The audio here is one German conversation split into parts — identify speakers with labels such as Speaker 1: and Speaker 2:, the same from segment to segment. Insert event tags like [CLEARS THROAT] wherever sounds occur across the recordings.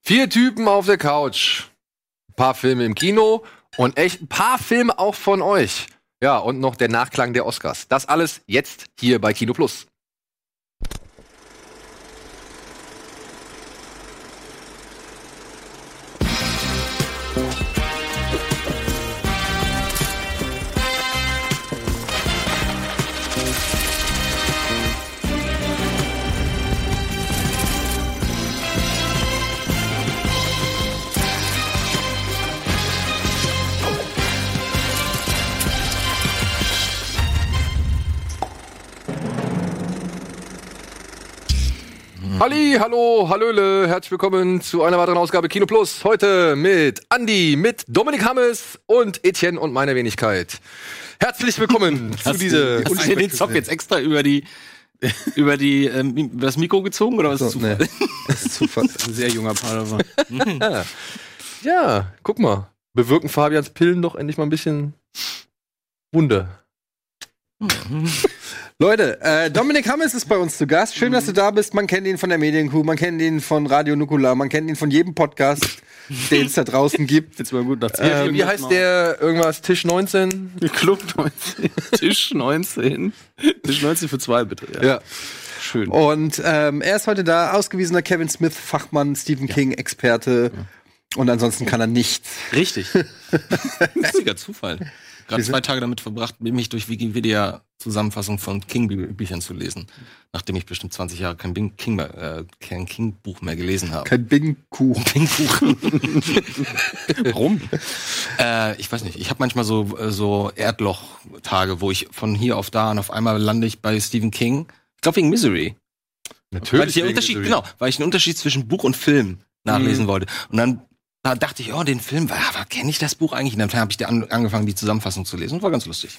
Speaker 1: Vier Typen auf der Couch. Ein paar Filme im Kino und echt ein paar Filme auch von euch. Ja, und noch der Nachklang der Oscars. Das alles jetzt hier bei Kino Plus. Halli, hallo, hallöle, herzlich willkommen zu einer weiteren Ausgabe Kino Plus. Heute mit Andy, mit Dominik Hammes und Etienne und meiner Wenigkeit. Herzlich [LAUGHS] willkommen zu
Speaker 2: Hast du-
Speaker 1: dieser
Speaker 2: hast du dir den Zopf jetzt extra über die über die ähm, über das Mikro gezogen oder was ist Zufall?
Speaker 1: Das ist Zufall.
Speaker 3: [LAUGHS] Ein sehr junger Padawan.
Speaker 1: Ja, guck mal. Bewirken Fabians Pillen doch endlich mal ein bisschen Wunder.
Speaker 3: Leute, äh, Dominik Hammes ist bei uns zu Gast. Schön, dass du da bist. Man kennt ihn von der Medienkuh, man kennt ihn von Radio Nukular, man kennt ihn von jedem Podcast, [LAUGHS] den es da draußen gibt. Ähm, Jetzt mal gut nach
Speaker 1: Äh, wie heißt der irgendwas? Tisch 19?
Speaker 2: [LAUGHS] Club 19, Tisch 19. Tisch 19 für zwei bitte. Ja. Schön.
Speaker 3: Und ähm, er ist heute da, ausgewiesener Kevin Smith, Fachmann, Stephen King, Experte. Und ansonsten kann er nichts.
Speaker 2: [LAUGHS] [LAUGHS] Richtig. Lustiger Zufall. Gerade zwei Tage damit verbracht, mich durch Wikipedia Zusammenfassung von King Bü- Büchern zu lesen, nachdem ich bestimmt 20 Jahre kein Bing- King mehr- äh, kein King Buch mehr gelesen habe.
Speaker 3: Kein Bing-Kuh.
Speaker 2: [LAUGHS] Warum? äh, ich weiß nicht. Ich habe manchmal so, äh, so Erdloch-Tage, wo ich von hier auf da und auf einmal lande ich bei Stephen King. Ich glaube wegen Misery. Weil ich,
Speaker 1: Natürlich.
Speaker 2: den Unterschied, genau, weil ich den Unterschied zwischen Buch und Film nachlesen wollte. Und dann da dachte ich, oh, den Film, war, war kenne ich das Buch eigentlich? Und dann habe ich da an, angefangen, die Zusammenfassung zu lesen. Und war ganz lustig.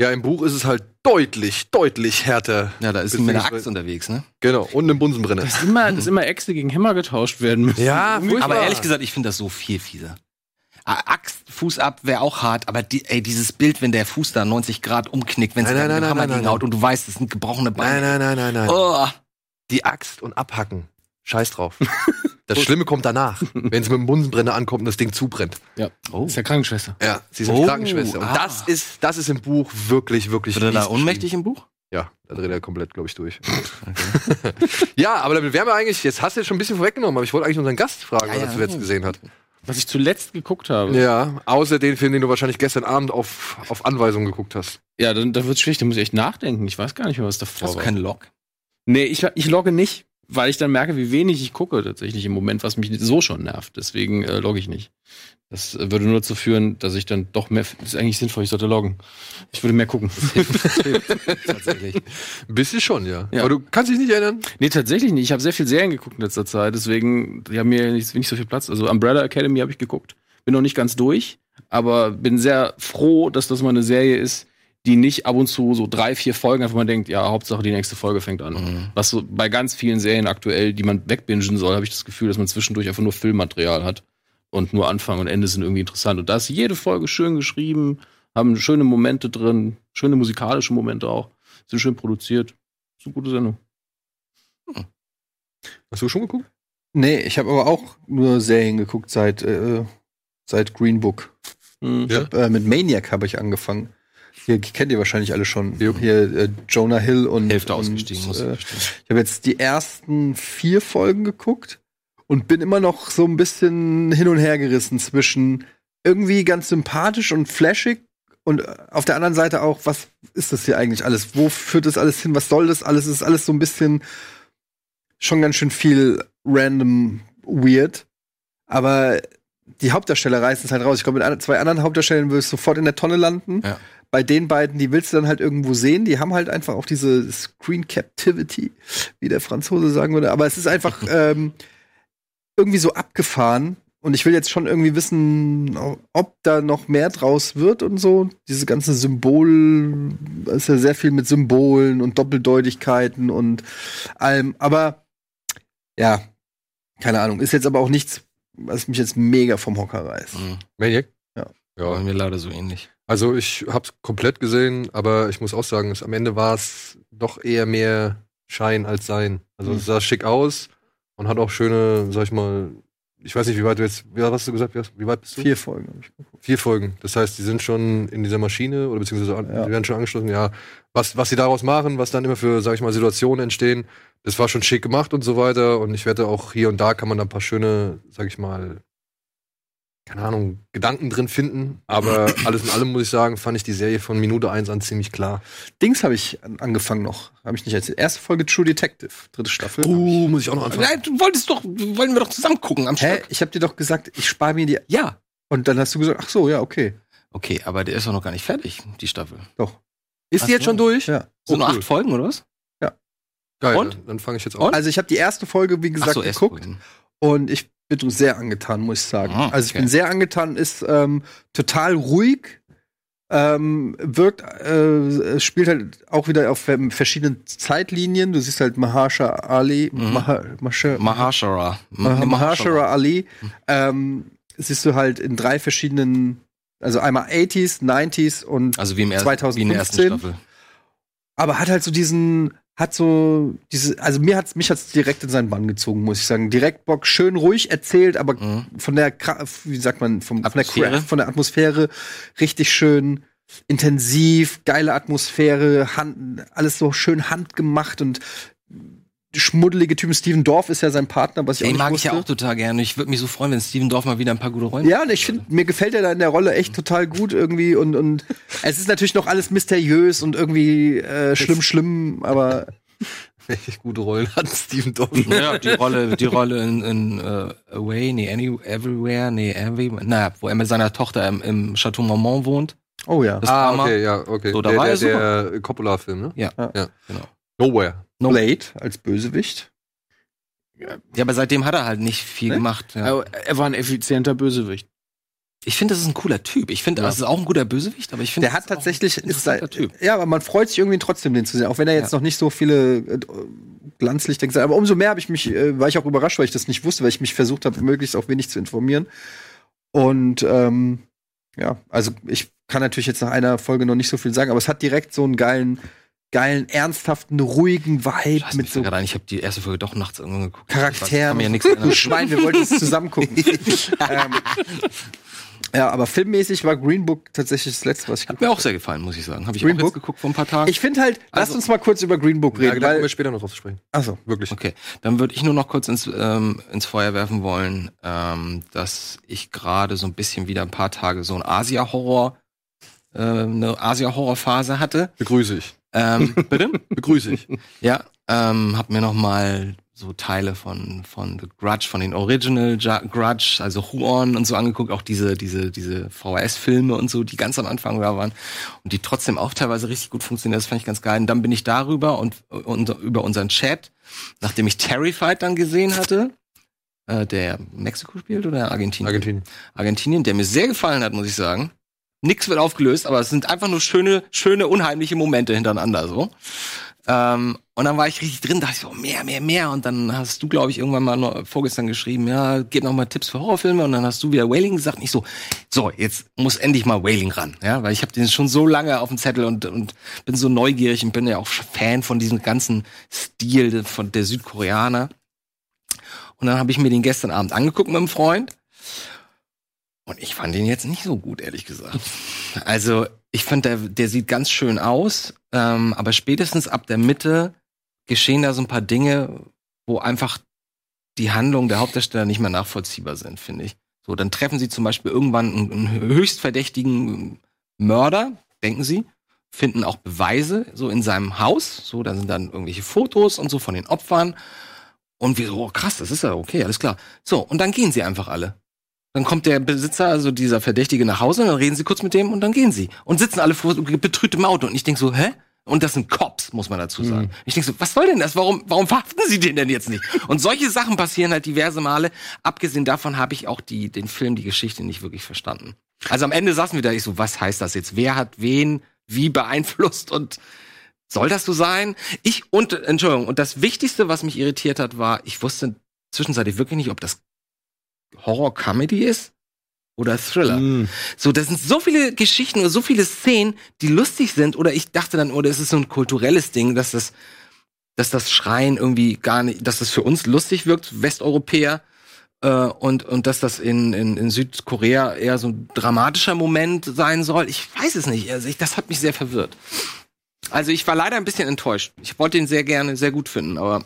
Speaker 1: Ja, im Buch ist es halt deutlich, deutlich härter.
Speaker 2: Ja, da ist mit einer
Speaker 1: Beziehungsweise-
Speaker 2: Axt unterwegs, ne?
Speaker 1: Genau, und eine Bunsenbrenne.
Speaker 4: Dass immer, dass immer Äxte gegen Hämmer getauscht werden müssen.
Speaker 1: Ja, furchtbar.
Speaker 2: Aber ehrlich gesagt, ich finde das so viel fieser. A- Axt, Fuß ab, wäre auch hart, aber die, ey, dieses Bild, wenn der Fuß da 90 Grad umknickt, wenn es
Speaker 1: Nein,
Speaker 2: da
Speaker 1: nein,
Speaker 2: mit
Speaker 1: nein,
Speaker 2: dem Hammer
Speaker 1: nein, nein,
Speaker 2: gegen haut und du weißt, das sind gebrochene
Speaker 1: Nein,
Speaker 2: Beine.
Speaker 1: nein, nein, nein, nein.
Speaker 2: Oh,
Speaker 1: Die Axt und abhacken. Scheiß drauf.
Speaker 4: [LAUGHS]
Speaker 1: Das Schlimme kommt danach, wenn es mit dem Bunsenbrenner ankommt und das Ding zubrennt.
Speaker 2: oh.
Speaker 4: Ist ja Krankenschwester.
Speaker 1: Ja, sie ist
Speaker 2: Oh,
Speaker 1: Krankenschwester. Und
Speaker 2: ah.
Speaker 1: das ist, das ist im Buch wirklich, wirklich.
Speaker 2: Wird er da
Speaker 1: mies
Speaker 2: ohnmächtig im Buch?
Speaker 1: Ja, da dreht er komplett, glaube ich, durch. [LAUGHS] ja, aber damit wären wir eigentlich, jetzt hast du jetzt schon ein bisschen vorweggenommen, aber ich wollte eigentlich unseren Gast fragen,
Speaker 2: Ja,
Speaker 1: was er
Speaker 2: ja.
Speaker 1: zuletzt gesehen hat.
Speaker 4: Was ich zuletzt geguckt habe. Ja,
Speaker 1: Ja, außer den Film, den du wahrscheinlich gestern Abend auf, auf Anweisung geguckt hast.
Speaker 4: dann, dann wird's schlecht, da muss ich echt nachdenken. Ich weiß gar nicht mehr, was davor
Speaker 2: Hast du
Speaker 4: war.
Speaker 2: keinen Lock?
Speaker 4: Nee, ich, ich logge nicht, weil ich dann merke, wie wenig ich gucke tatsächlich im Moment, was mich so schon nervt. Deswegen äh, logge ich nicht. Das äh, würde nur dazu führen, dass ich dann doch mehr. Das ist eigentlich sinnvoll, ich sollte loggen. Ich würde mehr [LAUGHS] gucken.
Speaker 2: Tatsächlich.
Speaker 1: Ein bisschen schon, ja.
Speaker 4: Ja.
Speaker 1: Aber du kannst dich nicht erinnern.
Speaker 4: nee, tatsächlich nicht. Ich habe sehr viel Serien geguckt in letzter Zeit, deswegen die haben mir nicht, nicht so viel Platz. Also Umbrella Academy habe ich geguckt. Bin noch nicht ganz durch, aber bin sehr froh, dass das mal eine Serie ist, die nicht ab und zu so drei, vier Folgen einfach mal denkt, ja, Hauptsache die nächste Folge fängt
Speaker 2: [LAUGHS]
Speaker 4: an.
Speaker 2: Mhm.
Speaker 4: Was so bei ganz vielen Serien aktuell, die man wegbingen soll, habe ich das Gefühl, dass man zwischendurch einfach nur Filmmaterial hat. Und nur Anfang und Ende sind irgendwie interessant. Und da ist jede Folge schön geschrieben, haben schöne Momente drin, schöne musikalische Momente auch, sind schön produziert. Ist eine gute Sendung.
Speaker 1: Hast du schon geguckt?
Speaker 3: Nee, ich habe aber auch nur Serien geguckt seit, äh, seit Green Book.
Speaker 4: Hm.
Speaker 1: Ja.
Speaker 3: Äh, mit Maniac habe ich angefangen. Hier kennt ihr wahrscheinlich alle schon. Hier äh, Jonah Hill und
Speaker 2: Hälfte
Speaker 3: und,
Speaker 2: ausgestiegen, muss ich
Speaker 3: äh,
Speaker 2: gestehen.
Speaker 3: Ich habe jetzt die ersten vier Folgen geguckt und bin immer noch so ein bisschen hin und her gerissen zwischen irgendwie ganz sympathisch und flashig und äh, auf der anderen Seite auch, was ist das hier eigentlich alles? Wo führt das alles hin? Was soll das alles? Es ist alles so ein bisschen schon ganz schön viel random weird. Aber die Hauptdarsteller reißen es halt raus. Ich glaube, mit an- zwei anderen Hauptdarstellern würdest du sofort in der Tonne landen.
Speaker 2: Ja.
Speaker 3: Bei den beiden, die willst du dann halt irgendwo sehen. Die haben halt einfach auch diese Screen Captivity, wie der Franzose sagen würde. Aber es ist einfach ähm, irgendwie so abgefahren. Und ich will jetzt schon irgendwie wissen, ob da noch mehr draus wird und so. Diese ganze Symbol, es ist ja sehr viel mit Symbolen und Doppeldeutigkeiten und allem. Aber ja, keine Ahnung. Ist jetzt aber auch nichts, was mich jetzt mega vom Hocker reißt.
Speaker 2: Mhm.
Speaker 1: Maniac?
Speaker 3: Ja.
Speaker 2: War
Speaker 1: Ja.
Speaker 2: mir leider so ähnlich.
Speaker 1: Also ich hab's komplett gesehen, aber ich muss auch sagen, es, am Ende war es doch eher mehr Schein als Sein. Also es sah schick aus und hat auch schöne, sag ich mal, ich weiß nicht, wie weit du jetzt, wie, was hast du gesagt, wie, wie weit bist du?
Speaker 3: Vier Folgen habe ich.
Speaker 1: Vier Folgen. Das heißt, die sind schon in dieser Maschine oder beziehungsweise an,
Speaker 3: Ja.
Speaker 1: die werden schon angeschlossen. Ja, was, was sie daraus machen, was dann immer für, sag ich mal, Situationen entstehen, das war schon schick gemacht und so weiter. Und ich wette auch hier und da kann man da ein paar schöne, sag ich mal, keine Ahnung, Gedanken drin finden.
Speaker 2: [CLEARS THROAT]
Speaker 1: Aber alles in allem muss ich sagen, fand ich die Serie von Minute 1 an ziemlich klar.
Speaker 3: Dings habe ich an, angefangen noch. Habe ich nicht erzählt. Erste Folge True Detective, dritte Staffel.
Speaker 1: Uh, muss ich auch noch anfangen.
Speaker 2: Nein, du wolltest doch, wollen wir doch zusammen gucken am
Speaker 3: Hä?
Speaker 2: Stück.
Speaker 3: Ich habe dir doch gesagt, ich spare mir die.
Speaker 2: Ja.
Speaker 3: Und dann hast du gesagt, ach so, ja, okay.
Speaker 2: Okay, aber der ist doch noch gar nicht fertig, die Staffel.
Speaker 1: Ist
Speaker 2: Ach
Speaker 1: die jetzt
Speaker 2: so.
Speaker 1: schon durch?
Speaker 3: Ja.
Speaker 2: Sind nur
Speaker 1: Oh, cool.
Speaker 2: acht Folgen oder was?
Speaker 1: Geil.
Speaker 2: Und?
Speaker 1: Dann fange ich jetzt
Speaker 2: Und?
Speaker 1: an.
Speaker 3: Also ich habe die erste Folge, wie gesagt,
Speaker 2: erst
Speaker 3: geguckt
Speaker 2: Folgen.
Speaker 3: und ich bin sehr angetan, muss ich sagen.
Speaker 2: Ah,
Speaker 3: Also ich
Speaker 2: okay.
Speaker 3: bin sehr angetan, ist ähm, total ruhig, ähm, wirkt, äh, es spielt halt auch wieder auf ähm, verschiedenen Zeitlinien. Du siehst halt Mahasha Ali,
Speaker 2: Mhm.
Speaker 3: Maha, Masha,
Speaker 2: Mahashara.
Speaker 3: Mah
Speaker 2: Nee,
Speaker 3: Äh, Mahashara Ali,
Speaker 2: Hm.
Speaker 3: ähm, siehst du halt in drei verschiedenen, also einmal 80s, 90s und,
Speaker 2: Also wie im ersten, wie in der ersten
Speaker 3: 2015.
Speaker 2: Staffel.
Speaker 3: aber hat halt so diesen, hat so diese, also mir hat's, mich hat's direkt in seinen Bann gezogen, muss ich sagen. Direkt Bock, schön ruhig erzählt, aber
Speaker 2: Mhm.
Speaker 3: von der, Kra- wie sagt man, vom, von, der,
Speaker 2: Atmosphäre.
Speaker 3: Cra- von der Atmosphäre richtig schön intensiv, geile Atmosphäre, Hand, alles so schön handgemacht und schmuddelige Typen. Steven Dorf ist ja sein Partner, was ich auch
Speaker 2: Den
Speaker 3: nicht
Speaker 2: mag ich
Speaker 3: wusste.
Speaker 2: ja auch total gerne. Ich würde mich so freuen, wenn Steven Dorf mal wieder ein paar gute Rollen
Speaker 3: Ja, und ich finde, mir gefällt er da in der Rolle echt total gut irgendwie und, und es ist natürlich noch alles mysteriös und irgendwie äh, schlimm, schlimm, aber
Speaker 1: Richtig gute Rollen hat [LAUGHS] Steven Dorf.
Speaker 2: Ja, die Rolle, die Rolle in, in äh, Away, nee, any, Everywhere, nee, Every, naja, wo er mit seiner Tochter im, im Chateau Marmont wohnt.
Speaker 3: oh ja.
Speaker 2: Das
Speaker 1: Ah,
Speaker 2: Drama.
Speaker 1: okay, ja, okay.
Speaker 2: So, da
Speaker 1: der
Speaker 2: war
Speaker 1: der,
Speaker 2: er super.
Speaker 1: der Coppola-Film, ne?
Speaker 2: Ja.
Speaker 3: Ja.
Speaker 1: ja.
Speaker 2: Genau.
Speaker 1: Nowhere.
Speaker 3: Blade als Bösewicht.
Speaker 2: Ja, aber seitdem hat er halt nicht viel
Speaker 3: Ne?
Speaker 2: gemacht. Ja.
Speaker 4: Aber Er war ein effizienter Bösewicht.
Speaker 2: Ich finde, das ist ein cooler Typ. Ich finde,
Speaker 4: Ja.
Speaker 2: das ist auch ein guter Bösewicht, aber ich finde,
Speaker 3: Der hat
Speaker 2: das ist auch
Speaker 3: tatsächlich
Speaker 2: ein
Speaker 3: ist
Speaker 2: interessanter
Speaker 3: sein,
Speaker 2: Typ.
Speaker 3: Ja, aber man freut sich irgendwie trotzdem, den zu sehen, auch wenn er jetzt noch nicht so viele äh, Glanzlichter gesagt hat. Aber umso mehr habe ich mich, äh, war ich auch überrascht, weil ich das nicht wusste, weil ich mich versucht habe, möglichst auch wenig zu informieren. Und ähm, ja, also ich kann natürlich jetzt nach einer Folge noch nicht so viel sagen, aber es hat direkt so einen geilen, geilen, ernsthaften, ruhigen Vibe
Speaker 2: Scheiße,
Speaker 3: mit
Speaker 2: ich so
Speaker 3: so
Speaker 2: gerade ein, ich habe die erste Folge doch nachts irgendwann geguckt. Ich kann
Speaker 3: Charakteren.
Speaker 2: mir ja nichts
Speaker 3: [LAUGHS]
Speaker 2: erinnern.
Speaker 3: Schwein, wir wollten es
Speaker 2: [LAUGHS]
Speaker 3: zusammen gucken. ähm, ja, aber filmmäßig war Green Book tatsächlich das Letzte, was ich
Speaker 2: Hat mir auch sehr gefallen, muss ich sagen. Habe ich
Speaker 3: Green
Speaker 2: auch jetzt
Speaker 3: Book?
Speaker 2: geguckt vor ein paar Tagen.
Speaker 3: Ich finde halt, lasst
Speaker 2: Also-
Speaker 3: uns mal kurz über Green Book
Speaker 1: Ja,
Speaker 3: reden.
Speaker 1: da kommen
Speaker 3: weil,
Speaker 1: wir später noch drauf zu sprechen.
Speaker 3: achso.
Speaker 1: Wirklich.
Speaker 2: Okay, dann würde ich nur noch kurz ins, ähm, ins Feuer werfen wollen, ähm, dass ich gerade so ein bisschen wieder ein paar Tage so ein Asia-Horror, äh, eine Asia-Horror-Phase hatte.
Speaker 1: Begrüße ich.
Speaker 2: Ähm, bitte?
Speaker 1: Begrüße ich.
Speaker 2: Ja, ähm, hab mir nochmal so Teile von, von The Grudge, von den Original Ja- Grudge, also Huon und so angeguckt, auch diese, diese, diese VHS-Filme und so, die ganz am Anfang da waren und die trotzdem auch teilweise richtig gut funktionieren, das fand ich ganz geil. Und dann bin ich darüber und, und über unseren Chat, nachdem ich Terrified dann gesehen hatte, äh, der Mexiko spielt oder
Speaker 1: [LAUGHS]
Speaker 2: Argentinien?
Speaker 1: Argentinien.
Speaker 2: Argentinien, der mir sehr gefallen hat, muss ich sagen. Nix wird aufgelöst, aber es sind einfach nur schöne, schöne, unheimliche Momente hintereinander so. Ähm, und dann war ich richtig drin, dachte ich so, mehr, mehr, mehr. Und dann hast du, glaube ich, irgendwann mal noch vorgestern geschrieben, ja, gib noch mal Tipps für Horrorfilme. Und dann hast du wieder Wailing gesagt. Und ich so, so, jetzt muss endlich mal Wailing ran. Ja, weil ich habe den schon so lange auf dem Zettel und, und bin so neugierig und bin ja auch Fan von diesem ganzen Stil von der Südkoreaner. Und dann habe ich mir den gestern Abend angeguckt mit einem Freund. Und ich fand ihn jetzt nicht so gut, ehrlich gesagt. Also, ich fand, der, der sieht ganz schön aus, ähm, aber spätestens ab der Mitte geschehen da so ein paar Dinge, wo einfach die Handlungen der Hauptdarsteller nicht mehr nachvollziehbar sind, finde ich. So, dann treffen sie zum Beispiel irgendwann einen, einen höchst verdächtigen Mörder, denken sie, finden auch Beweise so in seinem Haus. So, da sind dann irgendwelche Fotos und so von den Opfern. Und wir so, oh, krass, das ist ja okay, alles klar. So, und dann gehen sie einfach alle. Dann kommt der Besitzer, also dieser Verdächtige, nach Hause, und dann reden sie kurz mit dem und dann gehen sie. Und sitzen alle vor betrübtem Auto. Und ich denk so, hä? Und das sind Cops, muss man dazu sagen. Ich denk so, was soll denn das? Warum, warum verhaften sie den denn jetzt nicht? Und solche Sachen passieren halt diverse Male. Abgesehen davon habe ich auch die, den Film, die Geschichte nicht wirklich verstanden. Also am Ende saßen wir da, ich so, was heißt das jetzt? Wer hat wen wie beeinflusst und soll das so sein? Ich und Entschuldigung, und das Wichtigste, was mich irritiert hat, war, ich wusste zwischenzeitlich wirklich nicht, ob das Horror-Comedy ist oder Thriller.
Speaker 4: Mhm. Mm.
Speaker 2: So, das sind so viele Geschichten oder so viele Szenen, die lustig sind, oder ich dachte dann, oder es ist so ein kulturelles Ding, dass das, dass das Schreien irgendwie gar nicht, dass das für uns lustig wirkt, Westeuropäer, Äh, und, und dass das in, in, in Südkorea eher so ein dramatischer Moment sein soll, ich weiß es nicht. Also ich, das hat mich sehr verwirrt. Also ich war leider ein bisschen enttäuscht. Ich wollte ihn sehr gerne, sehr gut finden, aber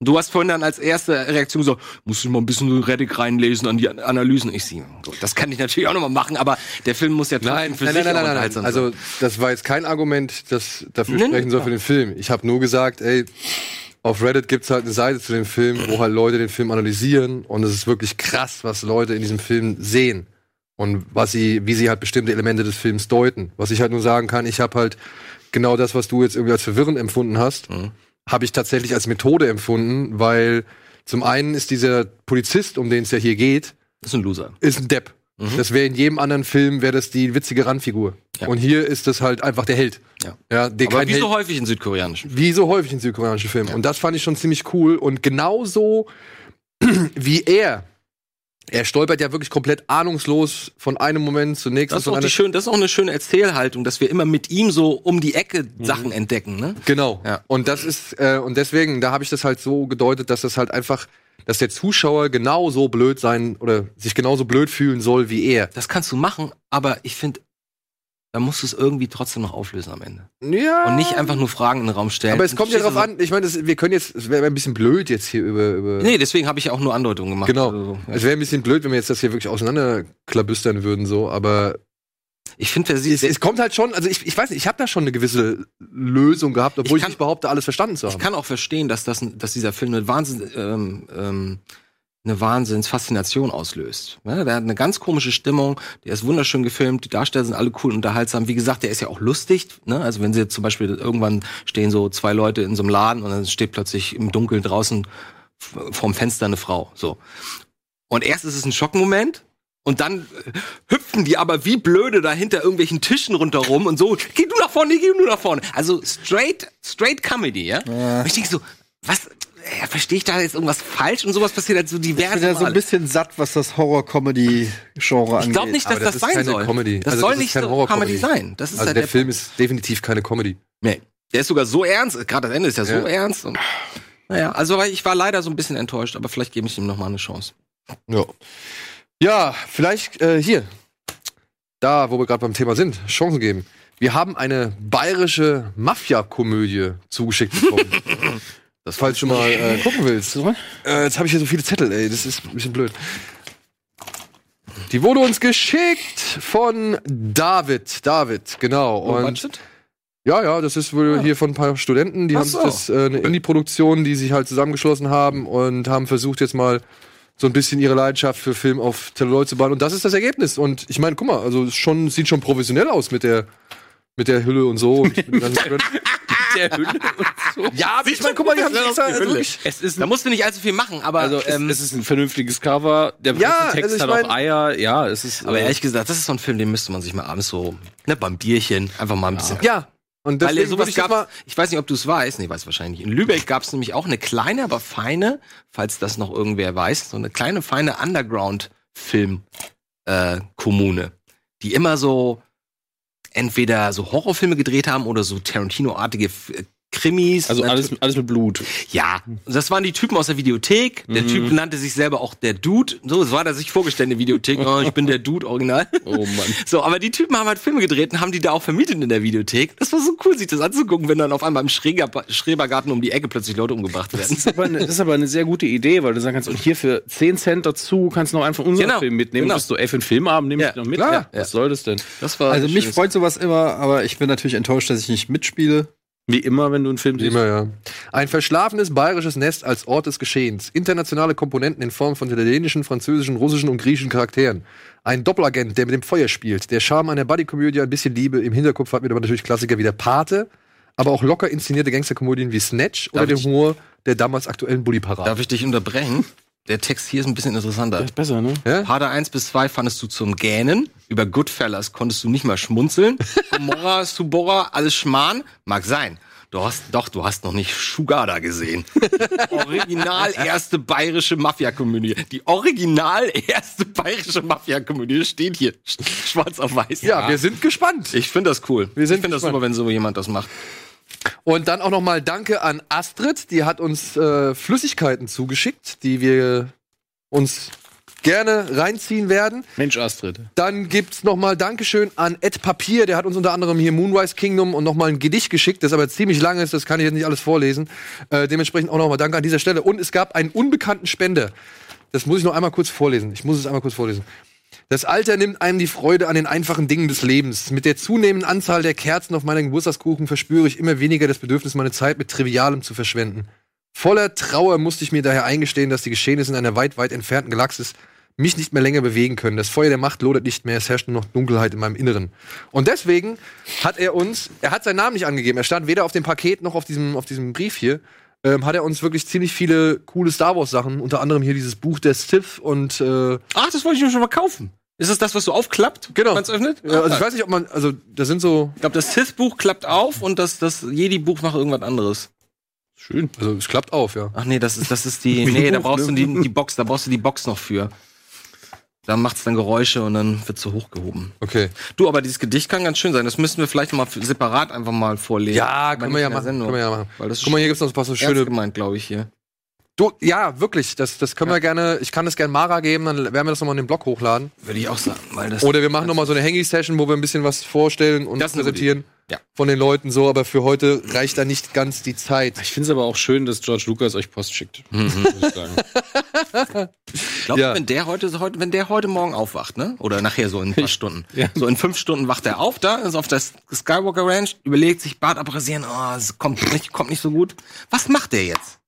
Speaker 2: du hast vorhin dann als erste Reaktion so, musst du mal ein bisschen Reddit reinlesen an die Analysen. Ich sehe, gut, das kann ich natürlich auch nochmal machen, aber der Film muss ja trotzdem für sich auch unterhaltsam sein.
Speaker 1: Also das war jetzt kein Argument, das dafür
Speaker 2: Nee, nee,
Speaker 1: sprechen soll für den Film. Ich habe nur gesagt, ey, auf Reddit gibt's halt eine Seite zu dem Film, wo halt Leute den Film analysieren und es ist wirklich krass, was Leute in diesem Film sehen und was sie, wie sie halt bestimmte Elemente des Films deuten. Was ich halt nur sagen kann, ich habe halt genau das, was du jetzt irgendwie als verwirrend empfunden hast,
Speaker 2: Mhm.
Speaker 1: habe ich tatsächlich als Methode empfunden, weil zum einen ist dieser Polizist, um den es ja hier geht,
Speaker 2: das ist ein Loser.
Speaker 1: ist ein Depp.
Speaker 2: Mhm.
Speaker 1: Das wäre in jedem anderen Film wäre das die witzige Randfigur.
Speaker 2: Ja.
Speaker 1: Und hier ist das halt einfach der Held.
Speaker 2: Ja.
Speaker 1: ja der
Speaker 2: Aber
Speaker 1: kein
Speaker 2: wie
Speaker 1: Held,
Speaker 2: so häufig in südkoreanischen.
Speaker 1: wie so häufig in südkoreanischen Filmen. Und das fand ich schon ziemlich cool. Und genauso [CLEARS THROAT] wie er, er stolpert ja wirklich komplett ahnungslos von einem Moment zum nächsten.
Speaker 2: Das ist,
Speaker 1: von
Speaker 2: auch die
Speaker 1: einer-
Speaker 2: schön, das ist auch eine schöne Erzählhaltung, dass wir immer mit ihm so um die Ecke
Speaker 1: Mhm.
Speaker 2: Sachen entdecken. Ne?
Speaker 1: Genau.
Speaker 2: Ja.
Speaker 1: Und das ist, äh, und deswegen, da habe ich das halt so gedeutet, dass das halt einfach, dass der Zuschauer genauso blöd sein oder sich genauso blöd fühlen soll wie er.
Speaker 2: Das kannst du machen, aber ich finde, da musst du es irgendwie trotzdem noch auflösen am Ende.
Speaker 1: Ja.
Speaker 2: Und nicht einfach nur Fragen in den Raum stellen.
Speaker 1: Aber es kommt ja
Speaker 2: Verstehst
Speaker 1: drauf
Speaker 2: du so?
Speaker 1: an, ich meine, das- wir können jetzt, es wäre ein bisschen blöd jetzt hier über. über
Speaker 2: Nee, deswegen habe ich ja auch nur Andeutungen gemacht.
Speaker 1: Genau.
Speaker 2: Also, ja.
Speaker 1: Es wäre ein bisschen blöd, wenn wir jetzt das hier wirklich auseinanderklabüstern würden, so, aber
Speaker 2: ich finde, wer
Speaker 1: es,
Speaker 2: sieht,
Speaker 1: es kommt halt schon, also ich, ich weiß nicht, ich habe da schon eine gewisse Lösung gehabt, obwohl
Speaker 2: Ich
Speaker 1: ich,
Speaker 2: kann-
Speaker 1: nicht behaupte, alles verstanden zu
Speaker 2: ich
Speaker 1: haben.
Speaker 2: kann auch verstehen, dass, das, dass dieser Film eine, Wahnsinn, ähm, ähm, eine Wahnsinnsfaszination auslöst. Ne? Der hat eine ganz komische Stimmung, der ist wunderschön gefilmt, die Darsteller sind alle cool und unterhaltsam. Wie gesagt, der ist ja auch lustig. Ne? Also wenn sie jetzt zum Beispiel irgendwann stehen so zwei Leute in so einem Laden und dann steht plötzlich im Dunkeln draußen f- vorm Fenster eine Frau. So. Und erst ist es ein Schockmoment. Und dann äh, hüpfen die aber wie blöde da hinter irgendwelchen Tischen rundherum und so, geh du nach vorne, geh du nach vorne. Also straight, straight Comedy, ja? Und ich denke so, was, äh, verstehe ich da jetzt irgendwas falsch und sowas passiert halt so
Speaker 3: Ich bin
Speaker 2: diverse
Speaker 3: ja so ein
Speaker 2: Male.
Speaker 3: bisschen satt, was das Horror-Comedy-Genre angeht.
Speaker 2: Ich glaube nicht, dass
Speaker 1: Aber
Speaker 2: das,
Speaker 1: das ist
Speaker 2: sein
Speaker 1: keine
Speaker 2: soll.
Speaker 1: Comedy.
Speaker 2: Das
Speaker 1: Also
Speaker 2: soll
Speaker 1: das ist
Speaker 2: nicht
Speaker 1: keine
Speaker 2: so Comedy
Speaker 1: Horror-Comedy.
Speaker 2: sein. Das ist
Speaker 1: Also
Speaker 2: halt
Speaker 1: der Film ist definitiv keine Comedy.
Speaker 2: Nee. Der ist sogar so ernst, gerade das Ende ist ja so
Speaker 1: Ja.
Speaker 2: ernst. Und, naja, also ich war leider so ein bisschen enttäuscht, aber vielleicht gebe ich ihm nochmal eine Chance.
Speaker 1: Ja. Ja, vielleicht äh, hier. Da, wo wir gerade beim Thema sind, Chancen geben. Wir haben eine bayerische Mafia-Komödie zugeschickt bekommen. das, falls du mal äh, gucken willst. Äh, jetzt habe ich hier so viele Zettel, ey. Das ist ein bisschen blöd. Die wurde uns geschickt von David. David, genau. Und ja, ja, das ist wohl hier von ein paar Studenten, die
Speaker 2: Ah. Ach
Speaker 1: haben
Speaker 2: so.
Speaker 1: das äh, eine Indie-Produktion, die sich halt zusammengeschlossen haben und haben versucht jetzt mal so ein bisschen ihre Leidenschaft für Film auf Telleroid zu bauen und das ist das Ergebnis und ich meine, guck mal, also es ist schon sieht schon professionell aus mit der mit der Hülle und so. Und mit den [LAUGHS] ganzen Screen-
Speaker 4: Der Hülle und so.
Speaker 1: ja, aber ich meine, guck mal, die haben sich extra also wirklich
Speaker 4: Es ist
Speaker 2: Da musst du nicht allzu viel machen, aber
Speaker 4: [LAUGHS] also
Speaker 2: ähm,
Speaker 4: es, es ist ein vernünftiges Cover. Der
Speaker 1: Ja,
Speaker 4: Text
Speaker 1: also ich
Speaker 4: hat
Speaker 1: mein-
Speaker 4: auch Eier. Ja, es ist.
Speaker 2: Aber
Speaker 4: äh,
Speaker 2: ehrlich gesagt, das ist so ein Film, den müsste man sich mal abends so, ne, beim Bierchen, einfach mal ein bisschen.
Speaker 1: ja und
Speaker 2: Weil
Speaker 1: deswegen würde
Speaker 2: sowas
Speaker 1: ich das mal
Speaker 2: gab, ich weiß nicht, ob du es weißt, nee, weiß wahrscheinlich. nicht. In Lübeck gab es nämlich auch eine kleine, aber feine, falls das noch irgendwer weiß, so eine kleine, feine Underground-Film-Kommune, die immer so entweder so Horrorfilme gedreht haben oder so Tarantino-artige äh, Krimis.
Speaker 4: also
Speaker 2: Nat-
Speaker 4: alles, alles mit Blut.
Speaker 2: ja, und das waren die Typen aus der Videothek. Der
Speaker 3: Mhm.
Speaker 2: Typ nannte sich selber auch der Dude. So, so hat er sich vorgestellt in der Videothek. Oh, ich bin der Dude Original. [LAUGHS]
Speaker 4: Oh Mann.
Speaker 2: So, aber die Typen haben halt Filme gedreht und haben die da auch vermietet in der Videothek. Das war so cool, sich das anzugucken, wenn dann auf einmal im Schräger Schrebergarten um die Ecke plötzlich Leute umgebracht werden.
Speaker 3: [LAUGHS]
Speaker 4: Das ist, aber eine, das ist aber eine sehr gute Idee, weil du sagen kannst, und hier für 10 Cent dazu kannst du noch einen von unserem
Speaker 2: Genau,
Speaker 4: Film mitnehmen.
Speaker 2: genau.
Speaker 4: Genau. Du, ey, für einen Filmabend nehme
Speaker 2: Ja,
Speaker 4: ich noch mit.
Speaker 1: klar.
Speaker 2: Ja.
Speaker 4: Was soll das denn?
Speaker 2: Das war
Speaker 3: also
Speaker 2: ein
Speaker 3: mich
Speaker 2: schönes-
Speaker 3: freut sowas immer, aber ich bin natürlich enttäuscht, dass ich nicht mitspiele.
Speaker 4: Wie immer, wenn du einen Film siehst.
Speaker 1: Immer, ja. Ein verschlafenes bayerisches Nest als Ort des Geschehens. Internationale Komponenten in Form von italienischen, französischen, russischen und griechischen Charakteren. Ein Doppelagent, der mit dem Feuer spielt. Der Charme einer Buddy-Komödie, ein bisschen Liebe. Im Hinterkopf hat mir aber natürlich Klassiker wie der Pate, aber auch locker inszenierte Gangsterkomödien wie Snatch oder
Speaker 2: Darf
Speaker 1: den
Speaker 2: ich-
Speaker 1: Humor der damals aktuellen Bully-Parade.
Speaker 2: Darf ich dich unterbrechen? Der Text hier ist ein bisschen interessanter.
Speaker 4: Ist besser, ne?
Speaker 2: Pader 1 bis 2 fandest du zum Gähnen. Über Goodfellas konntest du nicht mal schmunzeln. [LAUGHS] Gomorra, Subora, alles Schmarrn. Mag sein. Du hast, doch, du hast noch nicht Shugada [LAUGHS] gesehen. Original erste bayerische Mafia-Komödie. Die original erste bayerische Mafia-Komödie steht hier. Sch- Schwarz auf weiß.
Speaker 1: Ja, wir sind gespannt.
Speaker 2: Ich finde das cool.
Speaker 1: Wir sind
Speaker 2: ich finde das
Speaker 1: gespannt.
Speaker 2: super, wenn so jemand das macht.
Speaker 1: Und dann auch nochmal Danke an Astrid, die hat uns äh, Flüssigkeiten zugeschickt, die wir uns gerne reinziehen werden.
Speaker 4: Mensch, Astrid.
Speaker 1: Dann gibt's nochmal Dankeschön an Ed Papier, der hat uns unter anderem hier Moonrise Kingdom und nochmal ein Gedicht geschickt, das aber ziemlich lang ist, das kann ich jetzt nicht alles vorlesen. Äh, dementsprechend auch nochmal Danke an dieser Stelle. Und es gab einen unbekannten Spender. Das muss ich noch einmal kurz vorlesen. Ich muss es einmal kurz vorlesen. Das Alter nimmt einem die Freude an den einfachen Dingen des Lebens. Mit der zunehmenden Anzahl der Kerzen auf meinem Geburtstagskuchen verspüre ich immer weniger das Bedürfnis, meine Zeit mit Trivialem zu verschwenden. Voller Trauer musste ich mir daher eingestehen, dass die Geschehnisse in einer weit, weit entfernten Galaxis mich nicht mehr länger bewegen können. Das Feuer der Macht lodert nicht mehr, es herrscht nur noch Dunkelheit in meinem Inneren. Und deswegen hat er uns, er hat seinen Namen nicht angegeben, er stand weder auf dem Paket noch auf diesem, auf diesem Brief hier, ähm, hat er uns wirklich ziemlich viele coole Star Wars Sachen, unter anderem hier dieses Buch der Sith und äh,
Speaker 2: Ach, das wollte ich mir schon mal kaufen. Ist das das, was so aufklappt?
Speaker 1: Genau.
Speaker 2: Wenn es öffnet? Ah,
Speaker 1: Ja, also ich weiß nicht, ob man, also da sind so,
Speaker 2: ich glaube, das Sith-Buch klappt auf und das, das Jedi-Buch macht irgendwas anderes.
Speaker 4: Schön.
Speaker 1: also es klappt auf, ja.
Speaker 2: Ach nee, das ist, das
Speaker 1: [LAUGHS]
Speaker 2: ist die. Nee, da
Speaker 1: ne?
Speaker 2: brauchst du die, die Box, da brauchst du die Box noch für. Da macht's dann Geräusche und dann wird's so hochgehoben.
Speaker 1: Okay.
Speaker 2: Du, aber dieses Gedicht kann ganz schön sein. Das müssen wir vielleicht noch mal f- separat einfach mal vorlesen.
Speaker 1: Ja,
Speaker 2: Aber
Speaker 1: können
Speaker 2: nicht
Speaker 1: wir ja
Speaker 2: in der
Speaker 1: machen.
Speaker 2: Sendung.
Speaker 1: Können wir ja machen.
Speaker 2: Weil das ist
Speaker 1: Guck mal, hier gibt's noch ein paar so
Speaker 2: schön
Speaker 1: schöne
Speaker 2: gemeint, glaube ich, hier.
Speaker 1: Du, ja, wirklich. Das, das können wir gerne. Ich kann das gerne Mara geben, dann werden wir das nochmal in den Blog hochladen.
Speaker 2: Würde ich auch sagen, weil das.
Speaker 1: Oder wir machen nochmal so eine Hangy-Session, wo wir ein bisschen was vorstellen und
Speaker 2: Das ist eine gute
Speaker 1: präsentieren
Speaker 2: Ja.
Speaker 1: von den Leuten so. Aber für heute reicht da nicht ganz die Zeit.
Speaker 4: Ich finde es aber auch schön, dass George Lucas euch Post schickt. muss ich sagen.
Speaker 2: Ich glaube,
Speaker 1: Ja.
Speaker 2: wenn der heute, so heute, wenn der heute Morgen aufwacht, ne? Oder nachher so in ein paar Stunden.
Speaker 4: ja.
Speaker 2: So in fünf Stunden wacht er auf, da ist auf der S- Skywalker Ranch, überlegt sich Bart abrasieren, oh, es kommt nicht, kommt nicht so gut. Was macht der jetzt?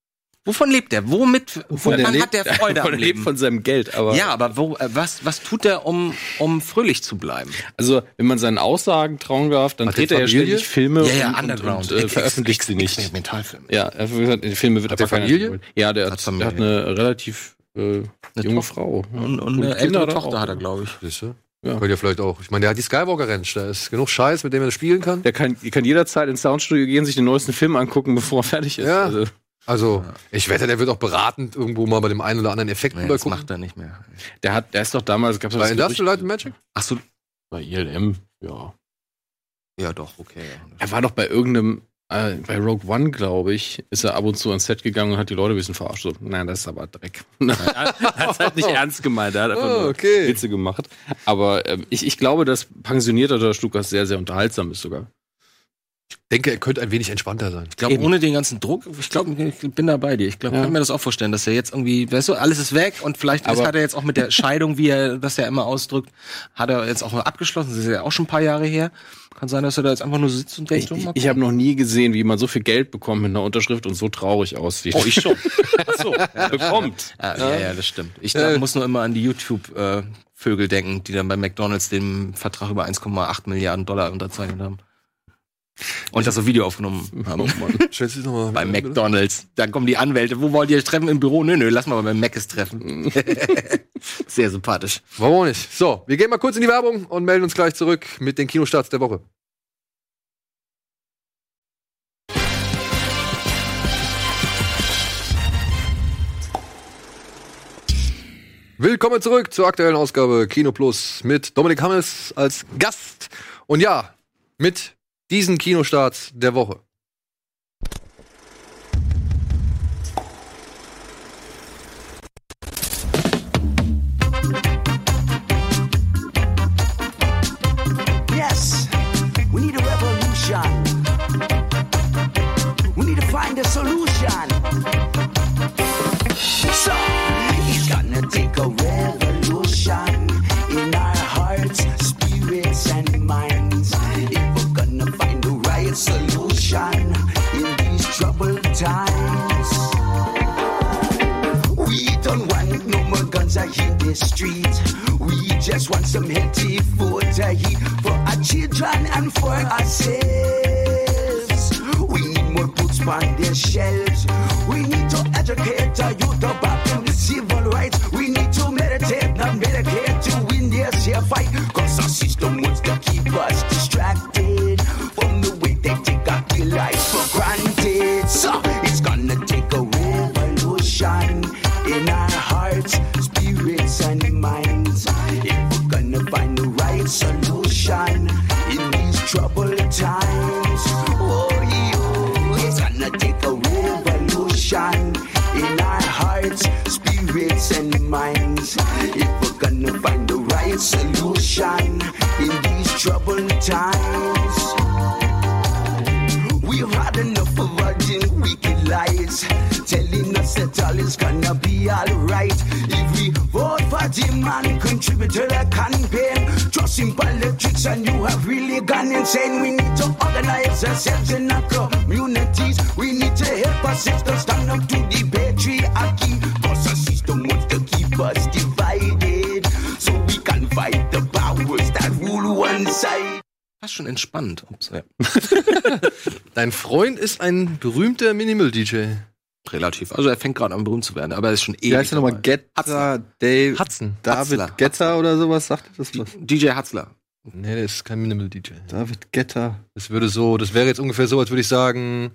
Speaker 2: Wovon lebt er? Womit?
Speaker 4: der
Speaker 2: woran
Speaker 4: lebt-
Speaker 2: hat der
Speaker 3: [LAUGHS]
Speaker 2: Freude am
Speaker 4: Von, lebt
Speaker 2: Leben?
Speaker 4: von seinem Geld, aber.
Speaker 2: ja, aber wo, äh, was, was tut er, um, um fröhlich zu bleiben?
Speaker 4: Also, wenn man seinen Aussagen trauen darf, dann
Speaker 1: Hat
Speaker 4: dreht
Speaker 1: die
Speaker 4: er ja
Speaker 1: Familie?
Speaker 4: ständig Filme
Speaker 2: Ja, ja,
Speaker 4: und,
Speaker 2: Underground.
Speaker 4: und, und äh,
Speaker 2: Ex-
Speaker 4: veröffentlicht sie nicht.
Speaker 2: Mentalfilm.
Speaker 4: Ja, er hat gesagt, die Filme wird
Speaker 1: Hat
Speaker 4: aber
Speaker 1: der
Speaker 4: keiner
Speaker 1: Familie?
Speaker 4: geholt. Ja, der
Speaker 2: Hat
Speaker 4: hat, der
Speaker 2: Familie.
Speaker 4: hat eine relativ äh, junge Frau. ja.
Speaker 2: Und, und eine
Speaker 4: Kinder
Speaker 2: ältere
Speaker 4: da
Speaker 2: Tochter
Speaker 4: auch.
Speaker 2: hat er, glaube ich.
Speaker 1: Siehst du?
Speaker 4: Ja.
Speaker 1: Könnt ihr vielleicht auch. Ich meine, der hat die Skywalker Ranch. Da ist genug Scheiß, mit dem er spielen kann.
Speaker 4: Der kann, die kann jederzeit ins Soundstudio gehen, sich den neuesten Film angucken, [LAUGHS] bevor er fertig ist.
Speaker 1: Ja.
Speaker 4: Also,
Speaker 1: Also, ich wette, der wird auch beratend irgendwo mal bei dem einen oder anderen Effekt
Speaker 2: Nee,
Speaker 1: nee,
Speaker 2: das
Speaker 1: übergucken.
Speaker 2: macht er nicht mehr.
Speaker 4: der hat, der ist doch damals, gab's doch
Speaker 1: Bei
Speaker 4: das
Speaker 1: Industrial Light and
Speaker 4: Gerücht-
Speaker 1: Magic?
Speaker 2: Ach so,
Speaker 4: Bei ILM, ja.
Speaker 2: ja doch, okay. ja.
Speaker 4: Er war doch bei irgendeinem, äh, bei Rogue One, glaube ich, ist er ab und zu ans Set gegangen und hat die Leute ein bisschen verarscht. So, nein, das ist aber Dreck. [LAUGHS] er hat halt nicht ernst gemeint, er hat [LAUGHS] einfach
Speaker 1: Oh,
Speaker 4: nur
Speaker 1: okay.
Speaker 4: Witze gemacht. Aber ähm, ich, ich glaube, dass pensionierter George Lucas sehr, sehr unterhaltsam ist sogar.
Speaker 1: Ich denke, er könnte ein wenig entspannter sein.
Speaker 2: Ich glaube,
Speaker 4: Eben.
Speaker 2: ohne den ganzen Druck, ich glaube, ich bin da bei dir. Ich glaube,
Speaker 4: Ja.
Speaker 2: kann mir das auch vorstellen, dass er jetzt irgendwie, weißt du, alles ist weg und vielleicht ist,
Speaker 4: Aber-
Speaker 2: hat er jetzt auch mit der Scheidung, wie er das ja immer ausdrückt, hat er jetzt auch mal abgeschlossen. Das ist ja auch schon ein paar Jahre her. Kann sein, dass er da jetzt einfach nur sitzt und denkt,
Speaker 4: Ich, ich, ich habe noch nie gesehen, wie man so viel Geld bekommt mit einer Unterschrift und so traurig aussieht.
Speaker 2: oh, ich
Speaker 4: [LAUGHS]
Speaker 2: schon.
Speaker 4: so, bekommt.
Speaker 2: Ja, ja, ja, das stimmt. Ich glaub, muss nur immer an die YouTube-Vögel denken, die dann bei McDonalds den Vertrag über 1,8 Milliarden Dollar unterzeichnet haben. Und das so Video aufgenommen haben.
Speaker 1: Stellst du dich nochmal.
Speaker 2: bei McDonalds. Dann kommen die Anwälte. Wo wollt ihr euch treffen? Im Büro? Nö, nö, lass mal beim Mc's treffen. Sehr sympathisch.
Speaker 1: Warum auch nicht? So, wir gehen mal kurz in die Werbung und melden uns gleich zurück mit den Kinostarts der Woche. Willkommen zurück zur aktuellen Ausgabe Kino Plus mit Dominik Hammels als Gast. Und ja, mit diesen Kinostarts der Woche.
Speaker 5: Yes, we need a revolution. We need to find a solution. So, it's gonna take a revolution in our hearts, spirits, and minds. If we're gonna find the right solution in these troubled times. We don't want no more guns out in the street. We just want some healthy food to eat for our children and for ourselves. We need more books on their shelves. We need to educate our youth about them civil rights. We need to meditate, not medicate, to win this here fight. Cause our system wants to keep us distracted from the way they take our real life for granted. So it's gonna take a revolution in our hearts, spirits, and minds. If we're gonna find the right solution in these troubled times, oh, yeah. it's gonna take a revolution in our hearts, spirits, and minds. If we're gonna find the right solution in these troubled times. We've had enough of writing wicked lies, telling us that all is gonna be alright. If we vote for him and contribute to the campaign, trust in politics and you have really gone insane. We need to organize ourselves in our communities. We need to help our sisters stand up to the patriarchy. Cause our system wants to keep us divided, so we can fight the powers that rule one side.
Speaker 2: Fast schon entspannt. Ups, ja.
Speaker 1: Dein Freund ist ein berühmter Minimal-DJ.
Speaker 2: Relativ. Also er fängt gerade an berühmt zu werden, aber er ist schon ewig.
Speaker 3: Wie heißt der nochmal?
Speaker 2: dabei.
Speaker 3: Getter, Dave,
Speaker 1: Hudson.
Speaker 3: David
Speaker 2: Hatzler. Hm.
Speaker 3: Getter oder sowas? Sagt ihr das was?
Speaker 2: DJ Hatzler.
Speaker 1: Nee, der ist kein Minimal-DJ.
Speaker 3: David Getter.
Speaker 1: Das würde so, das wäre jetzt ungefähr so, als würde ich sagen.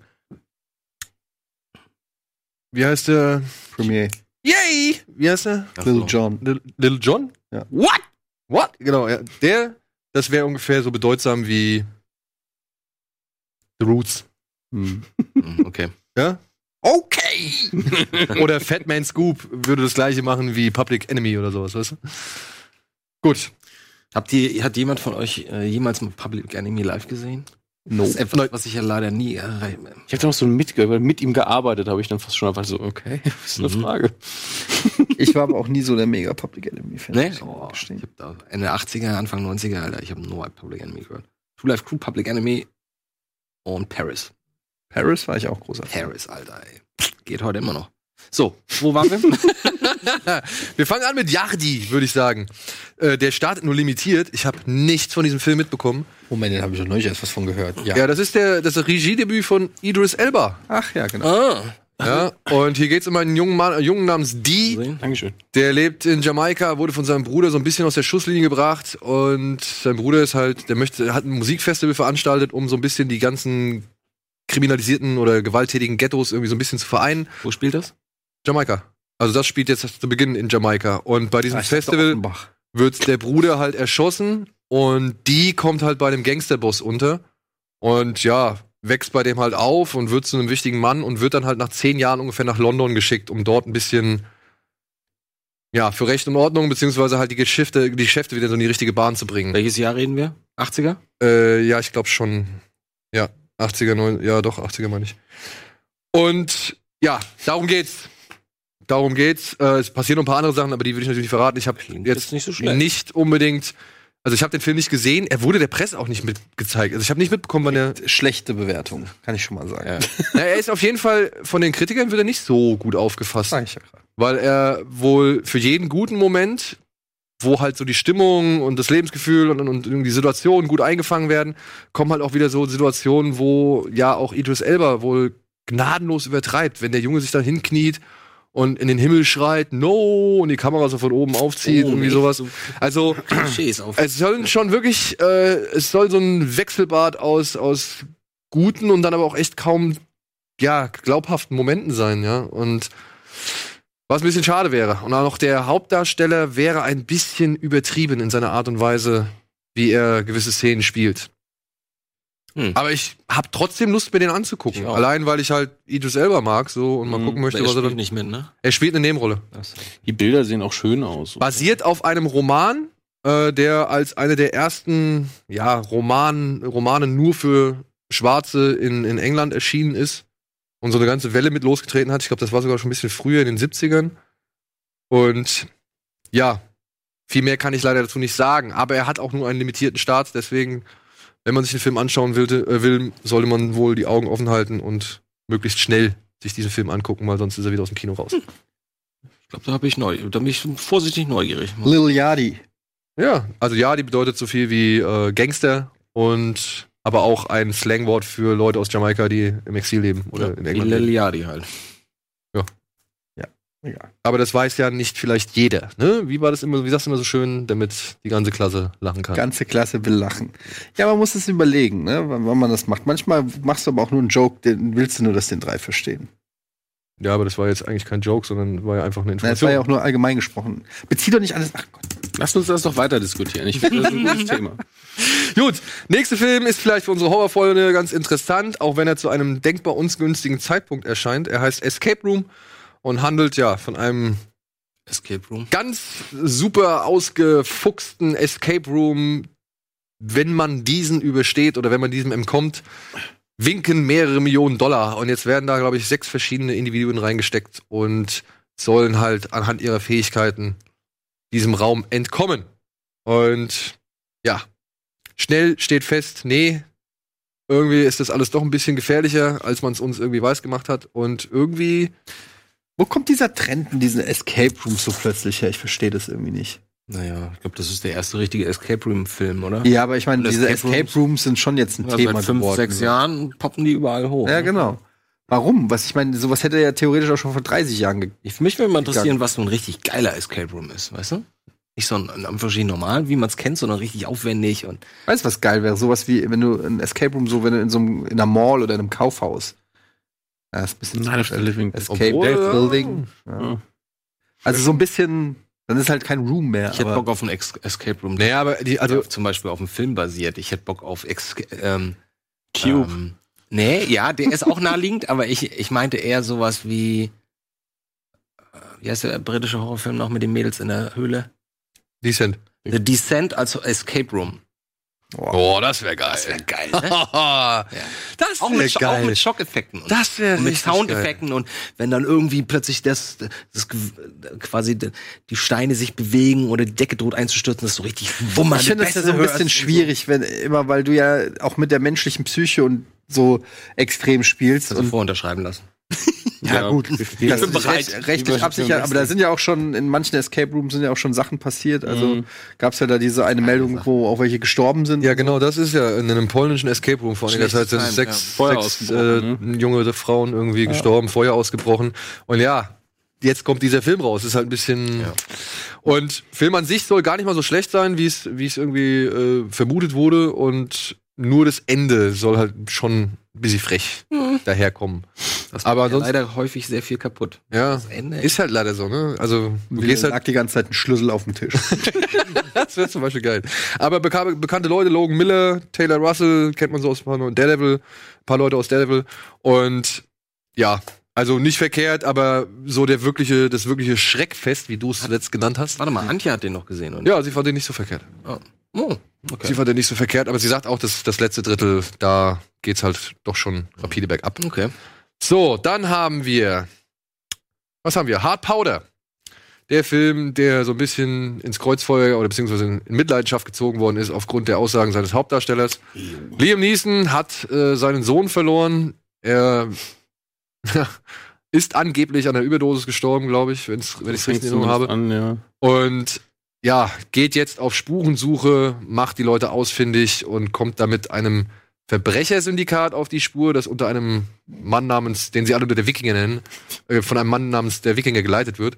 Speaker 1: Wie heißt der?
Speaker 3: Premier.
Speaker 1: Yay! Wie heißt der?
Speaker 3: Little John.
Speaker 1: Lil- Little John?
Speaker 3: Ja.
Speaker 1: What? What? Genau, ja. der, das wäre ungefähr so bedeutsam wie The Roots.
Speaker 2: Hm, Okay.
Speaker 1: Ja?
Speaker 2: Okay!
Speaker 1: [LAUGHS] Oder Fatman Scoop würde das gleiche machen wie Public Enemy oder sowas, weißt du? Gut.
Speaker 2: Habt ihr, hat jemand von euch äh, jemals mal Public Enemy live gesehen?
Speaker 4: No.
Speaker 2: Das ist etwas, was ich ja leider nie äh, erreiche.
Speaker 4: Ich habe da noch so mitgehört, weil mit ihm gearbeitet habe ich dann fast schon einfach so, okay, [LAUGHS] ist eine
Speaker 2: Mhm.
Speaker 4: Frage.
Speaker 3: Ich war aber auch nie so der mega Public Enemy Fan.
Speaker 2: Ne?
Speaker 3: muss ich
Speaker 2: Oh, ich
Speaker 3: gestehen.
Speaker 2: hab da Ende 80er, Anfang 90er, Alter, ich habe nur Public Enemy gehört. Two Life Crew, Public Enemy und Paris.
Speaker 3: Paris war ich auch großer Fan.
Speaker 2: Paris, Alter, ey. Geht heute immer noch. So, wo waren wir?
Speaker 1: Wir fangen an mit Yardi, würde ich sagen. Äh, der startet nur limitiert. Ich habe nichts von diesem Film mitbekommen.
Speaker 6: Moment, den habe ich doch neulich erst was von gehört.
Speaker 1: Ja, das ist der, das ist Regiedebüt von Idris Elba.
Speaker 3: Ach ja, genau.
Speaker 2: ah,
Speaker 1: Ja, und hier geht's um einen jungen Mann, einen Jungen namens Dee,
Speaker 2: sehen.
Speaker 4: Dankeschön.
Speaker 1: Der lebt in Jamaika, wurde von seinem Bruder so ein bisschen aus der Schusslinie gebracht und sein Bruder ist halt, der möchte, hat ein Musikfestival veranstaltet, um so ein bisschen die ganzen kriminalisierten oder gewalttätigen Ghettos irgendwie so ein bisschen zu vereinen.
Speaker 2: Wo spielt das?
Speaker 1: Jamaika. Also das spielt jetzt zu Beginn in Jamaika und bei diesem
Speaker 3: Ah, ich dachte
Speaker 1: Festival
Speaker 3: Offenbach.
Speaker 1: wird der Bruder halt erschossen und die kommt halt bei dem Gangsterboss unter und ja, wächst bei dem halt auf und wird zu einem wichtigen Mann und wird dann halt nach zehn Jahren ungefähr nach London geschickt, um dort ein bisschen ja, für Recht und Ordnung, beziehungsweise halt die Geschäfte, die Geschäfte wieder so in die richtige Bahn zu bringen.
Speaker 2: Welches Jahr reden wir? 80er?
Speaker 1: Äh, ja, ich glaube schon. Ja, 80er, 90er, ja doch, 80er meine ich. Und ja, darum geht's. Darum geht's. Äh, es passieren noch ein paar andere Sachen, aber die will ich natürlich nicht verraten. Ich habe
Speaker 2: Klingt
Speaker 1: jetzt
Speaker 2: nicht so
Speaker 1: nicht unbedingt. Also ich habe den Film nicht gesehen. Er wurde der Presse auch nicht mitgezeigt. Also ich habe nicht mitbekommen, wann er.
Speaker 6: Schlechte Bewertung, kann ich schon mal sagen.
Speaker 2: Ja.
Speaker 1: Na, er ist auf jeden Fall von den Kritikern wird er nicht so gut aufgefasst,
Speaker 6: Sag ich ja gerade.
Speaker 1: weil er wohl für jeden guten Moment, wo halt so die Stimmung und das Lebensgefühl und, und, und die Situation gut eingefangen werden, kommen halt auch wieder so Situationen, wo ja auch Idris Elba wohl gnadenlos übertreibt, wenn der Junge sich dann hinkniet und in den Himmel schreit, no, und die Kamera so von oben aufzieht,
Speaker 2: Oh,
Speaker 1: irgendwie
Speaker 2: nee.
Speaker 1: sowas.
Speaker 2: So
Speaker 1: Also
Speaker 2: Klischees auf.
Speaker 1: es sollen schon wirklich, äh, es soll so ein Wechselbad aus, aus guten und dann aber auch echt kaum, ja, glaubhaften Momenten sein, ja. Und was ein bisschen schade wäre. Und auch noch der Hauptdarsteller wäre ein bisschen übertrieben in seiner Art und Weise, wie er gewisse Szenen spielt.
Speaker 2: Hm.
Speaker 1: Aber ich habe trotzdem Lust, mir den anzugucken.
Speaker 2: Ich auch. Hm.
Speaker 1: Allein, weil ich halt Idris Elba mag, so, und mal gucken möchte,
Speaker 2: er
Speaker 1: was er
Speaker 2: spielt
Speaker 1: dann.
Speaker 2: nicht mit, ne?
Speaker 1: Er spielt eine Nebenrolle.
Speaker 4: Die Bilder sehen auch schön aus.
Speaker 1: Basiert auf einem Roman, äh, der als eine der ersten ja, Roman, Romane nur für Schwarze in, in England erschienen ist und so eine ganze Welle mit losgetreten hat. Ich glaube, das war sogar schon ein bisschen früher in den 70ern. Und ja, viel mehr kann ich leider dazu nicht sagen. Aber er hat auch nur einen limitierten Start. Deswegen, wenn man sich den Film anschauen will, äh, will sollte man wohl die Augen offen halten und möglichst schnell sich diesen Film angucken, weil sonst ist er wieder aus dem Kino raus.
Speaker 2: Ich glaube, da habe ich neu. Da bin ich vorsichtig neugierig.
Speaker 3: Lil Yachty.
Speaker 1: Ja, also ja, die bedeutet so viel wie äh, Gangster und aber auch ein Slangwort für Leute aus Jamaika, die im Exil leben oder in England. Leben.
Speaker 2: Liliadi halt.
Speaker 3: Ja.
Speaker 1: Aber das weiß ja nicht vielleicht jeder. Ne? Wie war das immer? Wie sagst du immer so schön, damit die ganze Klasse lachen kann?
Speaker 3: Ganze Klasse will lachen. Ja, man muss es überlegen, ne, wann wann man das macht. Manchmal machst du aber auch nur einen Joke, den willst du nur, dass den drei verstehen.
Speaker 1: ja, aber das war jetzt eigentlich kein Joke, sondern war ja einfach eine
Speaker 3: Na, Ne, das war
Speaker 1: Information.
Speaker 3: ja auch nur allgemein gesprochen. Bezieh doch nicht alles. Ach Gott.
Speaker 4: Lass uns das doch weiter diskutieren. Ich
Speaker 3: [LAUGHS]
Speaker 4: finde das ist ein gutes Thema.
Speaker 1: Gut, nächster Film ist vielleicht für unsere Horrorfreunde ganz interessant, auch wenn er zu einem denkbar ungünstigen Zeitpunkt erscheint. Er heißt Escape Room und handelt ja von einem
Speaker 2: Escape Room.
Speaker 1: ganz super ausgefuchsten Escape Room, wenn man diesen übersteht oder wenn man diesem entkommt, winken mehrere Millionen Dollar. Und jetzt werden da, glaube ich, sechs verschiedene Individuen reingesteckt und sollen halt anhand ihrer Fähigkeiten diesem Raum entkommen. Und ja, schnell steht fest, nee, irgendwie ist das alles doch ein bisschen gefährlicher, als man es uns irgendwie weiß gemacht hat. Und irgendwie
Speaker 3: Wo kommt dieser Trend in diesen Escape Rooms so plötzlich her? Ich verstehe das irgendwie nicht.
Speaker 2: Naja, ich glaube, das ist der erste richtige Escape Room-Film, oder?
Speaker 3: Ja, aber ich meine,
Speaker 2: Und
Speaker 3: diese
Speaker 2: Escape Rooms?
Speaker 3: Escape Rooms sind schon jetzt ein
Speaker 2: Ja,
Speaker 3: Thema
Speaker 2: seit fünf,
Speaker 3: geworden.
Speaker 2: sechs
Speaker 3: so.
Speaker 2: Jahren poppen die überall hoch. ne?
Speaker 3: Ja, genau. Warum? Was ich meine, sowas hätte ja theoretisch auch schon vor 30 Jahren ge
Speaker 2: Ich, mich würde mal interessieren, was so ein richtig geiler Escape Room ist, weißt du? Nicht so ein, ein, ein verschieden normal, wie man es kennt, sondern richtig aufwendig und
Speaker 3: Weißt du, was geil wäre? Sowas wie, wenn du ein Escape Room, so wenn du in so einem, in einer Mall oder in einem Kaufhaus. Ja, ist ein bisschen
Speaker 4: Night of the Living Dead.
Speaker 3: Escape
Speaker 4: Obwohl,
Speaker 3: Dead
Speaker 4: ja.
Speaker 3: Building. Ja. Also so ein bisschen, dann ist halt kein Room mehr.
Speaker 2: Ich hätte
Speaker 3: aber-
Speaker 2: Bock auf einen Ex Escape Room.
Speaker 1: Naja, aber die- also-
Speaker 2: also zum Beispiel auf einen Film basiert. Ich hätte Bock auf Ex ähm,
Speaker 4: Cube.
Speaker 2: Ähm, nee, ja, der ist auch naheliegend, aber ich, ich meinte eher sowas wie äh, wie heißt der britische Horrorfilm noch mit den Mädels in der Höhle?
Speaker 1: decent.
Speaker 2: The Descent als Escape Room.
Speaker 1: Oh, das wäre geil.
Speaker 2: Das wäre
Speaker 1: [LAUGHS]
Speaker 2: geil, ne?
Speaker 1: Haha.
Speaker 2: Ja.
Speaker 1: Das
Speaker 2: Auch mit,
Speaker 1: wäre
Speaker 2: Scho- auch
Speaker 1: geil.
Speaker 2: mit Schockeffekten. Und
Speaker 1: Das wäre
Speaker 2: Und mit
Speaker 1: richtig
Speaker 2: Soundeffekten und wenn dann irgendwie plötzlich das, das Gew- quasi de- die Steine sich bewegen oder die Decke droht einzustürzen, das ist so richtig wummern.
Speaker 3: Ich finde das ja so ein bisschen schwierig, wenn immer, weil du ja auch mit der menschlichen Psyche und so extrem spielst.
Speaker 2: Also
Speaker 3: Und,
Speaker 2: vorunterschreiben lassen.
Speaker 4: ja.
Speaker 3: das
Speaker 2: bin
Speaker 3: ist
Speaker 2: bereit.
Speaker 3: recht,
Speaker 4: Ich
Speaker 3: rechtlich
Speaker 4: bin
Speaker 3: absichern, aber da sind ja auch schon, in manchen Escape Rooms sind ja auch schon Sachen passiert. Also gab's ja da diese eine Meldung, wo auch welche gestorben sind.
Speaker 1: Ja, genau, das ist ja in einem polnischen Escape Room vor einiger
Speaker 2: Schlechtes
Speaker 1: Zeit sind
Speaker 2: Time,
Speaker 1: sechs,
Speaker 4: ja. Feuer
Speaker 1: sechs äh,
Speaker 2: ne?
Speaker 4: ausgebrochen,
Speaker 1: junge Frauen irgendwie gestorben, Feuer ausgebrochen. Und ja, jetzt kommt dieser Film raus. Ist halt ein bisschen. Und Film an sich soll gar nicht mal so schlecht sein, wie es wie es irgendwie äh, vermutet wurde. Und nur das Ende soll halt schon ein bisschen frech daherkommen.
Speaker 2: Hm. Das
Speaker 1: Aber
Speaker 2: macht ja
Speaker 1: sonst-
Speaker 2: leider häufig sehr viel kaputt.
Speaker 1: Ja.
Speaker 2: Das Ende
Speaker 1: Ist halt leider so, ne? Also, du
Speaker 3: Mir
Speaker 1: gehst halt
Speaker 3: lag die ganze Zeit ein Schlüssel auf dem Tisch.
Speaker 1: Das wäre zum Beispiel geil. Aber beka bekannte Leute, Logan Miller, Taylor Russell, kennt man so aus ein paar und Daredevil, ein paar Leute aus Daredevil. Und ja, also nicht verkehrt, aber so der wirkliche, das wirkliche Schreckfest, wie du es zuletzt genannt hast.
Speaker 2: Warte mal, Antje hat den noch gesehen, oder?
Speaker 1: Ja, sie fand den nicht so verkehrt.
Speaker 2: Oh, okay.
Speaker 1: Sie fand den nicht so verkehrt, aber sie sagt auch, dass das letzte Drittel, da geht's halt doch schon rapide bergab.
Speaker 2: Okay.
Speaker 1: So, dann haben wir. Was haben wir? Hard Powder. Der Film, der so ein bisschen ins Kreuzfeuer oder beziehungsweise in in Mitleidenschaft gezogen worden ist, aufgrund der Aussagen seines Hauptdarstellers. Liam Neeson hat äh, seinen Sohn verloren. Er [LAUGHS] ist angeblich an einer Überdosis gestorben, glaube ich, wenn's, wenn ich es
Speaker 4: Fängt
Speaker 1: richtig in Erinnerung habe.
Speaker 4: zumindest An, ja.
Speaker 1: Und ja, geht jetzt auf Spurensuche, macht die Leute ausfindig und kommt damit einem Verbrechersyndikat auf die Spur, das unter einem Mann namens, den sie alle nur der Wikinger nennen, äh, von einem Mann namens der Wikinger geleitet wird.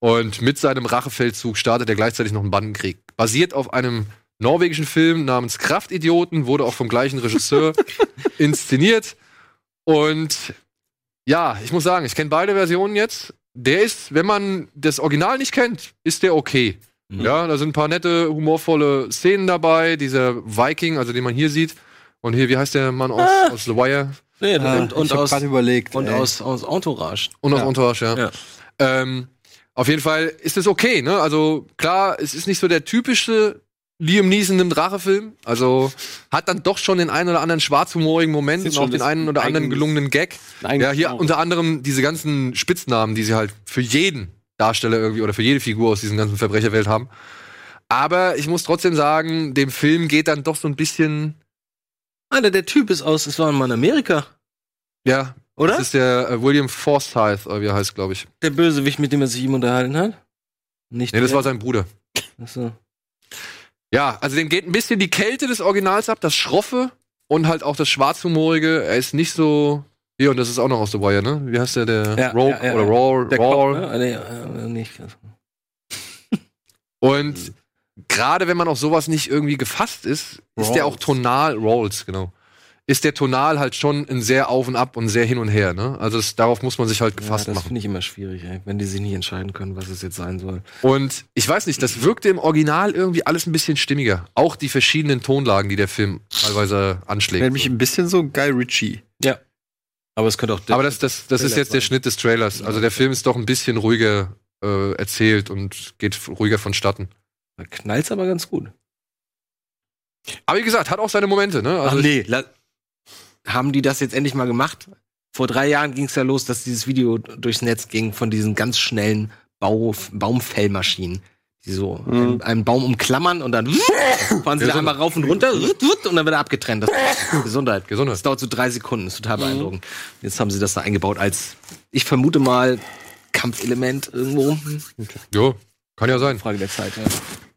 Speaker 1: Und mit seinem Rachefeldzug startet er gleichzeitig noch einen Bandenkrieg. Basiert auf einem norwegischen Film namens Kraftidioten, wurde auch vom gleichen Regisseur inszeniert. Und ja, ich muss sagen, ich kenne beide Versionen jetzt. Der ist, wenn man das Original nicht kennt, ist der okay. Ja, da sind ein paar nette, humorvolle Szenen dabei. Dieser Viking, also den man hier sieht. Und hier, wie heißt der Mann aus, aus The Wire?
Speaker 2: [LAUGHS] und und,
Speaker 3: ich hab
Speaker 2: aus,
Speaker 3: gerade überlegt.
Speaker 2: und
Speaker 3: ey.
Speaker 2: aus, aus Entourage.
Speaker 1: Und aus
Speaker 3: Ja.
Speaker 1: Entourage, ja.
Speaker 2: Ja.
Speaker 1: Ähm, auf jeden Fall ist es okay, ne? Also klar, es ist nicht so der typische Liam Neeson im Drachefilm. Also hat dann doch schon den einen oder anderen schwarzhumorigen Moment
Speaker 4: Sieht
Speaker 1: und auch
Speaker 4: schon,
Speaker 1: den
Speaker 4: das
Speaker 1: einen oder anderen
Speaker 4: eigenes-
Speaker 1: gelungenen Gag.
Speaker 4: Nein,
Speaker 1: Ja, hier
Speaker 4: genau.
Speaker 1: unter anderem diese ganzen Spitznamen, die sie halt für jeden Darsteller irgendwie oder für jede Figur aus diesen ganzen Verbrecherwelt haben. Aber ich muss trotzdem sagen, dem Film geht dann doch so ein bisschen,
Speaker 2: Alter, der Typ ist aus, es war mal in Amerika,
Speaker 1: ja, das
Speaker 2: oder?
Speaker 1: ist der äh, William Forsythe, oder wie er heißt, glaube ich.
Speaker 2: Der Bösewicht, mit dem er sich ihm unterhalten hat? Nicht
Speaker 1: Nee, das
Speaker 2: der-
Speaker 1: war sein Bruder.
Speaker 2: Achso.
Speaker 1: Ja, also dem geht ein bisschen die Kälte des Originals ab, das Schroffe und halt auch das Schwarzhumorige. Er ist nicht so. Hier, und das ist auch noch aus The Wire, ne? Wie heißt der? Der
Speaker 2: Ja,
Speaker 1: Rogue
Speaker 2: ja, ja,
Speaker 1: oder
Speaker 2: ja.
Speaker 1: Raw.
Speaker 2: Der
Speaker 1: Raw.
Speaker 2: Ja, nee, äh, nicht.
Speaker 1: Und gerade wenn man auf sowas nicht irgendwie gefasst ist, ist der auch tonal, Rolls, genau. Ist der tonal halt schon ein sehr auf und ab und sehr hin und her, ne? Also das, darauf muss man sich halt gefasst
Speaker 2: ja, das
Speaker 1: machen.
Speaker 2: finde ich immer schwierig, ey, wenn die sich nicht entscheiden können, was es jetzt sein soll.
Speaker 1: Und ich weiß nicht,
Speaker 2: Mhm.
Speaker 1: das wirkte im Original irgendwie alles ein bisschen stimmiger. Auch die verschiedenen Tonlagen, die der Film teilweise anschlägt.
Speaker 3: Erinnert mich ein bisschen so Guy Ritchie.
Speaker 2: Aber es könnte auch
Speaker 1: Aber das, das, das ist
Speaker 2: Trailer
Speaker 1: jetzt der
Speaker 2: sein.
Speaker 1: Schnitt des Trailers. Also der Film ist doch ein bisschen ruhiger äh, erzählt und geht ruhiger vonstatten.
Speaker 2: Da knallt's aber ganz gut.
Speaker 1: Aber wie gesagt, hat auch seine Momente, ne? Also
Speaker 2: Ach nee, la- haben die das jetzt endlich mal gemacht? Vor drei Jahren ging es ja los, dass dieses Video durchs Netz ging von diesen ganz schnellen Bau Baumfellmaschinen, die so
Speaker 1: Mhm.
Speaker 2: einen, einen Baum umklammern und dann fahren sie da einmal rauf und runter und dann wird er abgetrennt. Das Gesundheit.
Speaker 1: Gesundheit.
Speaker 2: Das dauert so drei Sekunden, das ist
Speaker 1: Mhm.
Speaker 2: total beeindruckend. Jetzt haben sie das da eingebaut als, ich vermute mal, Kampfelement irgendwo.
Speaker 1: Jo, kann ja sein.
Speaker 2: Frage der Zeit, ja.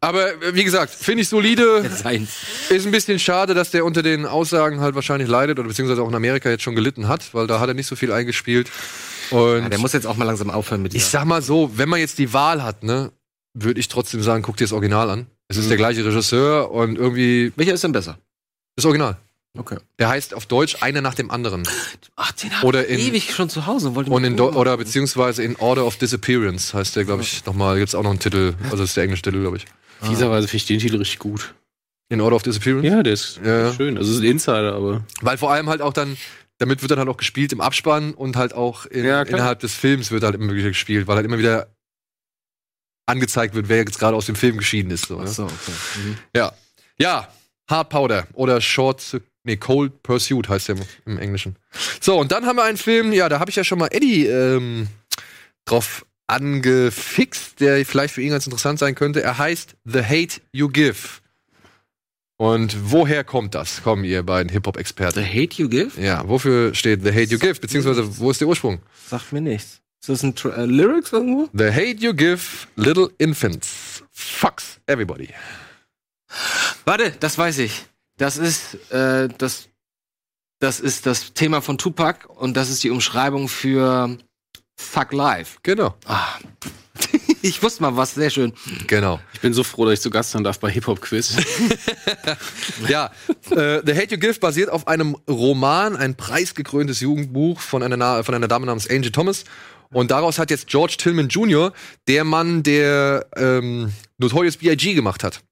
Speaker 1: Aber äh, wie gesagt, finde ich solide.
Speaker 2: Sein.
Speaker 1: Ist ein bisschen schade, dass der unter den Aussagen halt wahrscheinlich leidet oder beziehungsweise auch in Amerika jetzt schon gelitten hat, weil da hat er nicht so viel eingespielt. Und
Speaker 2: Ja, der muss jetzt auch mal langsam aufhören mit
Speaker 1: ich
Speaker 2: dieser-
Speaker 1: sag mal so, wenn man jetzt die Wahl hat, ne, würde ich trotzdem sagen, guck dir das Original an. Es
Speaker 2: Mhm.
Speaker 1: ist der gleiche Regisseur und irgendwie
Speaker 2: Welcher ist denn besser?
Speaker 1: das Original.
Speaker 2: Okay.
Speaker 1: Der heißt auf Deutsch einer nach dem anderen.
Speaker 2: Ach, den
Speaker 1: Oder in-
Speaker 2: ewig schon zu Hause. Wollte
Speaker 1: Und
Speaker 2: mich
Speaker 1: in Do
Speaker 2: ummachen.
Speaker 1: oder beziehungsweise in Order of Disappearance heißt der, glaube ich, nochmal. Gibt's auch noch einen Titel. Also das ist der englische Titel, glaube ich.
Speaker 4: Fieserweise finde ich den Titel richtig gut.
Speaker 1: In Order of Disappearance.
Speaker 4: Ah. Hm? Ja, der ist
Speaker 1: Ja, ja.
Speaker 4: schön. Also es ist ein Insider, aber.
Speaker 1: Weil vor allem halt auch dann, damit wird dann halt auch gespielt im Abspann und halt auch in,
Speaker 4: Ja, klar.
Speaker 1: innerhalb des Films wird halt immer wieder gespielt, weil halt immer wieder angezeigt wird, wer jetzt gerade aus dem Film geschieden ist. So,
Speaker 2: Ach
Speaker 1: ne?
Speaker 2: so, okay. Mhm.
Speaker 1: Ja. Ja, Hard Powder oder Short, nee, Cold Pursuit heißt der im, im Englischen. So, und dann haben wir einen Film, ja, da habe ich ja schon mal Eddie ähm, drauf angefixt, der vielleicht für ihn ganz interessant sein könnte. Er heißt The Hate You Give. Und woher kommt das? Kommen ihr beiden Hip-Hop-Experten.
Speaker 2: The Hate You Give?
Speaker 1: Ja, wofür steht The Hate You Give? Beziehungsweise, wo ist der Ursprung?
Speaker 2: Sagt mir nichts. Ist das ein Tra äh, Lyrics irgendwo?
Speaker 1: The Hate You Give, Little Infants. Fucks everybody.
Speaker 2: Warte, das weiß ich. Das ist äh, das, das ist das Thema von Tupac und das ist die Umschreibung für Fuck Life. [LAUGHS]
Speaker 1: Genau.
Speaker 2: Ah. ich wusste mal was, sehr schön.
Speaker 1: Genau.
Speaker 4: Ich bin so froh, dass ich zu Gast sein darf bei [LAUGHS] Hip-Hop-Quiz.
Speaker 1: Ja, äh, The Hate You Give basiert auf einem Roman, ein preisgekröntes Jugendbuch von einer, Na- von einer Dame namens Angie Thomas. Und daraus hat jetzt George Tillman Jr., der Mann, der ähm, Notorious B.I.G. gemacht hat,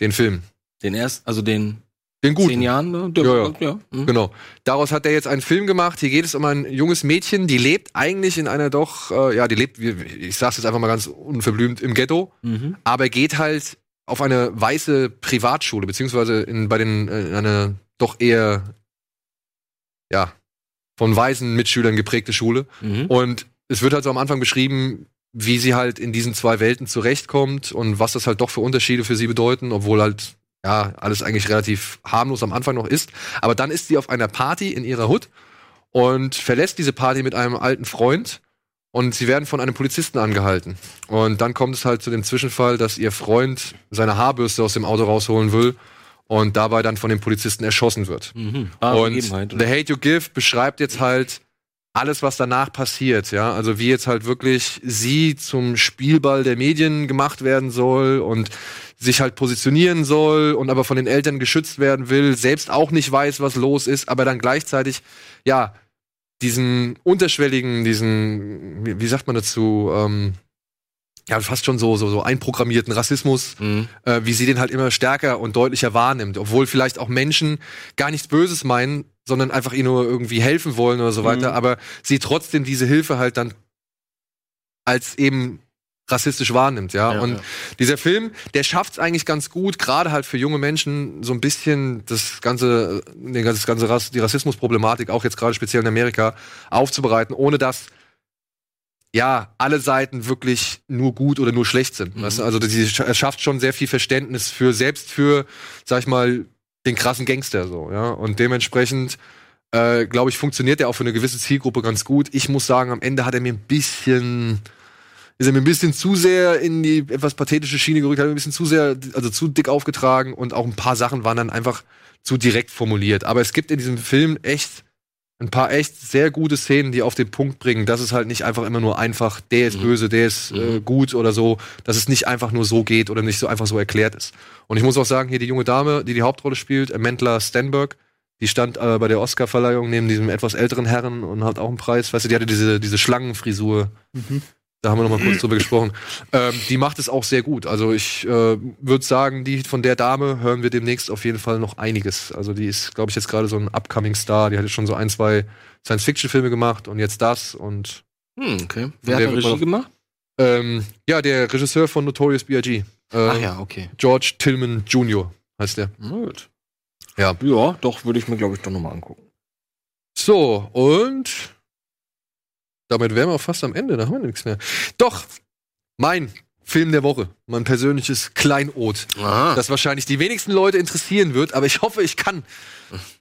Speaker 1: den Film.
Speaker 2: Den erst, also den
Speaker 1: Den guten.
Speaker 2: zehn Jahren, ne? Der-
Speaker 1: Ja, ja.
Speaker 2: Mhm.
Speaker 1: Genau. Daraus hat er jetzt einen Film gemacht. Hier geht es um ein junges Mädchen, die lebt eigentlich in einer doch, äh, ja, die lebt, wie- ich sag's jetzt einfach mal ganz unverblümt, im Ghetto,
Speaker 2: Mhm.
Speaker 1: aber geht halt auf eine weiße Privatschule, beziehungsweise in, bei den, äh, in eine doch eher, ja, von weißen Mitschülern geprägte Schule.
Speaker 2: Mhm.
Speaker 1: Und es wird halt so am Anfang beschrieben, wie sie halt in diesen zwei Welten zurechtkommt und was das halt doch für Unterschiede für sie bedeuten, obwohl halt ja alles eigentlich relativ harmlos am Anfang noch ist. Aber dann ist sie auf einer Party in ihrer Hut und verlässt diese Party mit einem alten Freund und sie werden von einem Polizisten angehalten. Und dann kommt es halt zu dem Zwischenfall, dass ihr Freund seine Haarbürste aus dem Auto rausholen will und dabei dann von den Polizisten erschossen wird
Speaker 2: Mhm. Ah,
Speaker 1: und
Speaker 2: Begebenheit.
Speaker 1: The Hate You Give beschreibt jetzt halt alles, was danach passiert, ja. Also wie jetzt halt wirklich sie zum Spielball der Medien gemacht werden soll und sich halt positionieren soll und aber von den Eltern geschützt werden will, selbst auch nicht weiß, was los ist, aber dann gleichzeitig, ja, diesen unterschwelligen, diesen, wie, wie sagt man dazu, ähm, ja, fast schon so, so, so einprogrammierten Rassismus
Speaker 2: Mhm.
Speaker 1: äh, wie sie den halt immer stärker und deutlicher wahrnimmt, obwohl vielleicht auch Menschen gar nichts Böses meinen, sondern einfach ihr nur irgendwie helfen wollen oder so weiter, aber sie trotzdem diese Hilfe halt dann als eben rassistisch wahrnimmt, ja.
Speaker 2: Ja,
Speaker 1: und
Speaker 2: ja.
Speaker 1: dieser Film, der schafft es eigentlich ganz gut, gerade halt für junge Menschen so ein bisschen das ganze, den ganze, das ganze Rass, die Rassismusproblematik, auch jetzt gerade speziell in Amerika, aufzubereiten, ohne dass ja, alle Seiten wirklich nur gut oder nur schlecht sind. Weißt du? Also die sch- es schafft schon sehr viel Verständnis für, selbst für, sag ich mal, den krassen Gangster so, ja. Und dementsprechend, äh, glaube ich, funktioniert der auch für eine gewisse Zielgruppe ganz gut. Ich muss sagen, am Ende hat er mir ein bisschen, ist er mir ein bisschen zu sehr in die etwas pathetische Schiene gerückt, hat mir ein bisschen zu sehr, also zu dick aufgetragen und auch ein paar Sachen waren dann einfach zu direkt formuliert. Aber es gibt in diesem Film echt ein paar echt sehr gute Szenen, die auf den Punkt bringen, dass es halt nicht einfach immer nur einfach, der ist böse, der ist äh, gut oder so, dass es nicht einfach nur so geht oder nicht so einfach so erklärt ist. Und ich muss auch sagen, hier die junge Dame, die die Hauptrolle spielt, Amantla Stenberg, die stand äh, bei der Oscar-Verleihung neben diesem etwas älteren Herren und hat auch einen Preis. Weißt du, die hatte diese, diese Schlangenfrisur.
Speaker 2: Mhm.
Speaker 1: Da haben wir noch mal kurz drüber gesprochen. Ähm, die macht es auch sehr gut. Also ich äh, würde sagen, die von der Dame hören wir demnächst auf jeden Fall noch einiges. Also die ist, glaube ich, jetzt gerade so ein upcoming Star. Die hat jetzt schon so ein, zwei Science-Fiction-Filme gemacht und jetzt das und
Speaker 2: Hm, okay. Wer hat
Speaker 1: Der
Speaker 2: da
Speaker 1: wird
Speaker 2: Regie
Speaker 1: mal-
Speaker 2: gemacht?
Speaker 1: äh, Ähm, ja, der Regisseur von Notorious B.I.G. Äh,
Speaker 2: Ach ja, okay.
Speaker 1: George Tillman Jr. heißt der.
Speaker 2: Na Gut.
Speaker 1: Ja.
Speaker 2: Ja, doch, würde ich mir, glaube ich, doch nochmal angucken.
Speaker 1: So, und damit wären wir auch fast am Ende, da haben wir nichts mehr. Doch, mein Film der Woche, mein persönliches Kleinod,
Speaker 2: Aha.
Speaker 1: das wahrscheinlich die wenigsten Leute interessieren wird, aber ich hoffe, ich kann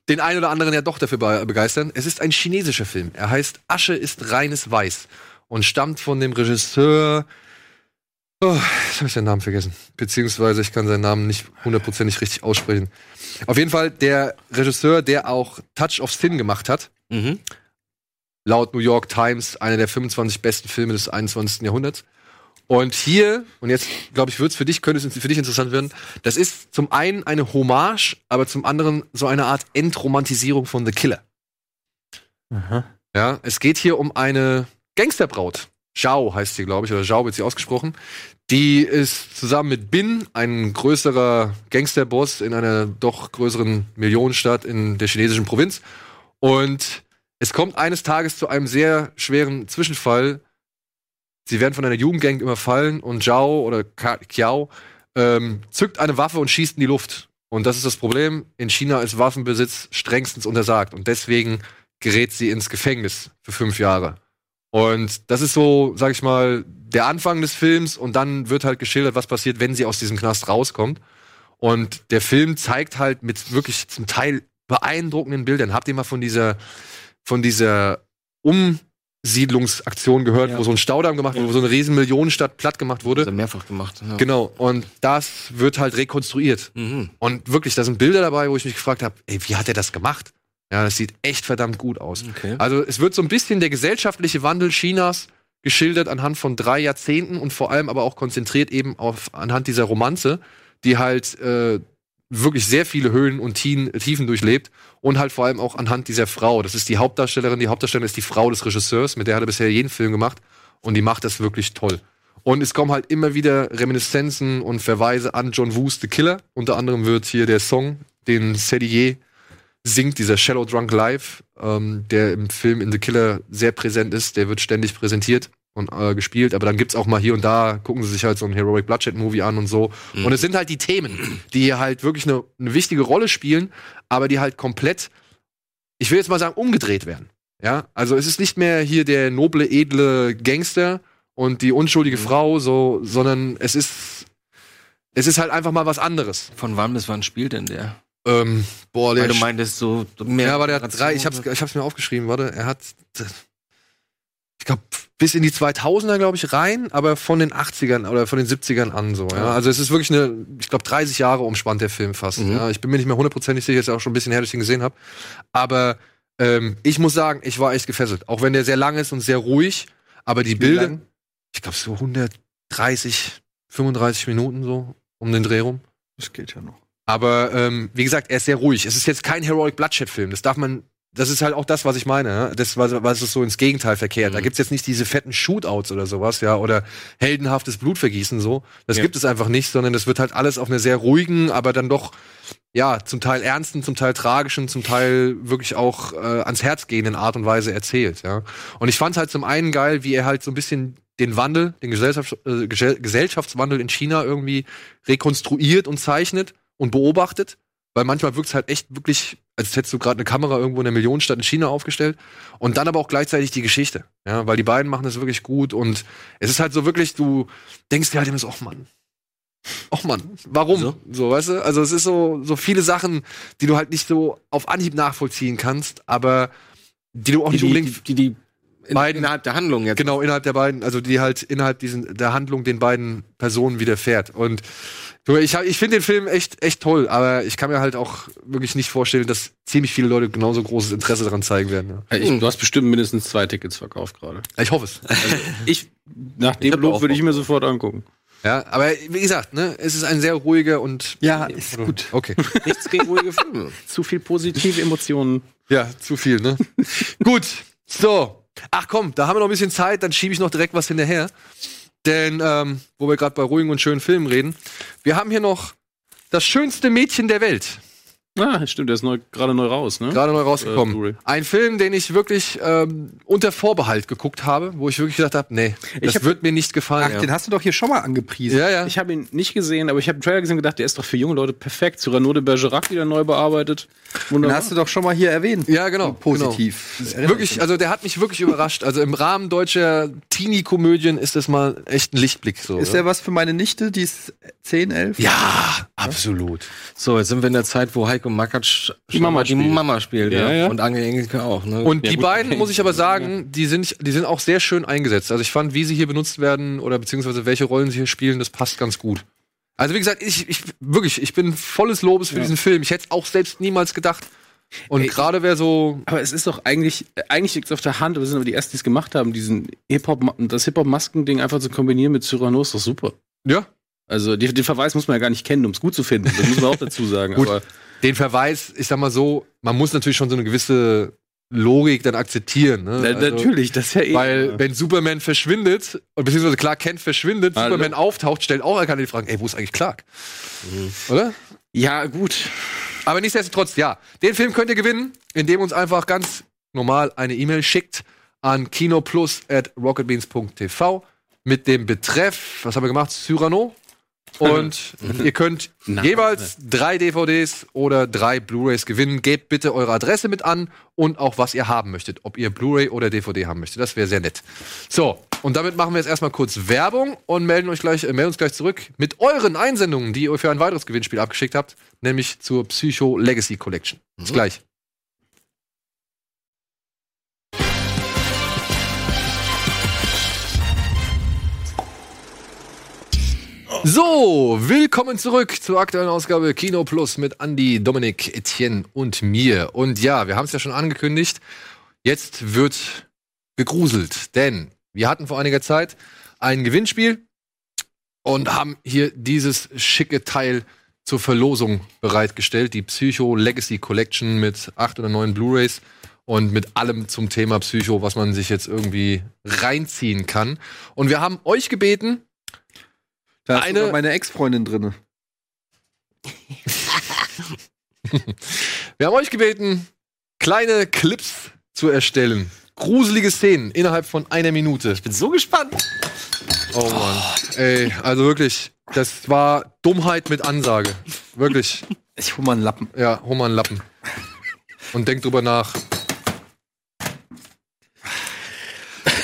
Speaker 1: den einen oder anderen ja doch dafür be begeistern. Es ist ein chinesischer Film. Er heißt Asche ist reines Weiß und stammt von dem Regisseur. Oh, jetzt habe ich seinen Namen vergessen. Beziehungsweise ich kann seinen Namen nicht hundertprozentig richtig aussprechen. Auf jeden Fall der Regisseur, der auch Touch of Sin gemacht hat
Speaker 2: Mhm.
Speaker 1: laut New York Times einer der 25 besten Filme des 21. Jahrhunderts. Und hier, und jetzt glaube ich, wird's für dich, könnte es für dich interessant werden, das ist zum einen eine Hommage, aber zum anderen so eine Art Entromantisierung von The Killer. Ja, es geht hier um eine Gangsterbraut. Zhao heißt sie, glaube ich, oder Zhao wird sie ausgesprochen. Die ist zusammen mit Bin, ein größerer Gangsterboss in einer doch größeren Millionenstadt in der chinesischen Provinz. Und es kommt eines Tages zu einem sehr schweren Zwischenfall. Sie werden von einer Jugendgang überfallen und Zhao oder Ka- Kiao ähm, zückt eine Waffe und schießt in die Luft. Und das ist das Problem. In China ist Waffenbesitz strengstens untersagt. Und deswegen gerät sie ins Gefängnis für fünf Jahre. Und das ist so, sag ich mal, der Anfang des Films. Und dann wird halt geschildert, was passiert, wenn sie aus diesem Knast rauskommt. Und der Film zeigt halt mit wirklich zum Teil beeindruckenden Bildern. Habt ihr mal von dieser von dieser Umsiedlungsaktion gehört, wo so ein Staudamm gemacht wurde, wo so eine riesen Millionenstadt platt gemacht
Speaker 2: Hat
Speaker 1: wurde.
Speaker 2: er mehrfach gemacht. Ja.
Speaker 1: Genau, und das wird halt rekonstruiert.
Speaker 2: Mhm.
Speaker 1: Und wirklich, da sind Bilder dabei, wo ich mich gefragt habe, ey, wie hat er das gemacht? Ja, das sieht echt verdammt gut aus.
Speaker 2: Okay.
Speaker 1: Also es wird so ein bisschen der gesellschaftliche Wandel Chinas geschildert anhand von drei Jahrzehnten und vor allem aber auch konzentriert eben auf anhand dieser Romanze, die halt äh, wirklich sehr viele Höhen und Tien, Tiefen durchlebt und halt vor allem auch anhand dieser Frau. Das ist die Hauptdarstellerin, die Hauptdarstellerin ist die Frau des Regisseurs, mit der hat er bisher jeden Film gemacht und die macht das wirklich toll. Und es kommen halt immer wieder Reminiszenzen und Verweise an John Woos The Killer. Unter anderem wird hier der Song, den Sedier singt, dieser Shallow Drunk Live, ähm, der im Film In The Killer sehr präsent ist, der wird ständig präsentiert und äh, gespielt, aber dann gibt's auch mal hier und da, gucken sie sich halt so ein Heroic Bloodshed Movie an und so. Und es sind halt die Themen, die hier halt wirklich eine, eine wichtige Rolle spielen, aber die halt komplett, ich will jetzt mal sagen, umgedreht werden. Ja, also es ist nicht mehr hier der noble, edle Gangster und die unschuldige
Speaker 2: Mhm.
Speaker 1: Frau, so, sondern es ist, es ist halt einfach mal was anderes.
Speaker 2: Von wann bis wann spielt denn der?
Speaker 1: Ähm, boah, der
Speaker 2: Weil du meintest so mehr.
Speaker 1: ja, aber der hat drei, ich hab's, ich hab's mir aufgeschrieben, warte, er hat, ich glaube, bis in die 2000er, glaube ich, rein, aber von den 80ern oder von den 70ern an so, ja. Also es ist wirklich eine, ich glaube, 30 Jahre umspannt der Film fast,
Speaker 2: Mhm.
Speaker 1: ja. Ich bin mir nicht mehr hundertprozentig sicher, ist auch schon ein bisschen her, dass ich ihn gesehen habe. Aber ähm, ich muss sagen, ich war echt gefesselt. Auch wenn der sehr lang ist und sehr ruhig, aber die Bilder,
Speaker 3: lang?
Speaker 1: ich glaube, so 130, 35 Minuten so um den Dreh rum.
Speaker 3: Das geht ja noch.
Speaker 1: Aber ähm, wie gesagt, er ist sehr ruhig. Es ist jetzt kein Heroic Bloodshed-Film. Das darf man. Das ist halt auch das, was ich meine. ne? Das, was, was es so ins Gegenteil verkehrt. Da
Speaker 2: Mhm.
Speaker 1: gibt's jetzt nicht diese fetten Shootouts oder sowas, ja, oder heldenhaftes Blutvergießen so. Das
Speaker 2: Ja.
Speaker 1: gibt es einfach nicht, sondern das wird halt alles auf einer sehr ruhigen, aber dann doch, ja, zum Teil ernsten, zum Teil tragischen, zum Teil wirklich auch äh, ans Herz gehenden Art und Weise erzählt, ja. Und ich fand's halt zum einen geil, wie er halt so ein bisschen den Wandel, den Gesellschafts äh, Gesell- Gesellschaftswandel in China irgendwie rekonstruiert und zeichnet und beobachtet, weil manchmal wirkt's halt echt wirklich, als hättest du gerade eine Kamera irgendwo in der Millionenstadt in China aufgestellt und dann aber auch gleichzeitig die Geschichte, ja, weil die beiden machen das wirklich gut und es ist halt so wirklich, du denkst dir halt immer so, oh Mann, oh Mann, warum?
Speaker 2: So.
Speaker 1: So, weißt du? Also es ist so, so viele Sachen, die du halt nicht so auf Anhieb nachvollziehen kannst, aber die du auch
Speaker 2: die,
Speaker 1: nicht
Speaker 2: die,
Speaker 1: unbedingt
Speaker 2: die, die in,
Speaker 1: Beiden-
Speaker 2: innerhalb der Handlung [LAUGHS] jetzt.
Speaker 1: Genau, innerhalb der beiden, also die halt innerhalb diesen, der Handlung den beiden Personen widerfährt. Und du, ich, hab- ich finde den Film echt, echt toll, aber ich kann mir halt auch wirklich nicht vorstellen, dass ziemlich viele Leute genauso großes Interesse daran zeigen werden.
Speaker 4: Äh, Ich, du hast bestimmt mindestens zwei Tickets verkauft gerade.
Speaker 1: Ja. Ich hoffe es.
Speaker 4: Ich, nach dem
Speaker 2: hab auch
Speaker 4: Lob würde ich mir sofort angucken.
Speaker 1: ja, aber wie gesagt, ne, es ist ein sehr ruhiger und.
Speaker 3: Ja, ist gut.
Speaker 1: [LAUGHS] Okay.
Speaker 2: Nichts gegen ruhige Filme.
Speaker 4: Zu viel positive Emotionen.
Speaker 1: Ja, zu viel, ne? Gut, so. Ach komm, da haben wir noch ein bisschen Zeit, dann schiebe ich noch direkt was hinterher. Denn, ähm, wo wir gerade bei ruhigen und schönen Filmen reden, wir haben hier noch das schönste Mädchen der Welt.
Speaker 4: [LAUGHS] Ah, stimmt, der ist neu, gerade neu raus, ne?
Speaker 1: Gerade neu
Speaker 4: Äh,
Speaker 1: rausgekommen.
Speaker 4: Blu-ray.
Speaker 1: ein Film, den ich wirklich ähm, unter Vorbehalt geguckt habe, wo ich wirklich gedacht habe, nee, das
Speaker 3: hab-
Speaker 1: wird mir nicht
Speaker 3: Ach,
Speaker 1: gefallen.
Speaker 3: den hast du doch hier schon mal angepriesen.
Speaker 1: ja, ja.
Speaker 4: Ich habe ihn nicht gesehen, aber ich habe einen Trailer gesehen und gedacht, der ist doch für junge Leute perfekt. Cyrano de Bergerac wieder neu bearbeitet.
Speaker 3: Den
Speaker 4: Wunderbar.
Speaker 3: hast du doch schon mal hier erwähnt.
Speaker 1: ja, genau.
Speaker 3: Positiv.
Speaker 1: Genau. Wirklich, also der hat mich wirklich überrascht. Also im Rahmen deutscher Teenie-Komödien ist das mal echt ein Lichtblick so.
Speaker 3: Ist
Speaker 1: ne?
Speaker 3: der was für meine Nichte? Die ist 10, 11?
Speaker 1: ja, absolut.
Speaker 2: So, jetzt sind wir in der Zeit, wo Heiko Makatsch
Speaker 4: Die Mama
Speaker 2: die
Speaker 4: spielt.
Speaker 2: Mama spielt ja,
Speaker 4: Ja, ja.
Speaker 2: und Angel Engelke auch. Ne?
Speaker 1: Und
Speaker 4: Äh, Ja,
Speaker 1: die
Speaker 4: gut,
Speaker 1: beiden,
Speaker 4: okay.
Speaker 1: muss ich aber sagen, die sind, die sind auch sehr schön eingesetzt. Also ich fand, wie sie hier benutzt werden oder beziehungsweise welche Rollen sie hier spielen, das passt ganz gut. Also wie gesagt, ich, ich wirklich, ich bin volles Lobes für diesen Film. Ich hätte es auch selbst niemals gedacht. Und gerade wer so,
Speaker 4: aber es ist doch eigentlich, äh, eigentlich liegt es auf der Hand, aber wir sind aber die ersten, die es gemacht haben, diesen Hip-Hop, das Hip-Hop-Masken-Ding einfach zu kombinieren mit Cyrano ist doch super.
Speaker 1: ja,
Speaker 4: Also die, den Verweis muss man ja gar nicht kennen, um es gut zu finden. Das muss man auch dazu [LAUGHS] sagen.
Speaker 1: Gut.
Speaker 4: Aber
Speaker 1: den Verweis, ich sag mal so, man muss natürlich schon so eine gewisse Logik dann akzeptieren. Ne?
Speaker 4: Na-
Speaker 1: Also-
Speaker 4: natürlich, das ist ja eh.
Speaker 1: Weil, wenn Superman verschwindet, und beziehungsweise Clark Kent verschwindet,
Speaker 4: Hallo.
Speaker 1: Superman auftaucht, stellt auch keiner die Fragen, ey, wo ist eigentlich Clark? Oder?
Speaker 4: Mhm. ja, gut.
Speaker 1: Aber nichtsdestotrotz, ja. Den Film könnt ihr gewinnen, indem ihr uns einfach ganz normal eine E-Mail schickt an kinoplus at rocketbeans.tv mit dem Betreff, was haben wir gemacht? Cyrano. Und ihr könnt
Speaker 4: Nein.
Speaker 1: jeweils drei DVDs oder drei Blu-rays gewinnen. Gebt bitte eure Adresse mit an und auch was ihr haben möchtet. Ob ihr Blu-ray oder DVD haben möchtet. Das wäre sehr nett. So, und damit machen wir jetzt erstmal kurz Werbung und melden, euch gleich, äh, melden uns gleich zurück mit euren Einsendungen, die ihr für ein weiteres Gewinnspiel abgeschickt habt, nämlich zur Psycho Legacy Collection. Bis gleich. So, willkommen zurück zur aktuellen Ausgabe Kino Plus mit Andy, Dominik, Etienne und mir. Und ja, wir haben es ja schon angekündigt. Jetzt wird gegruselt, denn wir hatten vor einiger Zeit ein Gewinnspiel und haben hier dieses schicke Teil zur Verlosung bereitgestellt, die Psycho Legacy Collection mit acht oder neun Blu-rays und mit allem zum Thema Psycho, was man sich jetzt irgendwie reinziehen kann. Und wir haben euch gebeten,
Speaker 3: Da ist
Speaker 1: Eine-
Speaker 3: sogar meine Ex-Freundin drin.
Speaker 1: Wir haben euch gebeten, kleine Clips zu erstellen. Gruselige Szenen innerhalb von einer Minute.
Speaker 2: ich bin so gespannt.
Speaker 1: Oh Mann. Ey, also wirklich, das war Dummheit mit Ansage. Wirklich.
Speaker 3: Ich hol mal einen Lappen.
Speaker 1: Ja, hol mal einen Lappen. Und denk drüber nach.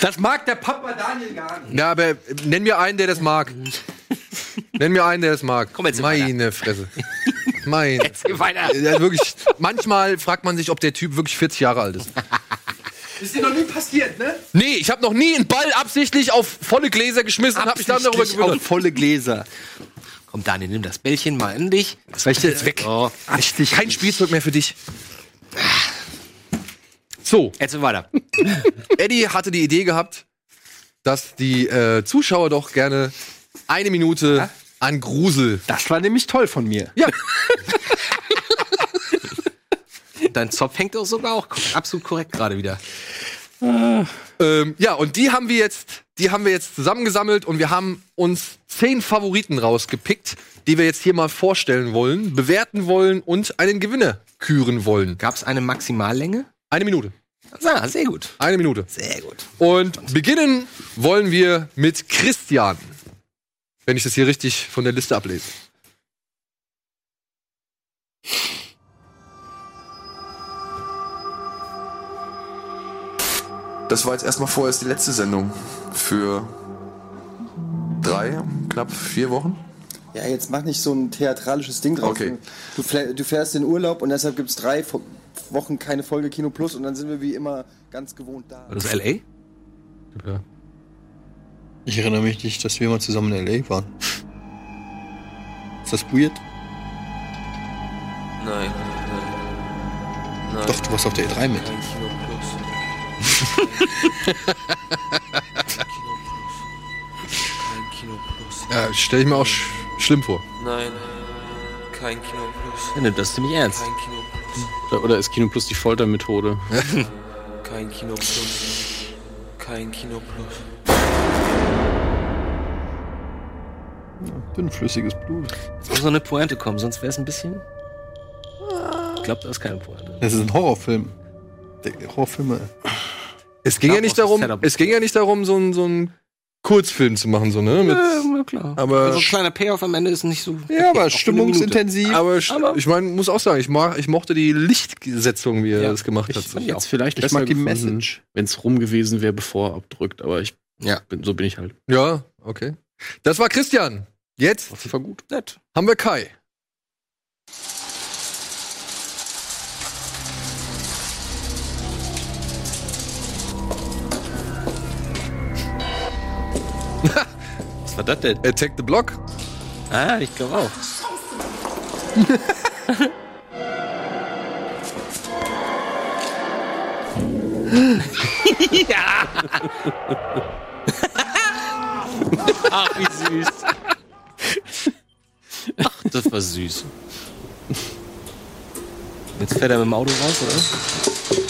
Speaker 3: Das mag der Papa Daniel gar nicht.
Speaker 1: Ja, aber nenn mir einen, der das
Speaker 3: [LAUGHS]
Speaker 1: mag. Nenn mir einen, der das mag.
Speaker 2: Komm, erzähl
Speaker 1: Meine Fresse. Meine.
Speaker 2: Erzähl weiter.
Speaker 1: Ja, wirklich. Manchmal fragt man sich, ob der Typ wirklich 40 Jahre alt ist.
Speaker 3: Ist dir noch nie passiert, ne?
Speaker 1: Nee, ich habe noch nie einen Ball absichtlich auf volle Gläser geschmissen und habe mich dann darüber gewundert.
Speaker 3: auf volle Gläser.
Speaker 2: Komm, Daniel, nimm das Bällchen mal an dich.
Speaker 1: Das reicht jetzt weg.
Speaker 2: Oh.
Speaker 1: Richtig. Kein Spielzeug mehr für dich. So,
Speaker 2: Erzähl weiter.
Speaker 1: Eddie hatte die Idee gehabt, dass die äh, Zuschauer doch gerne eine Minute an Grusel.
Speaker 3: Das war nämlich toll von mir.
Speaker 1: Ja,
Speaker 2: Dein Zopf hängt auch sogar auch absolut korrekt gerade wieder.
Speaker 1: ähm, ja, und die haben wir jetzt, die haben wir jetzt zusammengesammelt und wir haben uns zehn Favoriten rausgepickt, die wir jetzt hier mal vorstellen wollen, bewerten wollen und einen Gewinner küren wollen.
Speaker 2: Gab es eine Maximallänge?
Speaker 1: Eine Minute.
Speaker 2: Ah, sehr gut.
Speaker 1: Eine Minute.
Speaker 2: Sehr gut.
Speaker 1: Und beginnen wollen wir mit Christian. Wenn ich das hier richtig von der Liste ablese.
Speaker 7: Das war jetzt erstmal vorerst die letzte Sendung für drei, knapp vier Wochen.
Speaker 8: Ja, jetzt mach nicht so ein theatralisches Ding draus.
Speaker 7: Okay.
Speaker 8: Du, flä- du fährst in Urlaub und deshalb gibt's drei Fo- Wochen keine Folge Kino Plus und dann sind wir wie immer ganz gewohnt da.
Speaker 2: War das L.A.?
Speaker 6: Ich erinnere mich nicht, dass wir mal zusammen in L.A. waren. Ist das weird?
Speaker 9: Nein. Nein.
Speaker 6: Doch, du warst auf der E3 mit.
Speaker 9: Nein, Kino Plus. Kein Kino Plus.
Speaker 1: Ja, stelle ich mir auch sch schlimm vor.
Speaker 9: Nein. Kein Kino Plus.
Speaker 2: Ja, nimm das ziemlich ernst.
Speaker 9: Kein Kino Plus.
Speaker 4: Oder ist Kino Plus die Foltermethode?
Speaker 9: Kein Kino Plus. Kein Kino Plus.
Speaker 6: Dünnflüssiges Blut.
Speaker 2: Jetzt muss noch eine Pointe kommen, sonst wäre es ein bisschen. glaube, da ist keine Pointe.
Speaker 6: Das ist ein Horrorfilm. Der- Horrorfilme.
Speaker 1: Es ging ja nicht darum,
Speaker 2: Setup.
Speaker 1: es ging ja nicht darum, so einen so einen Kurzfilm zu machen, so, ne? Mit,
Speaker 7: Ähm,
Speaker 2: Ja, klar.
Speaker 1: aber-
Speaker 2: also ein kleiner Payoff am Ende ist nicht so.
Speaker 6: Ja, aber
Speaker 2: Auch eine Minute.
Speaker 6: stimmungsintensiv.
Speaker 1: aber, sch- ich meine, muss auch sagen, ich, mag, ich mochte die Lichtsetzung, wie er
Speaker 2: Ja,
Speaker 1: das gemacht
Speaker 4: Ich
Speaker 1: hat.
Speaker 4: hätte
Speaker 1: So.
Speaker 2: fand
Speaker 4: jetzt vielleicht besser
Speaker 6: mag die
Speaker 4: gefunden,
Speaker 6: Message.
Speaker 4: wenn es rum gewesen wäre, bevor er abdrückt. Aber ich
Speaker 2: Ja.
Speaker 4: bin, so bin ich halt.
Speaker 1: Ja, okay. Das war Christian. Jetzt
Speaker 4: Das war gut.
Speaker 2: Nett.
Speaker 1: haben wir Kai.
Speaker 2: Was war das denn?
Speaker 1: Attack the Block.
Speaker 2: Ah, ich glaube auch. ja! Ach, wie süß. Ach, das war süß. Jetzt fährt er mit dem Auto raus, oder?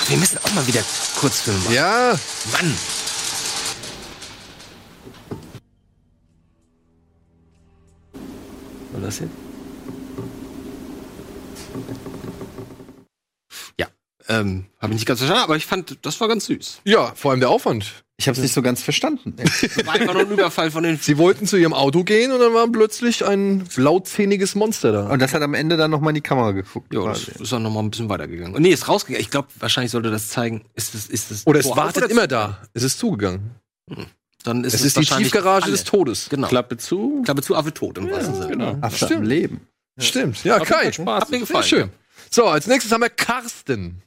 Speaker 2: Ach, Wir müssen auch mal wieder Kurzfilme machen.
Speaker 1: Ja,
Speaker 2: Mann! War das jetzt? Ja, ähm, habe ich nicht ganz verstanden, aber ich fand, das war ganz süß.
Speaker 1: ja, vor allem der Aufwand.
Speaker 6: Ich habe es nicht so ganz verstanden.
Speaker 2: War einfach nur ein Überfall von den.
Speaker 1: Sie wollten zu ihrem Auto gehen und dann war plötzlich ein lautzähniges Monster da.
Speaker 6: Und das hat am Ende dann nochmal in die Kamera geguckt.
Speaker 2: Ja, das ist dann nochmal ein bisschen weitergegangen. Und nee, ist rausgegangen. Ich glaube, wahrscheinlich sollte das zeigen, ist das, ist das.
Speaker 1: Oder es
Speaker 2: Tor auf
Speaker 1: wartet
Speaker 2: oder-
Speaker 1: immer da. Es ist zugegangen.
Speaker 2: Dann ist
Speaker 1: Es
Speaker 2: es,
Speaker 1: ist die
Speaker 2: wahrscheinlich
Speaker 1: Tiefgarage
Speaker 2: alle.
Speaker 1: des Todes.
Speaker 2: Genau.
Speaker 4: Klappe zu.
Speaker 2: Klappe zu, Affe tot im wahrsten Sinne.
Speaker 4: Genau.
Speaker 6: After am Leben.
Speaker 1: Stimmt. Ja, Kai.
Speaker 4: Spaß.
Speaker 2: Hat mir
Speaker 1: Sehr
Speaker 2: gefallen.
Speaker 1: schön. So, als nächstes haben wir Carsten.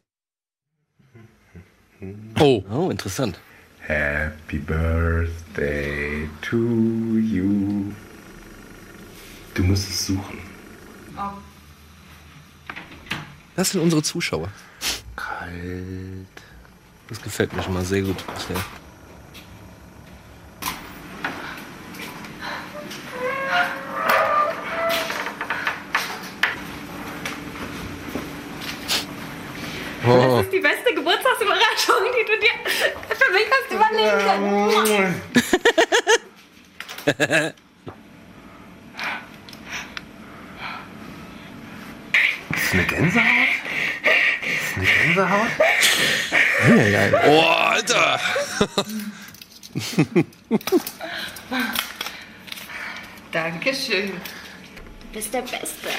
Speaker 1: Oh,
Speaker 2: Oh, interessant.
Speaker 10: Happy birthday to you. Du musst es suchen.
Speaker 1: das sind unsere Zuschauer.
Speaker 10: Kalt.
Speaker 2: Das gefällt mir schon mal sehr gut bisher.
Speaker 1: Oh.
Speaker 11: Die beste Geburtstagsüberraschung, die du dir für mich hast überlegen können.
Speaker 10: Ist eine Gänsehaut? Ist eine Gänsehaut?
Speaker 1: Oh, Alter.
Speaker 11: Dankeschön. Du bist der Beste.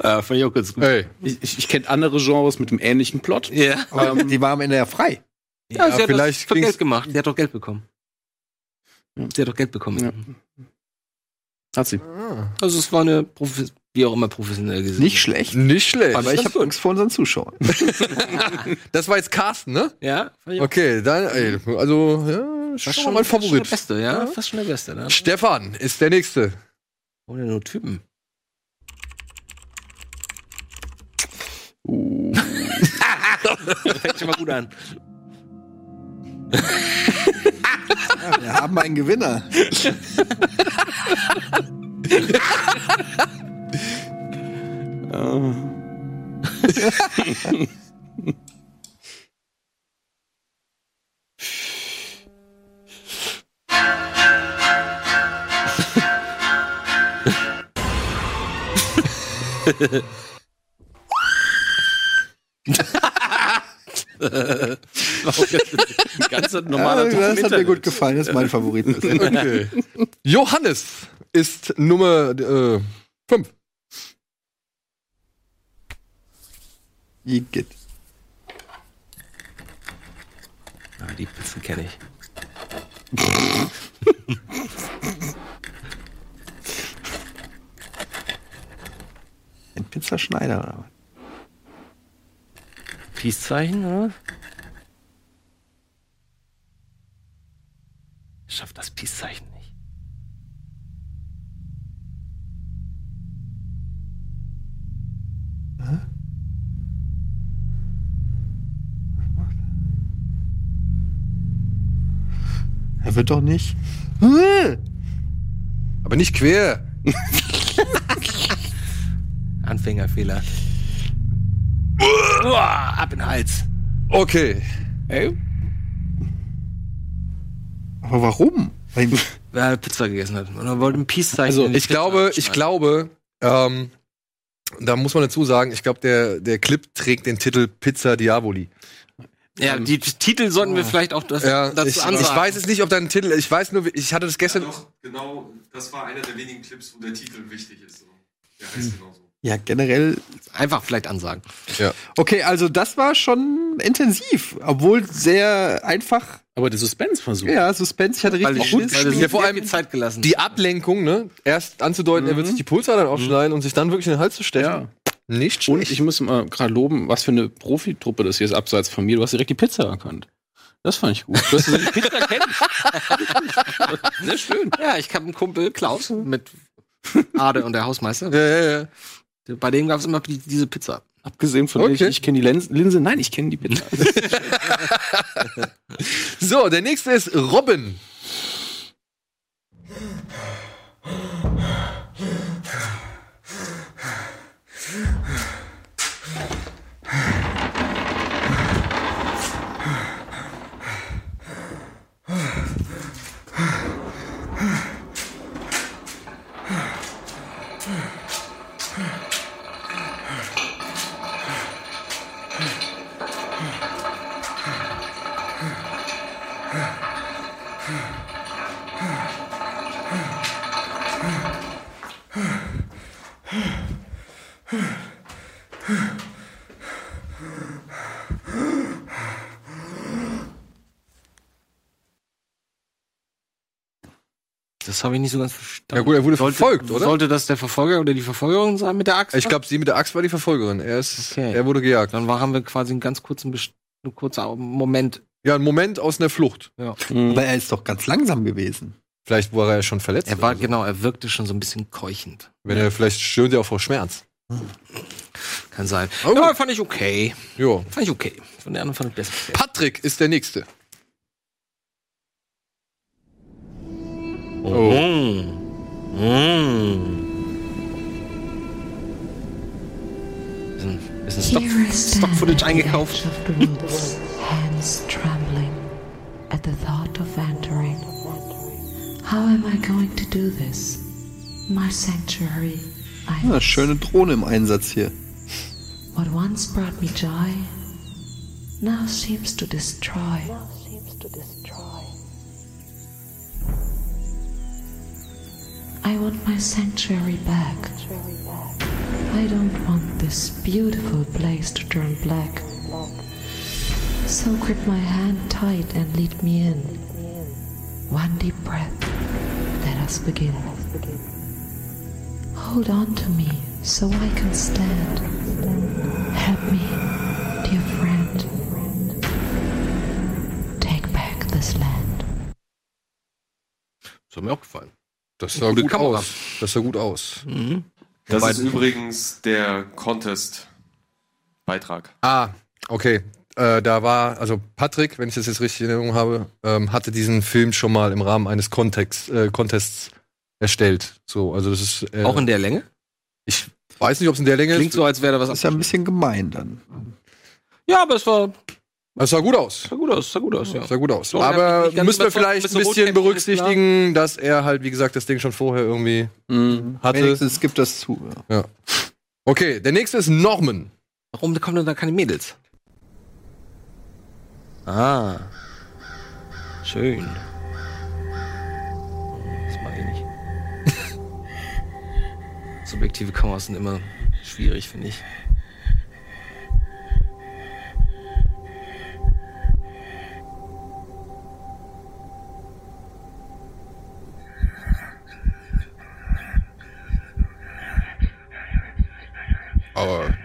Speaker 2: Äh, fand ich auch ganz gut.
Speaker 1: Hey,
Speaker 4: Ich, ich, ich kenne andere Genres mit einem ähnlichen Plot.
Speaker 2: Ja.
Speaker 6: Aber die war am Ende ja frei.
Speaker 2: Ja, sie hat
Speaker 1: vielleicht
Speaker 2: das für
Speaker 1: ging's-
Speaker 2: Geld gemacht. Sie hat doch Geld bekommen. Sie hat doch Geld bekommen.
Speaker 4: Ja. Hat sie.
Speaker 2: Also es war eine, Profi wie auch immer professionell gesehen.
Speaker 6: Nicht schlecht.
Speaker 1: nicht schlecht.
Speaker 6: Aber ich habe Angst vor unseren Zuschauern.
Speaker 1: Das war jetzt Carsten, ne?
Speaker 2: Ja, fand ich auch.
Speaker 1: Okay, dann, ey, also, ja, schon, mal mein Favorit.
Speaker 2: Fast schon der Beste, ja? Fast schon der Beste, ne?
Speaker 1: Stefan ist der Nächste.
Speaker 2: Oder nur Typen. [LAUGHS] das Uh. fängt schon mal gut an.
Speaker 6: Wir haben einen Gewinner.
Speaker 4: Ein ganz normaler Typ
Speaker 6: das
Speaker 4: im
Speaker 6: hat mir
Speaker 4: Internet.
Speaker 6: gut gefallen. Das ist mein Favorit.
Speaker 2: [LAUGHS]
Speaker 1: Okay. Johannes ist Nummer äh, 5.
Speaker 6: Igitt.
Speaker 2: Ah, die Pizzen kenne ich.
Speaker 6: Ein Pizzaschneider. oder was?
Speaker 2: Peace-Zeichen, oder? Schafft das Peace-Zeichen nicht.
Speaker 6: Er wird doch nicht. Äh,
Speaker 1: Aber nicht quer.
Speaker 2: Anfängerfehler. Uah, ab in den Hals.
Speaker 1: Okay.
Speaker 6: Aber warum? Weil- [LAUGHS]
Speaker 2: äh, Pizza gegessen hat. Und er wollte ein Peace-Zeichen.
Speaker 1: Also,
Speaker 2: in die
Speaker 1: ich
Speaker 2: Pizza
Speaker 1: glaube, ich
Speaker 2: schreiben.
Speaker 1: glaube, ähm, da muss man dazu sagen, ich glaube, der, der Clip trägt den Titel Pizza Diaboli.
Speaker 2: Ja, die Titel sollten wir vielleicht auch das,
Speaker 1: Ähm, oh. Ja,
Speaker 2: dazu
Speaker 1: ich,
Speaker 2: ansagen.
Speaker 1: ich weiß es nicht, ob dein Titel, ich weiß nur, ich hatte das gestern.
Speaker 12: genau, das war einer der wenigen Clips, wo der Titel wichtig ist. So. Der heißt genauso.
Speaker 3: Ja, generell.
Speaker 2: Einfach vielleicht ansagen.
Speaker 1: Ja.
Speaker 3: Okay, also das war schon intensiv, obwohl sehr einfach.
Speaker 4: Aber der Suspense-Versuch.
Speaker 3: Ja, Suspense, ich hatte richtig Schiss.
Speaker 1: ja, vor allem
Speaker 2: viel Zeit gelassen.
Speaker 1: die Ablenkung, ne? Erst anzudeuten, er
Speaker 2: Mhm.
Speaker 1: wird sich die Pulsadern aufschneiden und sich dann wirklich in den Hals zu stechen.
Speaker 4: Ja.
Speaker 1: Nicht
Speaker 4: Und ich muss mal gerade loben, was für eine Profitruppe das hier ist, abseits von mir. Du hast direkt die Pizza erkannt. Das fand ich gut. Du hast die Pizza [LAUGHS] erkannt. Sehr schön.
Speaker 2: Ja, ich habe einen Kumpel,
Speaker 1: [LAUGHS]
Speaker 2: Klaus, mit Ade und der Hausmeister.
Speaker 1: Ja, ja,
Speaker 2: Bei dem gab es immer die, diese Pizza.
Speaker 4: Abgesehen von
Speaker 1: Okay.
Speaker 4: ich, ich kenne die Lens Linse. Nein, ich kenne die Pizza.
Speaker 1: So, der nächste ist Robin.
Speaker 2: Das habe ich nicht so ganz verstanden.
Speaker 1: Ja gut, er wurde verfolgt, oder?
Speaker 2: Sollte das der Verfolger oder die Verfolgerin sein mit der Axt?
Speaker 1: Ich glaube, sie mit der Axt war die Verfolgerin. Er, ist,
Speaker 2: Okay.
Speaker 1: er wurde gejagt.
Speaker 2: Dann war, haben wir quasi einen ganz kurzen, Best- einen kurzen Moment.
Speaker 1: Ja, ein Moment aus einer Flucht.
Speaker 2: Ja.
Speaker 3: Aber er ist doch ganz langsam gewesen.
Speaker 1: Vielleicht war er ja schon verletzt.
Speaker 2: Er war,
Speaker 1: oder so.
Speaker 2: genau, er wirkte schon so ein bisschen keuchend.
Speaker 1: Wenn er vielleicht stöhnt er auch vor Schmerz.
Speaker 2: Kann sein.
Speaker 1: Oh.
Speaker 2: Aber fand ich okay.
Speaker 1: Jo.
Speaker 2: Fand ich okay. Von der anderen fand ich besser.
Speaker 1: Patrick ist der nächste.
Speaker 2: Oh. Bisschen, bisschen
Speaker 5: Here I
Speaker 2: Stock,
Speaker 5: stand
Speaker 2: Stock-Footage
Speaker 5: at the
Speaker 2: eingekauft.
Speaker 5: edge of the woods, hands trembling at the thought of entering. How am I going to do this? My sanctuary, I
Speaker 3: Ja, schöne Drohne im Einsatz hier.
Speaker 5: what once brought me joy, now seems to destroy. Now seems to destroy. I want my sanctuary back. I don't want this beautiful place to turn black. So grip my hand tight and lead me in. One deep breath. Let us begin. Hold on to me so I can stand. Help me, dear friend. Take back this land.
Speaker 2: Das hat mir auch gefallen.
Speaker 1: Das sah
Speaker 2: Gute
Speaker 1: gut
Speaker 2: Kamera.
Speaker 1: aus. Das sah gut aus.
Speaker 2: Mhm.
Speaker 12: Das
Speaker 1: Wobei-
Speaker 12: ist übrigens der Contest-Beitrag.
Speaker 1: Ah, okay. Äh, da war, also Patrick, wenn ich das jetzt richtig in Erinnerung habe, ähm, hatte diesen Film schon mal im Rahmen eines Kontext, äh, Contests erstellt. So, also das ist. Äh,
Speaker 2: Auch in der Länge?
Speaker 1: ich weiß nicht, ob es in der Länge
Speaker 2: Klingt
Speaker 1: ist.
Speaker 2: so, als wäre da was
Speaker 3: Das ist ja ein bisschen gemein dann.
Speaker 2: Ja, aber es war,
Speaker 1: Es sah gut aus.
Speaker 2: sah gut aus, sah gut aus, ja.
Speaker 1: Sah gut aus.
Speaker 2: So, er hat
Speaker 1: Aber
Speaker 2: mich ganz
Speaker 1: müssen wir
Speaker 2: überzeugt,
Speaker 1: vielleicht ein bisschen
Speaker 2: bisschen Rotkäppchen ist klar.
Speaker 1: berücksichtigen, dass er halt, wie gesagt, das Ding schon vorher irgendwie
Speaker 2: Mhm.
Speaker 1: hatte.
Speaker 3: Wenigstens gibt das zu. Ja.
Speaker 1: Okay, der nächste ist Norman.
Speaker 2: Warum kommen denn da keine Mädels? Ah. Schön. Das mag ich nicht. [LAUGHS] Subjektive Kameras sind immer schwierig, finde ich.
Speaker 1: Aber.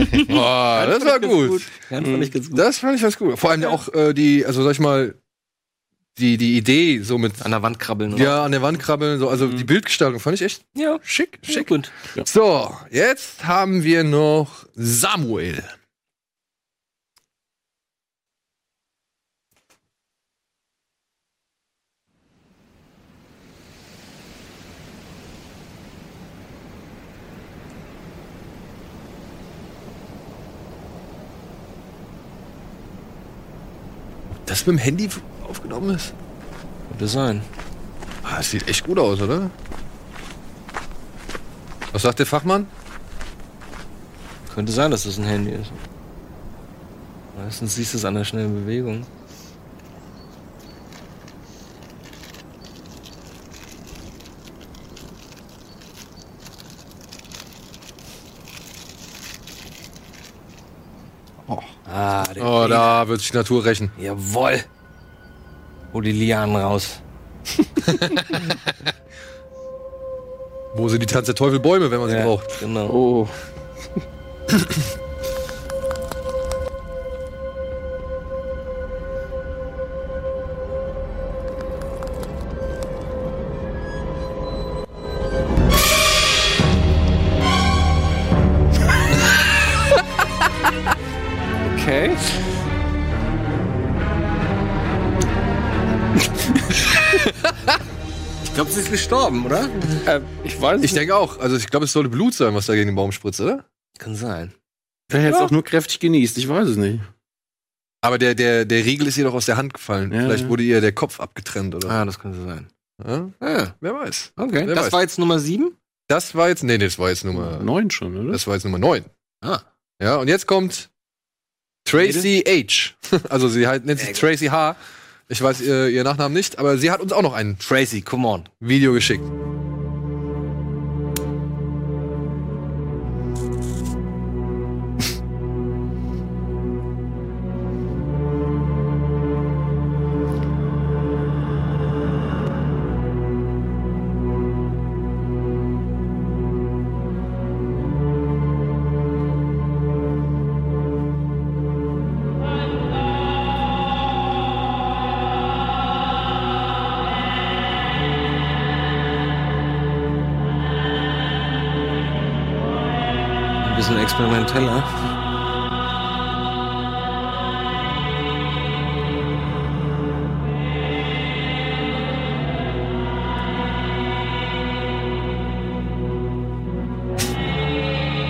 Speaker 2: Ah,
Speaker 1: Boah, das war gut.
Speaker 2: Ganz fand ich ganz gut.
Speaker 1: Das fand ich ganz gut. Vor allem ja auch äh, die, also sag ich mal, die, die Idee so mit.
Speaker 2: An der Wand krabbeln. oder?
Speaker 1: Ja, an der Wand krabbeln. So. Also die Bildgestaltung fand ich echt
Speaker 2: Ja.
Speaker 1: schick. schick.
Speaker 2: und.
Speaker 1: So, jetzt haben wir noch Samuel. Das mit dem Handy aufgenommen ist?
Speaker 2: Könnte sein.
Speaker 1: Ah, Das sieht echt gut aus, oder? Was sagt der Fachmann?
Speaker 2: Könnte sein, dass das ein Handy ist. Meistens siehst du es an der schnellen Bewegung. Ah, der
Speaker 1: Oh, da wird sich die Natur rächen.
Speaker 2: Jawoll. Hol die Lianen raus.
Speaker 1: Wo sind die Tanz der Teufel Bäume, wenn man sie
Speaker 2: Ja,
Speaker 1: braucht?
Speaker 2: Genau.
Speaker 4: Oh. [LAUGHS] Okay.
Speaker 2: Ich glaube, sie ist gestorben, oder?
Speaker 4: Äh, ich weiß
Speaker 1: Ich
Speaker 4: nicht.
Speaker 1: denke auch. Also ich glaube, es sollte Blut sein, was da gegen den Baum spritzt, oder?
Speaker 2: Kann sein.
Speaker 4: Vielleicht hätte es auch nur kräftig genießt. Ich weiß es nicht.
Speaker 1: Aber der, der, der Riegel ist ihr doch aus der Hand gefallen.
Speaker 4: Ja,
Speaker 1: Vielleicht
Speaker 4: ja.
Speaker 1: wurde ihr der Kopf abgetrennt, oder?
Speaker 2: Ah, das könnte sein.
Speaker 1: Ja?
Speaker 2: Ah,
Speaker 1: Wer weiß.
Speaker 2: okay.
Speaker 1: Wer
Speaker 2: das
Speaker 1: weiß.
Speaker 2: war jetzt Nummer 7?
Speaker 1: Das war jetzt, nee, nee, das war jetzt Nummer,
Speaker 4: Neun schon, oder?
Speaker 1: das war jetzt Nummer 9.
Speaker 2: Ah.
Speaker 1: Ja, und jetzt kommt Tracy H. [LAUGHS] Also sie halt, nennt sich Tracy H. Ich weiß ihr, ihr Nachnamen nicht, aber sie hat uns auch noch ein
Speaker 2: Tracy, come on.
Speaker 1: Video geschickt.
Speaker 2: Ein bisschen experimenteller.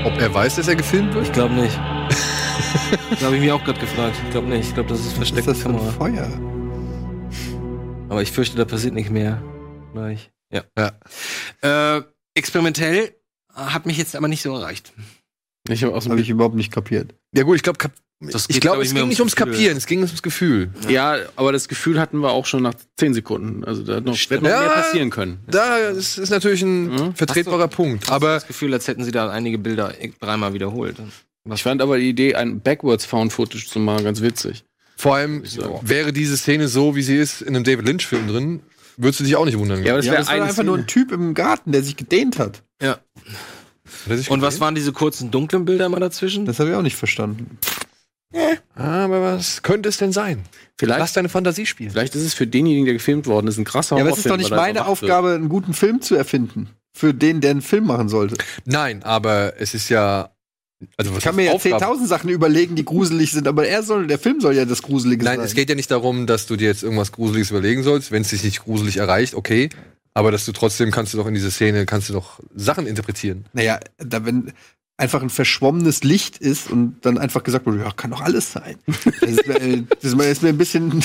Speaker 1: Ob er weiß, dass er gefilmt wird?
Speaker 2: Ich glaube nicht. da habe ich mich auch gerade gefragt. Ich glaube nicht. Ich glaube, das ist
Speaker 3: Was ist
Speaker 2: versteckte
Speaker 3: das für ein
Speaker 2: Kamera.
Speaker 3: Feuer?
Speaker 2: Aber ich fürchte, da passiert nicht mehr. Gleich. Ja. Äh, experimentell äh, hat mich jetzt aber nicht so erreicht.
Speaker 4: Ich habe auch so ein
Speaker 3: Habe ich überhaupt nicht kapiert.
Speaker 1: Ja gut, ich glaube, kap-
Speaker 2: Das
Speaker 1: ich
Speaker 2: geht,
Speaker 1: glaube,
Speaker 2: glaub
Speaker 1: es
Speaker 2: mehr
Speaker 1: ging nicht ums
Speaker 2: Gefühl.
Speaker 1: Kapieren, es ging ums Gefühl.
Speaker 4: Ja, aber das Gefühl hatten wir auch schon nach zehn Sekunden. Also da hätte noch, hätte noch
Speaker 1: Ja.
Speaker 4: mehr passieren können.
Speaker 1: Da ist, ist natürlich ein
Speaker 4: Mhm.
Speaker 1: vertretbarer Punkt. Aber
Speaker 2: das Gefühl, als hätten sie da einige Bilder e- dreimal wiederholt.
Speaker 4: Ich fand aber die Idee, ein Backwards Found Footage zu machen, ganz witzig.
Speaker 1: vor allem
Speaker 4: So.
Speaker 1: wäre diese Szene so, wie sie ist, in einem David Lynch-Film drin, würdest du dich auch nicht wundern.
Speaker 4: aber
Speaker 3: Ja, das war einfach nur ein Typ im Garten, der sich gedehnt hat.
Speaker 1: Hat er sich
Speaker 2: Und was
Speaker 1: gesehen?
Speaker 2: waren diese kurzen dunklen Bilder immer dazwischen?
Speaker 3: Das habe ich auch nicht verstanden.
Speaker 1: Aber was könnte es denn sein? Lass
Speaker 4: Vielleicht,
Speaker 1: deine Fantasie spielen.
Speaker 4: vielleicht ist es für denjenigen, der gefilmt worden ist, ein krasser
Speaker 3: Ja, aber es ist doch
Speaker 4: Horrorfilm,
Speaker 3: nicht
Speaker 4: weil er
Speaker 3: meine
Speaker 4: überwacht wird.
Speaker 3: Aufgabe, einen guten Film zu erfinden. Für den, der einen Film machen sollte.
Speaker 1: Nein, aber es ist ja. Also was
Speaker 3: Ich kann mir ja
Speaker 1: heißt Aufgabe?
Speaker 3: 10.000 Sachen überlegen, die gruselig sind, aber er soll, der Film soll ja das Gruselige
Speaker 1: Nein,
Speaker 3: sein.
Speaker 1: es geht ja nicht darum, dass du dir jetzt irgendwas Gruseliges überlegen sollst. Wenn es dich nicht gruselig erreicht, okay. Aber dass du trotzdem kannst du doch in diese Szene, kannst du doch Sachen interpretieren.
Speaker 3: Naja, da, wenn einfach ein verschwommenes Licht ist und dann einfach gesagt wurde, ja, kann doch alles sein. Das ist mir, äh, das ist mir, ist mir ein bisschen.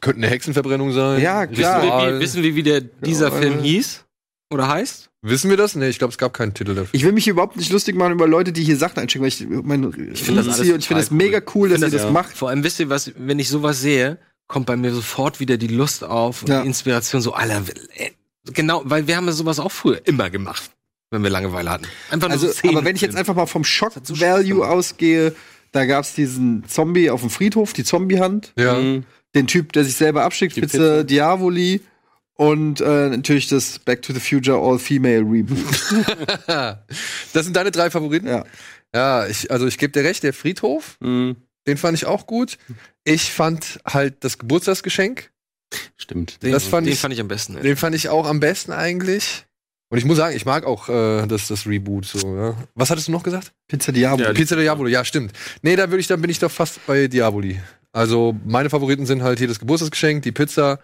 Speaker 1: Könnte eine Hexenverbrennung sein.
Speaker 3: Ja, klar.
Speaker 2: Wissen wir,
Speaker 1: Ritual.
Speaker 2: wie, wissen wir, wie der, dieser
Speaker 3: Ja,
Speaker 2: Film
Speaker 3: äh.
Speaker 2: hieß? Oder heißt?
Speaker 1: Wissen wir das? Nee, ich glaube, es gab keinen Titel dafür.
Speaker 3: Ich will mich überhaupt nicht lustig machen über Leute, die hier Sachen einschicken, weil ich mein, ich
Speaker 2: find das alles
Speaker 3: und ich finde das
Speaker 2: total
Speaker 3: mega cool, dass
Speaker 2: Ich
Speaker 3: ihr
Speaker 2: find
Speaker 3: das
Speaker 2: das-
Speaker 3: macht.
Speaker 2: Vor allem, wisst ihr was, wenn ich sowas sehe, kommt bei mir sofort wieder die Lust auf und
Speaker 3: Ja.
Speaker 2: die Inspiration so aller. äh, Genau, weil wir haben ja sowas auch früher immer gemacht, wenn wir Langeweile hatten. Einfach nur
Speaker 3: Also,
Speaker 2: so Szenen
Speaker 3: aber wenn ich jetzt
Speaker 2: filmen.
Speaker 3: einfach mal vom
Speaker 2: hat so Spaß
Speaker 3: Schock-Value
Speaker 2: gemacht.
Speaker 3: ausgehe, da gab es diesen Zombie auf dem Friedhof, die Zombiehand,
Speaker 1: Ja.
Speaker 4: Mhm.
Speaker 3: den Typ, der sich selber abschickt,
Speaker 4: Die
Speaker 3: Pizza Diavoli und äh, natürlich das Back to the Future All-Female Reboot.
Speaker 1: [LAUGHS]
Speaker 3: [LAUGHS]
Speaker 1: Das sind deine drei Favoriten?
Speaker 3: ja.
Speaker 1: Ja, ich, also ich gebe dir recht, der Friedhof,
Speaker 4: Mhm.
Speaker 1: den fand ich auch gut. Ich fand halt das Geburtstagsgeschenk
Speaker 4: Stimmt.
Speaker 2: Den,
Speaker 1: Das fand
Speaker 2: den
Speaker 1: ich-
Speaker 2: fand ich am besten. ey.
Speaker 1: Den fand ich auch am besten eigentlich. Und ich muss sagen, ich mag auch äh, das, das Reboot so. Ja. Was hattest du noch gesagt?
Speaker 3: Pizza Diablo.
Speaker 1: Ja, Pizza Diabolo, ja, stimmt. Nee, da würde ich, dann bin ich doch fast bei Diaboli. Also meine Favoriten sind halt hier das Geburtstagsgeschenk, die Pizza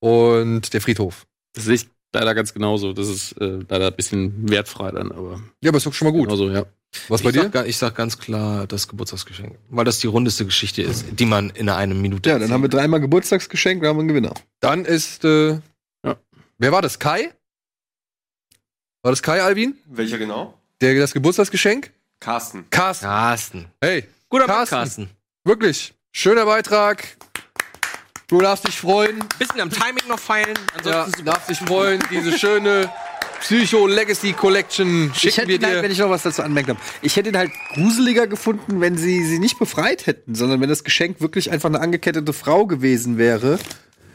Speaker 1: und der Friedhof.
Speaker 4: Das sehe ich leider ganz genauso. Das ist äh, leider ein bisschen wertfrei dann, aber
Speaker 1: Ja, aber ist doch schon mal gut.
Speaker 4: genauso, ja.
Speaker 1: Was
Speaker 2: ich
Speaker 1: bei dir?
Speaker 2: Sag, ga- ich sag ganz klar das Geburtstagsgeschenk. Weil das die rundeste Geschichte ist, die man in einer Minute
Speaker 3: Ja, dann haben wir dreimal Geburtstagsgeschenk, dann haben wir einen Gewinner.
Speaker 1: Dann ist, äh,
Speaker 4: Ja.
Speaker 1: wer war das? Kai? War das Kai Alvin?
Speaker 12: Welcher genau?
Speaker 1: Der das Geburtstagsgeschenk?
Speaker 12: Carsten.
Speaker 1: Carsten.
Speaker 2: Carsten.
Speaker 1: Hey,
Speaker 2: Guter Mann,
Speaker 1: Carsten.
Speaker 2: Carsten.
Speaker 1: wirklich. Schöner Beitrag. Du darfst dich freuen.
Speaker 2: Bisschen am Timing noch feilen.
Speaker 1: Ja,
Speaker 2: Ansonsten
Speaker 1: darfst dich freuen. Diese schöne Psycho Legacy Collection
Speaker 3: Ich
Speaker 1: schicken
Speaker 3: hätte
Speaker 1: wir
Speaker 3: ihn
Speaker 1: dir.
Speaker 3: halt, wenn ich noch was dazu anmerken darf, ich hätte ihn halt gruseliger gefunden, wenn sie sie nicht befreit hätten, sondern wenn das Geschenk wirklich einfach eine angekettete Frau gewesen wäre.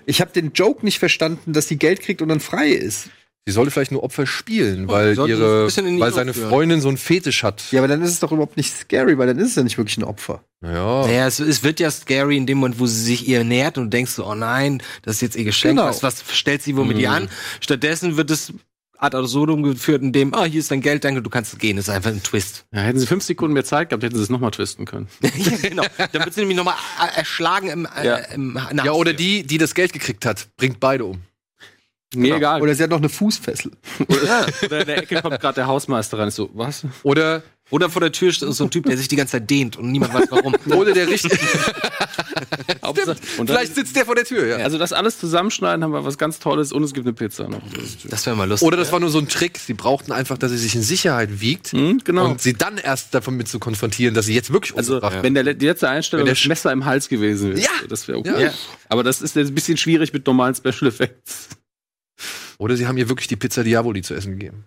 Speaker 3: Ich habe den Joke nicht verstanden, dass sie Geld kriegt und dann frei ist.
Speaker 1: Sie sollte vielleicht nur Opfer spielen,
Speaker 2: Oh,
Speaker 1: weil
Speaker 2: sie sollte ein
Speaker 1: ihre,
Speaker 2: bisschen in die
Speaker 1: weil
Speaker 2: Irre
Speaker 1: seine
Speaker 2: führen.
Speaker 1: Freundin so einen Fetisch hat.
Speaker 3: Ja, aber dann ist es doch überhaupt nicht scary, weil dann ist es ja nicht wirklich ein Opfer.
Speaker 1: Ja.
Speaker 2: Naja, es, es wird ja scary in dem Moment, wo sie sich ihr nähert und du denkst so, oh nein, das ist jetzt ihr Geschenk,
Speaker 3: Genau.
Speaker 2: was, was stellt sie womit ihr an? Stattdessen wird es ad absurdum geführt, in dem, ah, hier ist dein Geld, danke, du kannst gehen. Das ist einfach ein [LAUGHS] Twist.
Speaker 4: ja. Hätten sie fünf Sekunden mehr Zeit gehabt, hätten sie es nochmal twisten
Speaker 3: [LAUGHS]
Speaker 4: können.
Speaker 2: ja, genau. Dann wird sie nämlich nochmal erschlagen im, äh,
Speaker 4: Ja.
Speaker 2: im
Speaker 1: Ja, oder die, die das Geld gekriegt hat, bringt beide um.
Speaker 4: Mir egal.
Speaker 3: Genau. Oder sie hat noch eine Fußfessel.
Speaker 4: Oder in der Ecke kommt gerade der Hausmeister rein. Ist so, was?
Speaker 1: Oder,
Speaker 2: Oder vor der Tür steht so ein Typ, der sich die ganze Zeit dehnt und niemand weiß [LAUGHS] warum.
Speaker 1: oder der richtige. [LAUGHS]
Speaker 4: Hauptsache- Und dann,
Speaker 1: vielleicht sitzt der vor der Tür, ja.
Speaker 4: also das alles zusammenschneiden, haben wir was ganz Tolles und es gibt eine Pizza noch. Das ist-
Speaker 2: Das wäre mal lustig.
Speaker 1: Oder das war nur so ein Trick. Sie brauchten einfach, dass sie sich in Sicherheit wiegt.
Speaker 4: Hm, genau.
Speaker 1: Und sie dann erst davon mit zu konfrontieren, dass sie jetzt wirklich
Speaker 4: also
Speaker 1: umgebracht
Speaker 4: wenn der le- die letzte Einstellung
Speaker 1: Oh, Wenn der
Speaker 4: das
Speaker 1: Sch-
Speaker 4: Messer im Hals gewesen wäre,
Speaker 1: Ja.
Speaker 4: das wäre
Speaker 1: Ja.
Speaker 4: okay. Aber das ist jetzt ein bisschen schwierig mit normalen Special Effects.
Speaker 1: Oder sie haben ihr wirklich die Pizza Diaboli zu essen gegeben.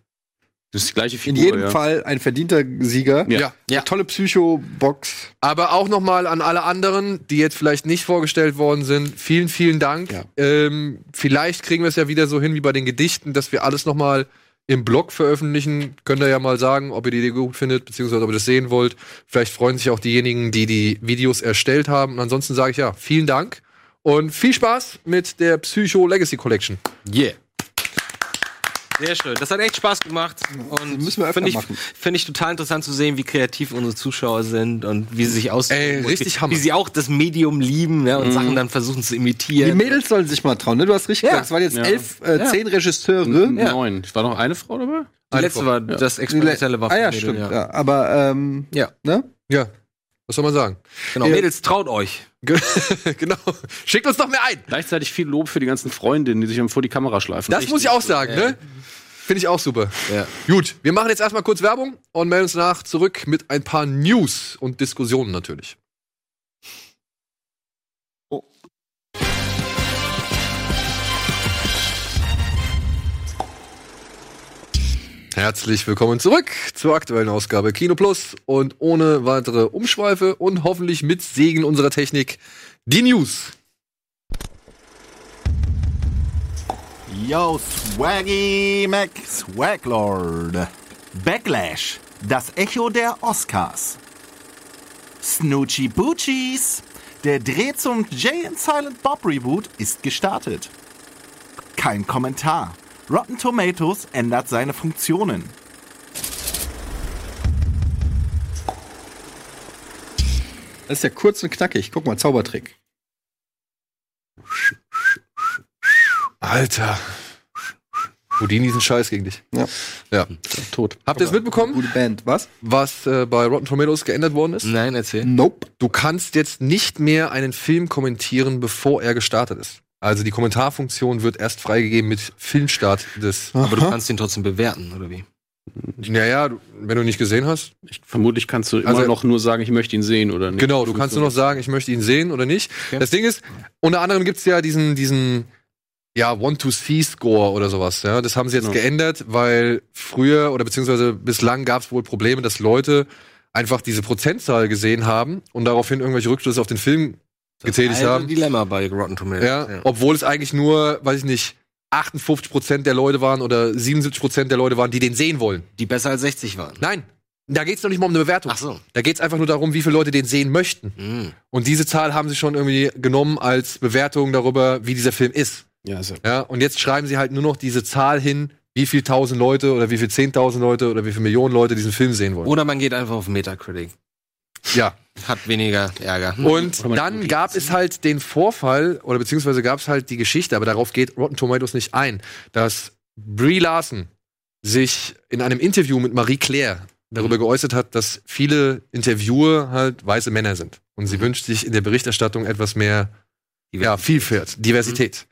Speaker 4: Das ist die gleiche
Speaker 3: In
Speaker 4: Figur.
Speaker 3: jedem
Speaker 4: ja.
Speaker 3: Fall ein verdienter Sieger.
Speaker 4: Ja.
Speaker 2: Ja.
Speaker 3: Tolle Psycho-Box.
Speaker 1: Aber auch nochmal an alle anderen, die jetzt vielleicht nicht vorgestellt worden sind, vielen, vielen Dank.
Speaker 3: Ja.
Speaker 1: Ähm, vielleicht kriegen wir es ja wieder so hin wie bei den Gedichten, dass wir alles nochmal im Blog veröffentlichen. Könnt ihr ja mal sagen, ob ihr die Idee gut findet, beziehungsweise ob ihr das sehen wollt. Vielleicht freuen sich auch diejenigen, die die Videos erstellt haben. Und ansonsten sage ich ja, vielen Dank und viel Spaß mit der Psycho Legacy Collection.
Speaker 2: Yeah. Sehr schön. Das hat echt Spaß gemacht. Und
Speaker 3: müssen wir öfter
Speaker 2: finde ich,
Speaker 3: machen.
Speaker 2: Finde ich total interessant zu sehen, wie kreativ unsere Zuschauer sind und wie sie sich aus
Speaker 1: Ey, richtig
Speaker 2: wie,
Speaker 1: Hammer.
Speaker 2: wie sie auch das Medium lieben ne, und Sachen dann versuchen zu
Speaker 3: Die
Speaker 2: imitieren.
Speaker 3: Mädels sollen sich mal trauen, ne? Du hast richtig
Speaker 2: Ja.
Speaker 3: gesagt. Es waren jetzt
Speaker 4: Ja.
Speaker 3: elf, äh,
Speaker 2: Ja.
Speaker 3: zehn Regisseure.
Speaker 4: Neun. War noch eine Frau dabei?
Speaker 2: Die Ah, letzte war das experimentelle Waffen.
Speaker 3: Ah ja, stimmt. Ja. Aber ähm,
Speaker 2: Ja.
Speaker 3: ne?
Speaker 1: Ja, was soll man sagen? [LAUGHS]
Speaker 2: Genau.
Speaker 1: Ja.
Speaker 2: Mädels, traut euch.
Speaker 1: Ge- genau. Schickt uns doch mehr ein.
Speaker 4: Gleichzeitig viel Lob für die ganzen Freundinnen, die sich vor die Kamera schleifen.
Speaker 1: Das muss ich auch sagen, ne? Finde ich auch super.
Speaker 2: Ja.
Speaker 1: Gut, wir machen jetzt erstmal kurz Werbung und melden uns nach zurück mit ein paar News und Diskussionen natürlich. Oh. Herzlich willkommen zurück zur aktuellen Ausgabe Kino Plus und ohne weitere Umschweife und hoffentlich mit Segen unserer Technik die News.
Speaker 5: Yo, Swaggy Mac Swaglord. Backlash, das Echo der Oscars. Snoochie Boochies, der Dreh zum Jay and Silent Bob Reboot ist gestartet. Kein Kommentar. Rotten Tomatoes ändert seine Funktionen.
Speaker 3: Das ist ja kurz und knackig. Guck mal, Zaubertrick.
Speaker 1: Alter. Houdini ist ein Scheiß gegen dich.
Speaker 3: Ja.
Speaker 1: Ja.
Speaker 4: Tot.
Speaker 1: Habt ihr es mitbekommen,
Speaker 3: Gute Band. Was?
Speaker 1: was äh, bei Rotten Tomatoes geändert worden ist?
Speaker 2: Nein,
Speaker 3: [LAUGHS]
Speaker 2: erzähl.
Speaker 3: Nope.
Speaker 1: Du kannst jetzt nicht mehr einen Film kommentieren, bevor er gestartet ist. Also die Kommentarfunktion wird erst freigegeben mit Filmstart des.
Speaker 2: Aber du kannst ihn trotzdem bewerten, oder wie?
Speaker 1: Naja, du- wenn du nicht gesehen hast.
Speaker 4: Ich, vermutlich kannst du immer
Speaker 1: Also-
Speaker 4: noch nur sagen, ich möchte ihn sehen oder nicht.
Speaker 1: Genau, du kannst nur noch sagen, ich möchte ihn sehen oder nicht.
Speaker 2: Okay.
Speaker 1: Das Ding ist, unter anderem gibt's ja diesen, diesen ja, Want-to-See-Score oder sowas. Ja? Das haben sie jetzt
Speaker 4: Genau.
Speaker 1: geändert, weil früher oder beziehungsweise bislang gab's wohl Probleme, dass Leute einfach diese Prozentzahl gesehen haben und daraufhin irgendwelche Rückschlüsse auf den Film getätigt
Speaker 2: Alte
Speaker 1: haben.
Speaker 2: Dilemma bei Rotten Tomatoes.
Speaker 1: Ja, obwohl es eigentlich nur, weiß ich nicht, 58% der Leute waren oder 77% der Leute waren, die den sehen wollen.
Speaker 2: Die besser als 60 waren.
Speaker 1: Nein, Da geht es noch nicht mal um eine Bewertung.
Speaker 2: Ach so.
Speaker 1: Da geht es einfach nur darum, wie viele Leute den sehen möchten.
Speaker 2: Mhm.
Speaker 1: Und diese Zahl haben sie schon irgendwie genommen als Bewertung darüber, wie dieser Film ist.
Speaker 4: Ja, ist ja.
Speaker 1: Ja, und jetzt schreiben sie halt nur noch diese Zahl hin, wie viel tausend Leute oder wie viel zehntausend Leute oder wie viel Millionen Leute diesen Film sehen wollen.
Speaker 2: Oder man geht einfach auf Metacritic.
Speaker 1: ja. Oh.
Speaker 2: Hat weniger Ärger.
Speaker 1: Und dann gab es halt den Vorfall, oder beziehungsweise gab es halt die Geschichte, aber darauf geht Rotten Tomatoes nicht ein, dass Brie Larson sich in einem Interview mit Marie Claire darüber geäußert hat, dass viele Interviewer halt weiße Männer sind. Und sie wünscht sich in der Berichterstattung etwas mehr ja, Vielfalt, Diversität.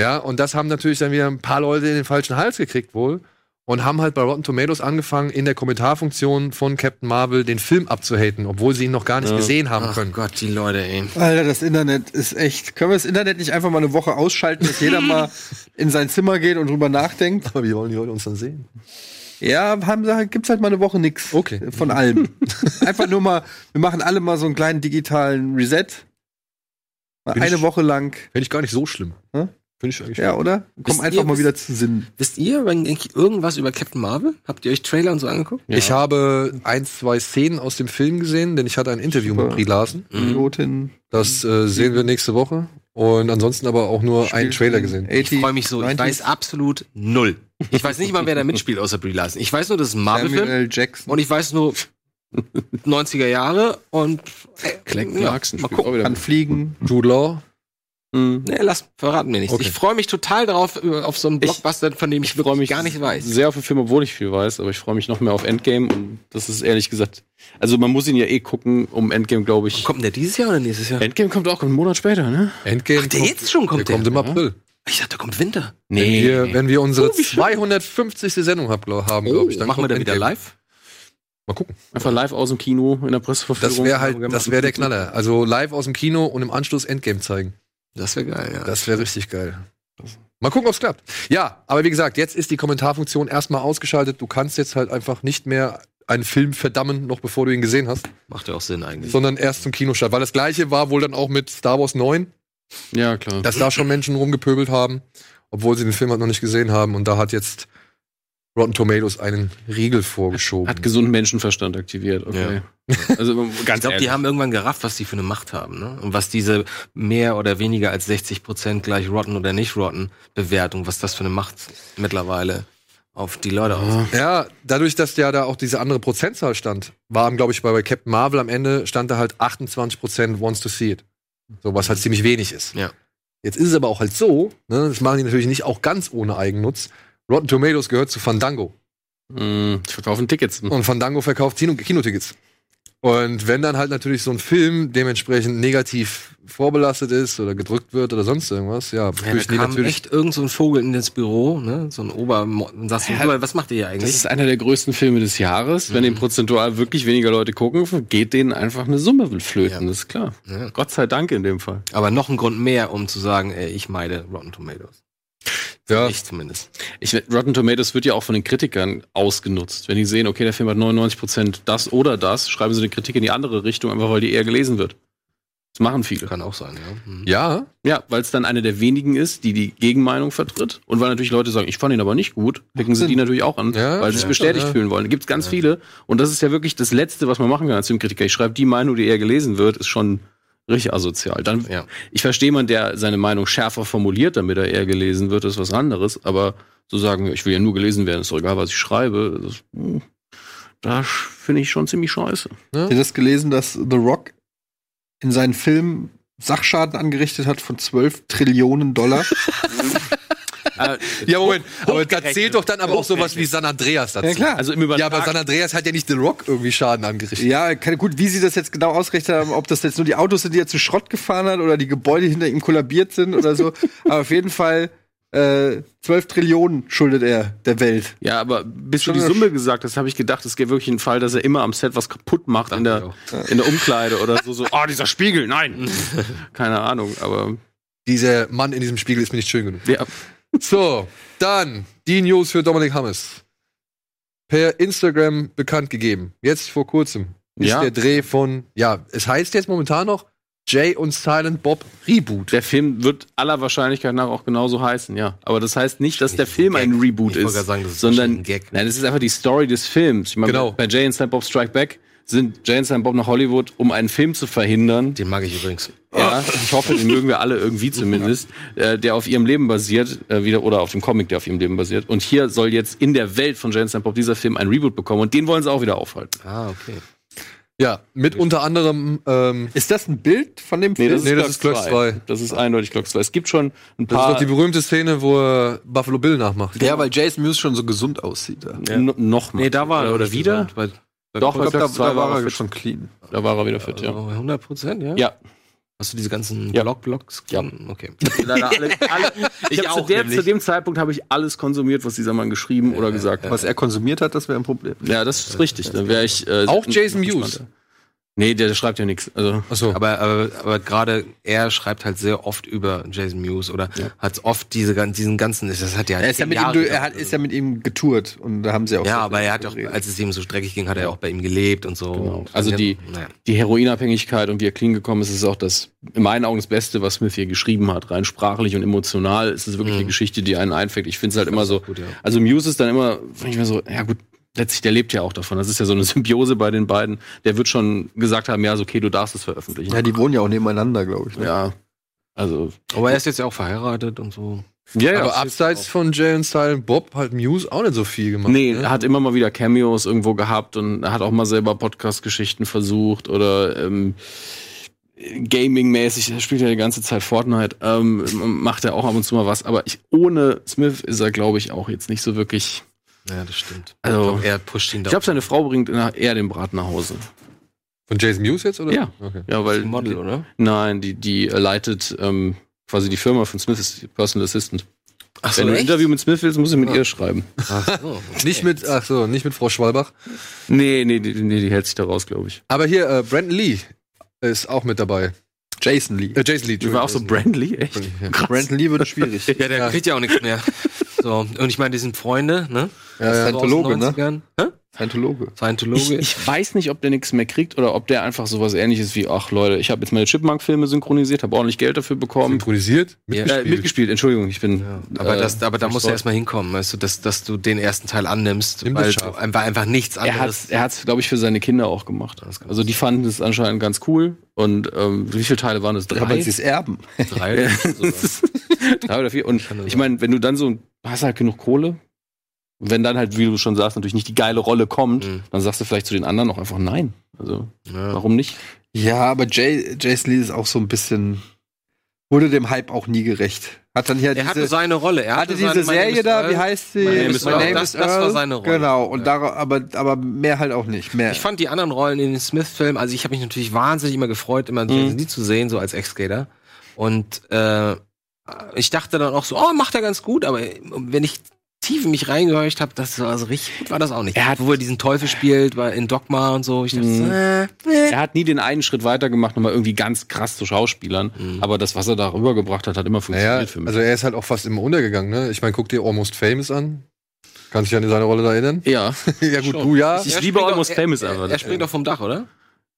Speaker 1: Ja, und das haben natürlich dann wieder ein paar Leute in den falschen Hals gekriegt wohl und haben halt bei Rotten Tomatoes angefangen, in der Kommentarfunktion von Captain Marvel den Film abzuhaten, obwohl sie ihn noch gar nicht gesehen haben
Speaker 2: Ach
Speaker 1: können.
Speaker 2: Gott, die Leute, ey.
Speaker 6: Alter, das Internet ist echt. Können wir das Internet nicht einfach mal eine Woche ausschalten, dass jeder
Speaker 2: [LAUGHS]
Speaker 6: mal in sein Zimmer geht und drüber nachdenkt?
Speaker 1: Aber wie wollen die Leute uns dann sehen?
Speaker 6: Ja, haben, da gibt's halt mal eine Woche nix
Speaker 1: Okay.
Speaker 6: von allem. [LAUGHS] einfach nur mal, wir machen alle mal so einen kleinen digitalen Reset. Mal
Speaker 1: Bin
Speaker 6: eine
Speaker 1: ich-
Speaker 6: Woche lang.
Speaker 1: Finde ich gar nicht so schlimm.
Speaker 6: Hä?
Speaker 1: Finde ich eigentlich
Speaker 6: Ja, oder? Komm
Speaker 2: Wisst
Speaker 6: einfach
Speaker 2: ihr,
Speaker 6: mal
Speaker 2: wisst-
Speaker 6: wieder zu Sinn.
Speaker 2: Wisst ihr eigentlich irgendwas über Captain Marvel? Habt ihr euch Trailer und so angeguckt?
Speaker 1: Ich habe ein, zwei Szenen aus dem Film gesehen, denn ich hatte ein Interview mit
Speaker 6: Super.
Speaker 1: Brie Larson.
Speaker 2: Mhm.
Speaker 3: Mhm.
Speaker 6: Pilotin.
Speaker 1: Das äh, sehen wir nächste Woche. Und ansonsten aber auch nur einen Trailer gesehen.
Speaker 6: 80,
Speaker 2: Ich freue mich so. Ich
Speaker 6: 90s.
Speaker 2: weiß absolut null. Ich weiß nicht mal, wer da mitspielt, außer Brie Larson. Ich weiß nur, das ist ein
Speaker 6: Samuel
Speaker 3: äh,
Speaker 2: Marvel-Film.
Speaker 6: L. Jackson.
Speaker 2: Und ich weiß nur 90er Jahre und äh,
Speaker 4: Clank
Speaker 2: ja,
Speaker 4: Clarkson
Speaker 2: mal
Speaker 4: spielt auch
Speaker 2: gucken.
Speaker 4: wieder.
Speaker 6: Kann fliegen.
Speaker 1: Jude Law.
Speaker 4: Hm.
Speaker 2: Nee, lass, verraten mir nichts.
Speaker 1: Okay.
Speaker 2: Ich freue mich total drauf, über- auf so einen Blockbuster, von dem ich wirklich
Speaker 4: mich
Speaker 2: gar nicht weiß.
Speaker 4: Sehr auf den Film, obwohl ich viel weiß, aber ich freue mich noch mehr auf Endgame und das ist ehrlich gesagt, also man muss ihn ja eh gucken, um Endgame, glaube ich.
Speaker 2: Kommt der dieses Jahr oder nächstes Jahr?
Speaker 4: Endgame kommt auch einen Monat später, ne?
Speaker 1: Endgame.
Speaker 2: Ach, der jetzt schon kommt
Speaker 1: der.
Speaker 2: der?
Speaker 1: kommt im April.
Speaker 2: Ich dachte, da kommt Winter.
Speaker 1: Wenn, wir, wenn wir unsere
Speaker 2: Oh, wie schön. Oh,
Speaker 1: 250. Sendung hab, glaub, haben, glaube ich, dann
Speaker 2: machen wir
Speaker 1: kommt
Speaker 2: da wieder
Speaker 1: Endgame.
Speaker 2: live?
Speaker 1: Mal gucken.
Speaker 4: Einfach live aus dem Kino in der Presseverführung.
Speaker 1: Das wäre halt, das wäre der Knaller. Also live aus dem Kino und im Anschluss Endgame zeigen.
Speaker 2: Das wäre geil, ja.
Speaker 1: Das wäre richtig geil. Mal gucken, ob's klappt. Ja, aber wie gesagt, jetzt ist die Kommentarfunktion erstmal ausgeschaltet. Du kannst jetzt halt einfach nicht mehr einen Film verdammen, noch bevor du ihn gesehen hast,
Speaker 2: Macht ja auch Sinn eigentlich.
Speaker 1: sondern erst zum Kinostart. Weil das gleiche war wohl dann auch mit Star Wars 9,
Speaker 4: Ja, klar.
Speaker 1: dass da schon Menschen rumgepöbelt haben, obwohl sie den Film halt noch nicht gesehen haben. Und da hat jetzt Rotten Tomatoes einen Riegel vorgeschoben.
Speaker 4: Hat gesunden Menschenverstand aktiviert, okay. Also ganz
Speaker 2: ich glaube, die haben irgendwann gerafft, was die für eine Macht haben, ne? Und was diese mehr oder weniger als 60 Prozent gleich rotten oder nicht rotten Bewertung, was das für eine Macht mittlerweile auf die Leute aus.
Speaker 1: Ja, dadurch, dass ja da auch diese andere Prozentzahl stand, waren, glaube ich, bei, bei Captain Marvel am Ende stand da halt 28% wants to see it. So, was halt ziemlich wenig ist.
Speaker 2: Ja.
Speaker 1: Jetzt ist es aber auch halt so, ne, das machen die natürlich nicht auch ganz ohne Eigennutz. Rotten Tomatoes gehört zu Fandango.
Speaker 4: Mm, die verkaufen Tickets.
Speaker 1: Und Fandango verkauft Kino Kinotickets. Und wenn dann halt natürlich so ein Film dementsprechend negativ vorbelastet ist oder gedrückt wird oder sonst irgendwas, ja,
Speaker 2: Ja, da
Speaker 1: fürchten die
Speaker 2: kam
Speaker 1: natürlich.
Speaker 2: echt irgend so ein Vogel in das Büro, ne? So ein Ober und sagst,
Speaker 4: Ja,
Speaker 2: "Ober, was macht ihr hier
Speaker 4: Das
Speaker 2: eigentlich?
Speaker 4: ist einer der größten Filme des Jahres.
Speaker 2: Mhm.
Speaker 4: Wenn den prozentual wirklich weniger Leute gucken, geht denen einfach eine Summe flöten,
Speaker 2: Ja.
Speaker 4: das ist klar.
Speaker 2: Ja.
Speaker 4: Gott sei Dank in dem Fall.
Speaker 2: Aber noch ein Grund mehr, um zu sagen, ey, ich meide Rotten Tomatoes.
Speaker 1: Ja.
Speaker 2: Ich zumindest.
Speaker 4: Ich, we- Rotten Tomatoes wird ja auch von den Kritikern ausgenutzt. Wenn die sehen, okay, der Film hat 99% das oder das, schreiben sie eine Kritik in die andere Richtung, einfach weil die eher gelesen wird. Das machen viele.
Speaker 2: Kann auch sein, ja. Mhm.
Speaker 1: Ja,
Speaker 4: Ja, weil es dann eine der wenigen ist, die die Gegenmeinung vertritt. Und weil natürlich Leute sagen, ich fand ihn aber nicht gut, picken sie die natürlich auch an,
Speaker 1: Ja,
Speaker 4: weil sie sich
Speaker 1: ja,
Speaker 4: bestätigt
Speaker 1: ja.
Speaker 4: fühlen wollen. Da gibt's ganz
Speaker 2: Ja.
Speaker 4: viele. Und das ist ja wirklich das Letzte, was man machen kann als Filmkritiker. Ich schreibe die Meinung, die eher gelesen wird, ist schon richtig asozial. Dann,
Speaker 2: Ja.
Speaker 4: Ich verstehe man, der seine Meinung schärfer formuliert, damit er eher gelesen wird, ist was anderes. Aber zu sagen, ich will ja nur gelesen werden, ist doch egal, was ich schreibe, das, ist- hm, da sch- finde ich schon ziemlich scheiße.
Speaker 6: Habt ihr das gelesen, dass The Rock in seinen Filmen Sachschaden angerichtet hat von 12 Trillionen [LAUGHS] Dollar?
Speaker 1: ja, Moment. Aber da zählt doch dann aber auch sowas wie San Andreas dazu.
Speaker 4: Also im Übertrag
Speaker 1: Ja, aber San Andreas hat ja nicht The Rock irgendwie Schaden angerichtet.
Speaker 6: Ja, keine, gut, wie sie das jetzt genau ausgerechnet haben, ob das jetzt nur die Autos sind, die er zu Schrott gefahren hat oder die Gebäude hinter ihm kollabiert sind oder [LAUGHS] so. Aber auf jeden Fall äh, 12 Trillionen schuldet er der Welt.
Speaker 4: Ja, aber bis du
Speaker 6: Schon
Speaker 4: die
Speaker 6: eine
Speaker 4: Summe gesagt hast, habe ich gedacht, es gäbe wirklich einen Fall, dass er immer am Set was kaputt macht in der,
Speaker 2: Dachte
Speaker 4: in der Umkleide oder so. so. Oh, dieser
Speaker 2: [LAUGHS]
Speaker 4: Spiegel, nein. Keine Ahnung, aber
Speaker 1: Dieser Mann in diesem Spiegel ist mir nicht schön genug.
Speaker 4: ja,
Speaker 1: So, dann die News für Dominik Hammes. Per Instagram bekannt gegeben. Jetzt vor kurzem ist
Speaker 4: Ja.
Speaker 1: der Dreh von, ja, es heißt jetzt momentan noch Jay und Silent Bob Reboot.
Speaker 4: Der Film wird aller Wahrscheinlichkeit nach auch genauso heißen, ja. Aber das heißt nicht, dass der Film ein Reboot
Speaker 2: Ich wollte
Speaker 4: ist,
Speaker 2: gerade sagen, das ist
Speaker 4: sondern
Speaker 2: bestimmt ein Gag.
Speaker 4: nein, das ist einfach die Story des Films. Ich meine,
Speaker 2: Genau.
Speaker 4: bei Jay und Silent Bob Strike Back sind Jay und Silent Bob nach Hollywood, um einen Film zu verhindern.
Speaker 2: Den mag ich übrigens.
Speaker 4: Ja, ich hoffe, den mögen wir alle irgendwie zumindest, äh, der auf ihrem Leben basiert, äh, wieder oder auf dem Comic, der auf ihrem Leben basiert. Und hier soll jetzt in der Welt von Jay und Silent Bob dieser Film ein Reboot bekommen und den wollen sie auch wieder aufhalten.
Speaker 2: Ah, okay.
Speaker 1: Ja, mit unter anderem. Ähm,
Speaker 3: Ist das ein Bild von dem Film?
Speaker 1: nee, das ist Glocks 2.
Speaker 4: Das ist eindeutig Glocks 2. Es gibt schon ein
Speaker 1: Das ist
Speaker 4: paar
Speaker 1: doch die berühmte Szene, wo er Buffalo Bill nachmacht.
Speaker 6: Ja, weil Jason Mewes schon so gesund aussieht. Ja.
Speaker 4: N- noch mal.
Speaker 2: Nee, da war er
Speaker 4: Oder
Speaker 2: nicht
Speaker 4: wieder?
Speaker 2: so weit. Bei, bei
Speaker 4: Doch,
Speaker 2: Glocks
Speaker 4: bei Glocks 2 war er fit.
Speaker 6: schon clean.
Speaker 4: Da war er wieder fit,
Speaker 2: also
Speaker 4: ja.
Speaker 2: 100 Prozent, ja?
Speaker 4: Ja,
Speaker 2: Hast du diese ganzen
Speaker 4: Ja.
Speaker 2: Blog-Blogs?
Speaker 4: Ja.
Speaker 2: Okay. Ich hab die leider alle, alle,
Speaker 4: Ich hab zu, der, zu dem Zeitpunkt habe ich alles konsumiert, was dieser Mann geschrieben oder gesagt hat.
Speaker 6: Was er konsumiert hat, das wäre ein Problem.
Speaker 4: Ja, das ist richtig. Dann wäre ich äh,
Speaker 1: Auch
Speaker 4: n-
Speaker 1: Jason
Speaker 4: noch
Speaker 1: Mewes.
Speaker 4: entspannter. Nee, der, der schreibt ja nichts. Also
Speaker 1: Achso.
Speaker 2: Aber, aber, aber gerade er schreibt halt sehr oft über Jason Mewes oder hat oft diese, gan- diesen ganzen, das hat ja
Speaker 3: Er ist, ja mit ihm, du- er hat,
Speaker 6: also.
Speaker 3: ist ja mit ihm getourt und da haben sie auch.
Speaker 2: ja,
Speaker 3: so
Speaker 2: aber er hat auch,
Speaker 3: geredet.
Speaker 2: als es ihm so dreckig ging, hat er auch bei ihm gelebt und so.
Speaker 4: Genau.
Speaker 2: Und
Speaker 4: Also
Speaker 2: dann-
Speaker 4: die-
Speaker 2: naja.
Speaker 4: die Heroinabhängigkeit und wie er clean gekommen ist, ist auch das in meinen Augen das Beste, was Smith hier geschrieben hat. Rein sprachlich und emotional ist es wirklich eine Geschichte, die einen einfängt. Ich finde es halt immer so.
Speaker 2: gut, ja.
Speaker 4: Also Muse ist dann immer, finde ich mir so, ja gut, letztlich der lebt ja auch davon. Das ist ja so eine [LAUGHS] Symbiose bei den beiden. Der wird schon gesagt haben, ja, ist okay, du darfst es veröffentlichen.
Speaker 6: Ja, die wohnen ja auch nebeneinander, glaube ich. Ne?
Speaker 4: ja. Also
Speaker 2: Aber er ist jetzt ja auch verheiratet und so.
Speaker 4: ja, ja,
Speaker 1: aber abseits von Jay und Silent Bob hat Muse auch nicht so viel gemacht. ne?
Speaker 4: Nee, er hat immer mal wieder Cameos irgendwo gehabt und er hat auch mal selber Podcast-Geschichten versucht oder ähm, Gaming-mäßig, er spielt ja die ganze Zeit Fortnite, ähm, macht er auch ab und zu mal was, aber ich, ohne Smith ist er, glaube ich, auch jetzt nicht so wirklich.
Speaker 2: Ja, das stimmt.
Speaker 4: Also-
Speaker 2: ich glaub, er pusht ihn
Speaker 4: Ich
Speaker 2: da.
Speaker 4: glaube, seine Frau bringt nach- eher den Brat nach Hause.
Speaker 1: Von Jason Muse jetzt, oder?
Speaker 4: Ja.
Speaker 1: Okay.
Speaker 4: Ja, weil.
Speaker 2: ein Model, oder?
Speaker 4: Nein, die, die äh, leitet ähm, quasi die Firma von Smith, ist die Personal Assistant.
Speaker 2: Ach
Speaker 4: Wenn du ein Interview mit Smith willst, musst du mit ihr schreiben.
Speaker 2: Ach so, okay.
Speaker 1: Nicht mit, ach so, nicht mit Frau Schwalbach.
Speaker 4: Nee, nee, die- nee, die hält sich da raus, glaube ich.
Speaker 1: Aber hier, äh, Brandon Lee ist auch mit dabei.
Speaker 6: Jason Lee.
Speaker 1: Äh, Jason Lee.
Speaker 4: Die war auch so Brandly, echt?
Speaker 1: Brandly, ja.
Speaker 4: Krass.
Speaker 6: Brandon Lee wird
Speaker 1: [LAUGHS]
Speaker 6: schwierig.
Speaker 2: Ja, der kriegt ja auch nichts mehr. So, und ich meine, die sind Freunde, ne?
Speaker 1: Ja, ja.
Speaker 6: Scientologe, ne?
Speaker 2: ne? Hä?
Speaker 6: Scientologe.
Speaker 4: Ich,
Speaker 2: Scientologe.
Speaker 4: ich weiß nicht, ob der nichts mehr kriegt oder ob der einfach sowas ähnliches wie, ach Leute, ich habe jetzt meine Chipmunk-Filme synchronisiert, habe ordentlich Geld dafür bekommen.
Speaker 1: Synchronisiert?
Speaker 4: Äh, mitgespielt, Entschuldigung, ich bin.
Speaker 2: aber,
Speaker 4: äh,
Speaker 2: das, aber da
Speaker 4: ich
Speaker 2: musst du
Speaker 4: soll-
Speaker 2: erstmal hinkommen, weißt du, dass, dass du den ersten Teil annimmst,
Speaker 1: Nimm das
Speaker 2: weil du
Speaker 1: scharf.
Speaker 2: einfach, einfach nichts
Speaker 4: Er
Speaker 6: [LAUGHS]
Speaker 4: hat
Speaker 2: anderes.
Speaker 4: er hat's, glaube ich, für seine Kinder auch gemacht. Also die fanden es anscheinend ganz cool. Und ähm, wie viele Teile waren es? Drei?
Speaker 6: Aber sie
Speaker 4: [LAUGHS]
Speaker 6: ist erben.
Speaker 2: drei oder so.
Speaker 4: Drei oder vier. Und
Speaker 2: Kann das
Speaker 4: ich meine, wenn du dann so hast halt genug Kohle, und wenn dann halt, wie du schon sagst, natürlich nicht die geile Rolle kommt,
Speaker 2: Mhm.
Speaker 4: dann sagst du vielleicht zu den anderen auch einfach nein. Also
Speaker 2: Ja.
Speaker 4: warum nicht?
Speaker 6: Ja, aber Jay, Jason Lee ist auch so ein bisschen. Wurde dem Hype auch nie gerecht. Hat dann hier
Speaker 2: Er hatte
Speaker 6: diese,
Speaker 2: seine Rolle. Er
Speaker 6: hatte
Speaker 2: seine-
Speaker 6: diese
Speaker 2: My Name
Speaker 6: Serie
Speaker 2: is
Speaker 6: da,
Speaker 2: Earl.
Speaker 6: wie heißt sie?
Speaker 2: My Name is Earl. Das- das war seine Rolle.
Speaker 6: Genau, und da, aber, aber mehr halt auch nicht. Mehr.
Speaker 2: Ich fand die anderen Rollen in den Smith-Filmen, also ich habe mich natürlich wahnsinnig immer gefreut, immer
Speaker 6: Mhm.
Speaker 2: Jason Lee zu sehen, so als Ex-Skater. Und äh, ich dachte dann auch so, oh, macht er ganz gut, aber wenn ich tief in mich reingehorcht habe, das war also richtig gut, war das auch nicht.
Speaker 4: Er hat-
Speaker 2: Wo er diesen Teufel spielt, war in Dogma und so. Ich dachte,
Speaker 4: Mhm.
Speaker 2: so, äh, äh.
Speaker 4: Er hat nie den einen Schritt weiter gemacht, nochmal irgendwie ganz krass zu Schauspielern.
Speaker 2: Mhm.
Speaker 4: Aber das, was er da rübergebracht hat, hat immer
Speaker 1: Naja,
Speaker 4: funktioniert für mich.
Speaker 1: also er ist halt auch fast immer untergegangen, ne? Ich meine, guck dir Almost Famous an. Kannst dich an seine Rolle da erinnern? [LAUGHS]
Speaker 4: ja.
Speaker 1: ja, gut, du ja.
Speaker 4: Ich
Speaker 2: Er
Speaker 4: liebe
Speaker 2: springt
Speaker 4: Almost
Speaker 2: doch-
Speaker 4: Famous
Speaker 2: er,
Speaker 4: einfach.
Speaker 2: Er springt doch vom Dach, oder?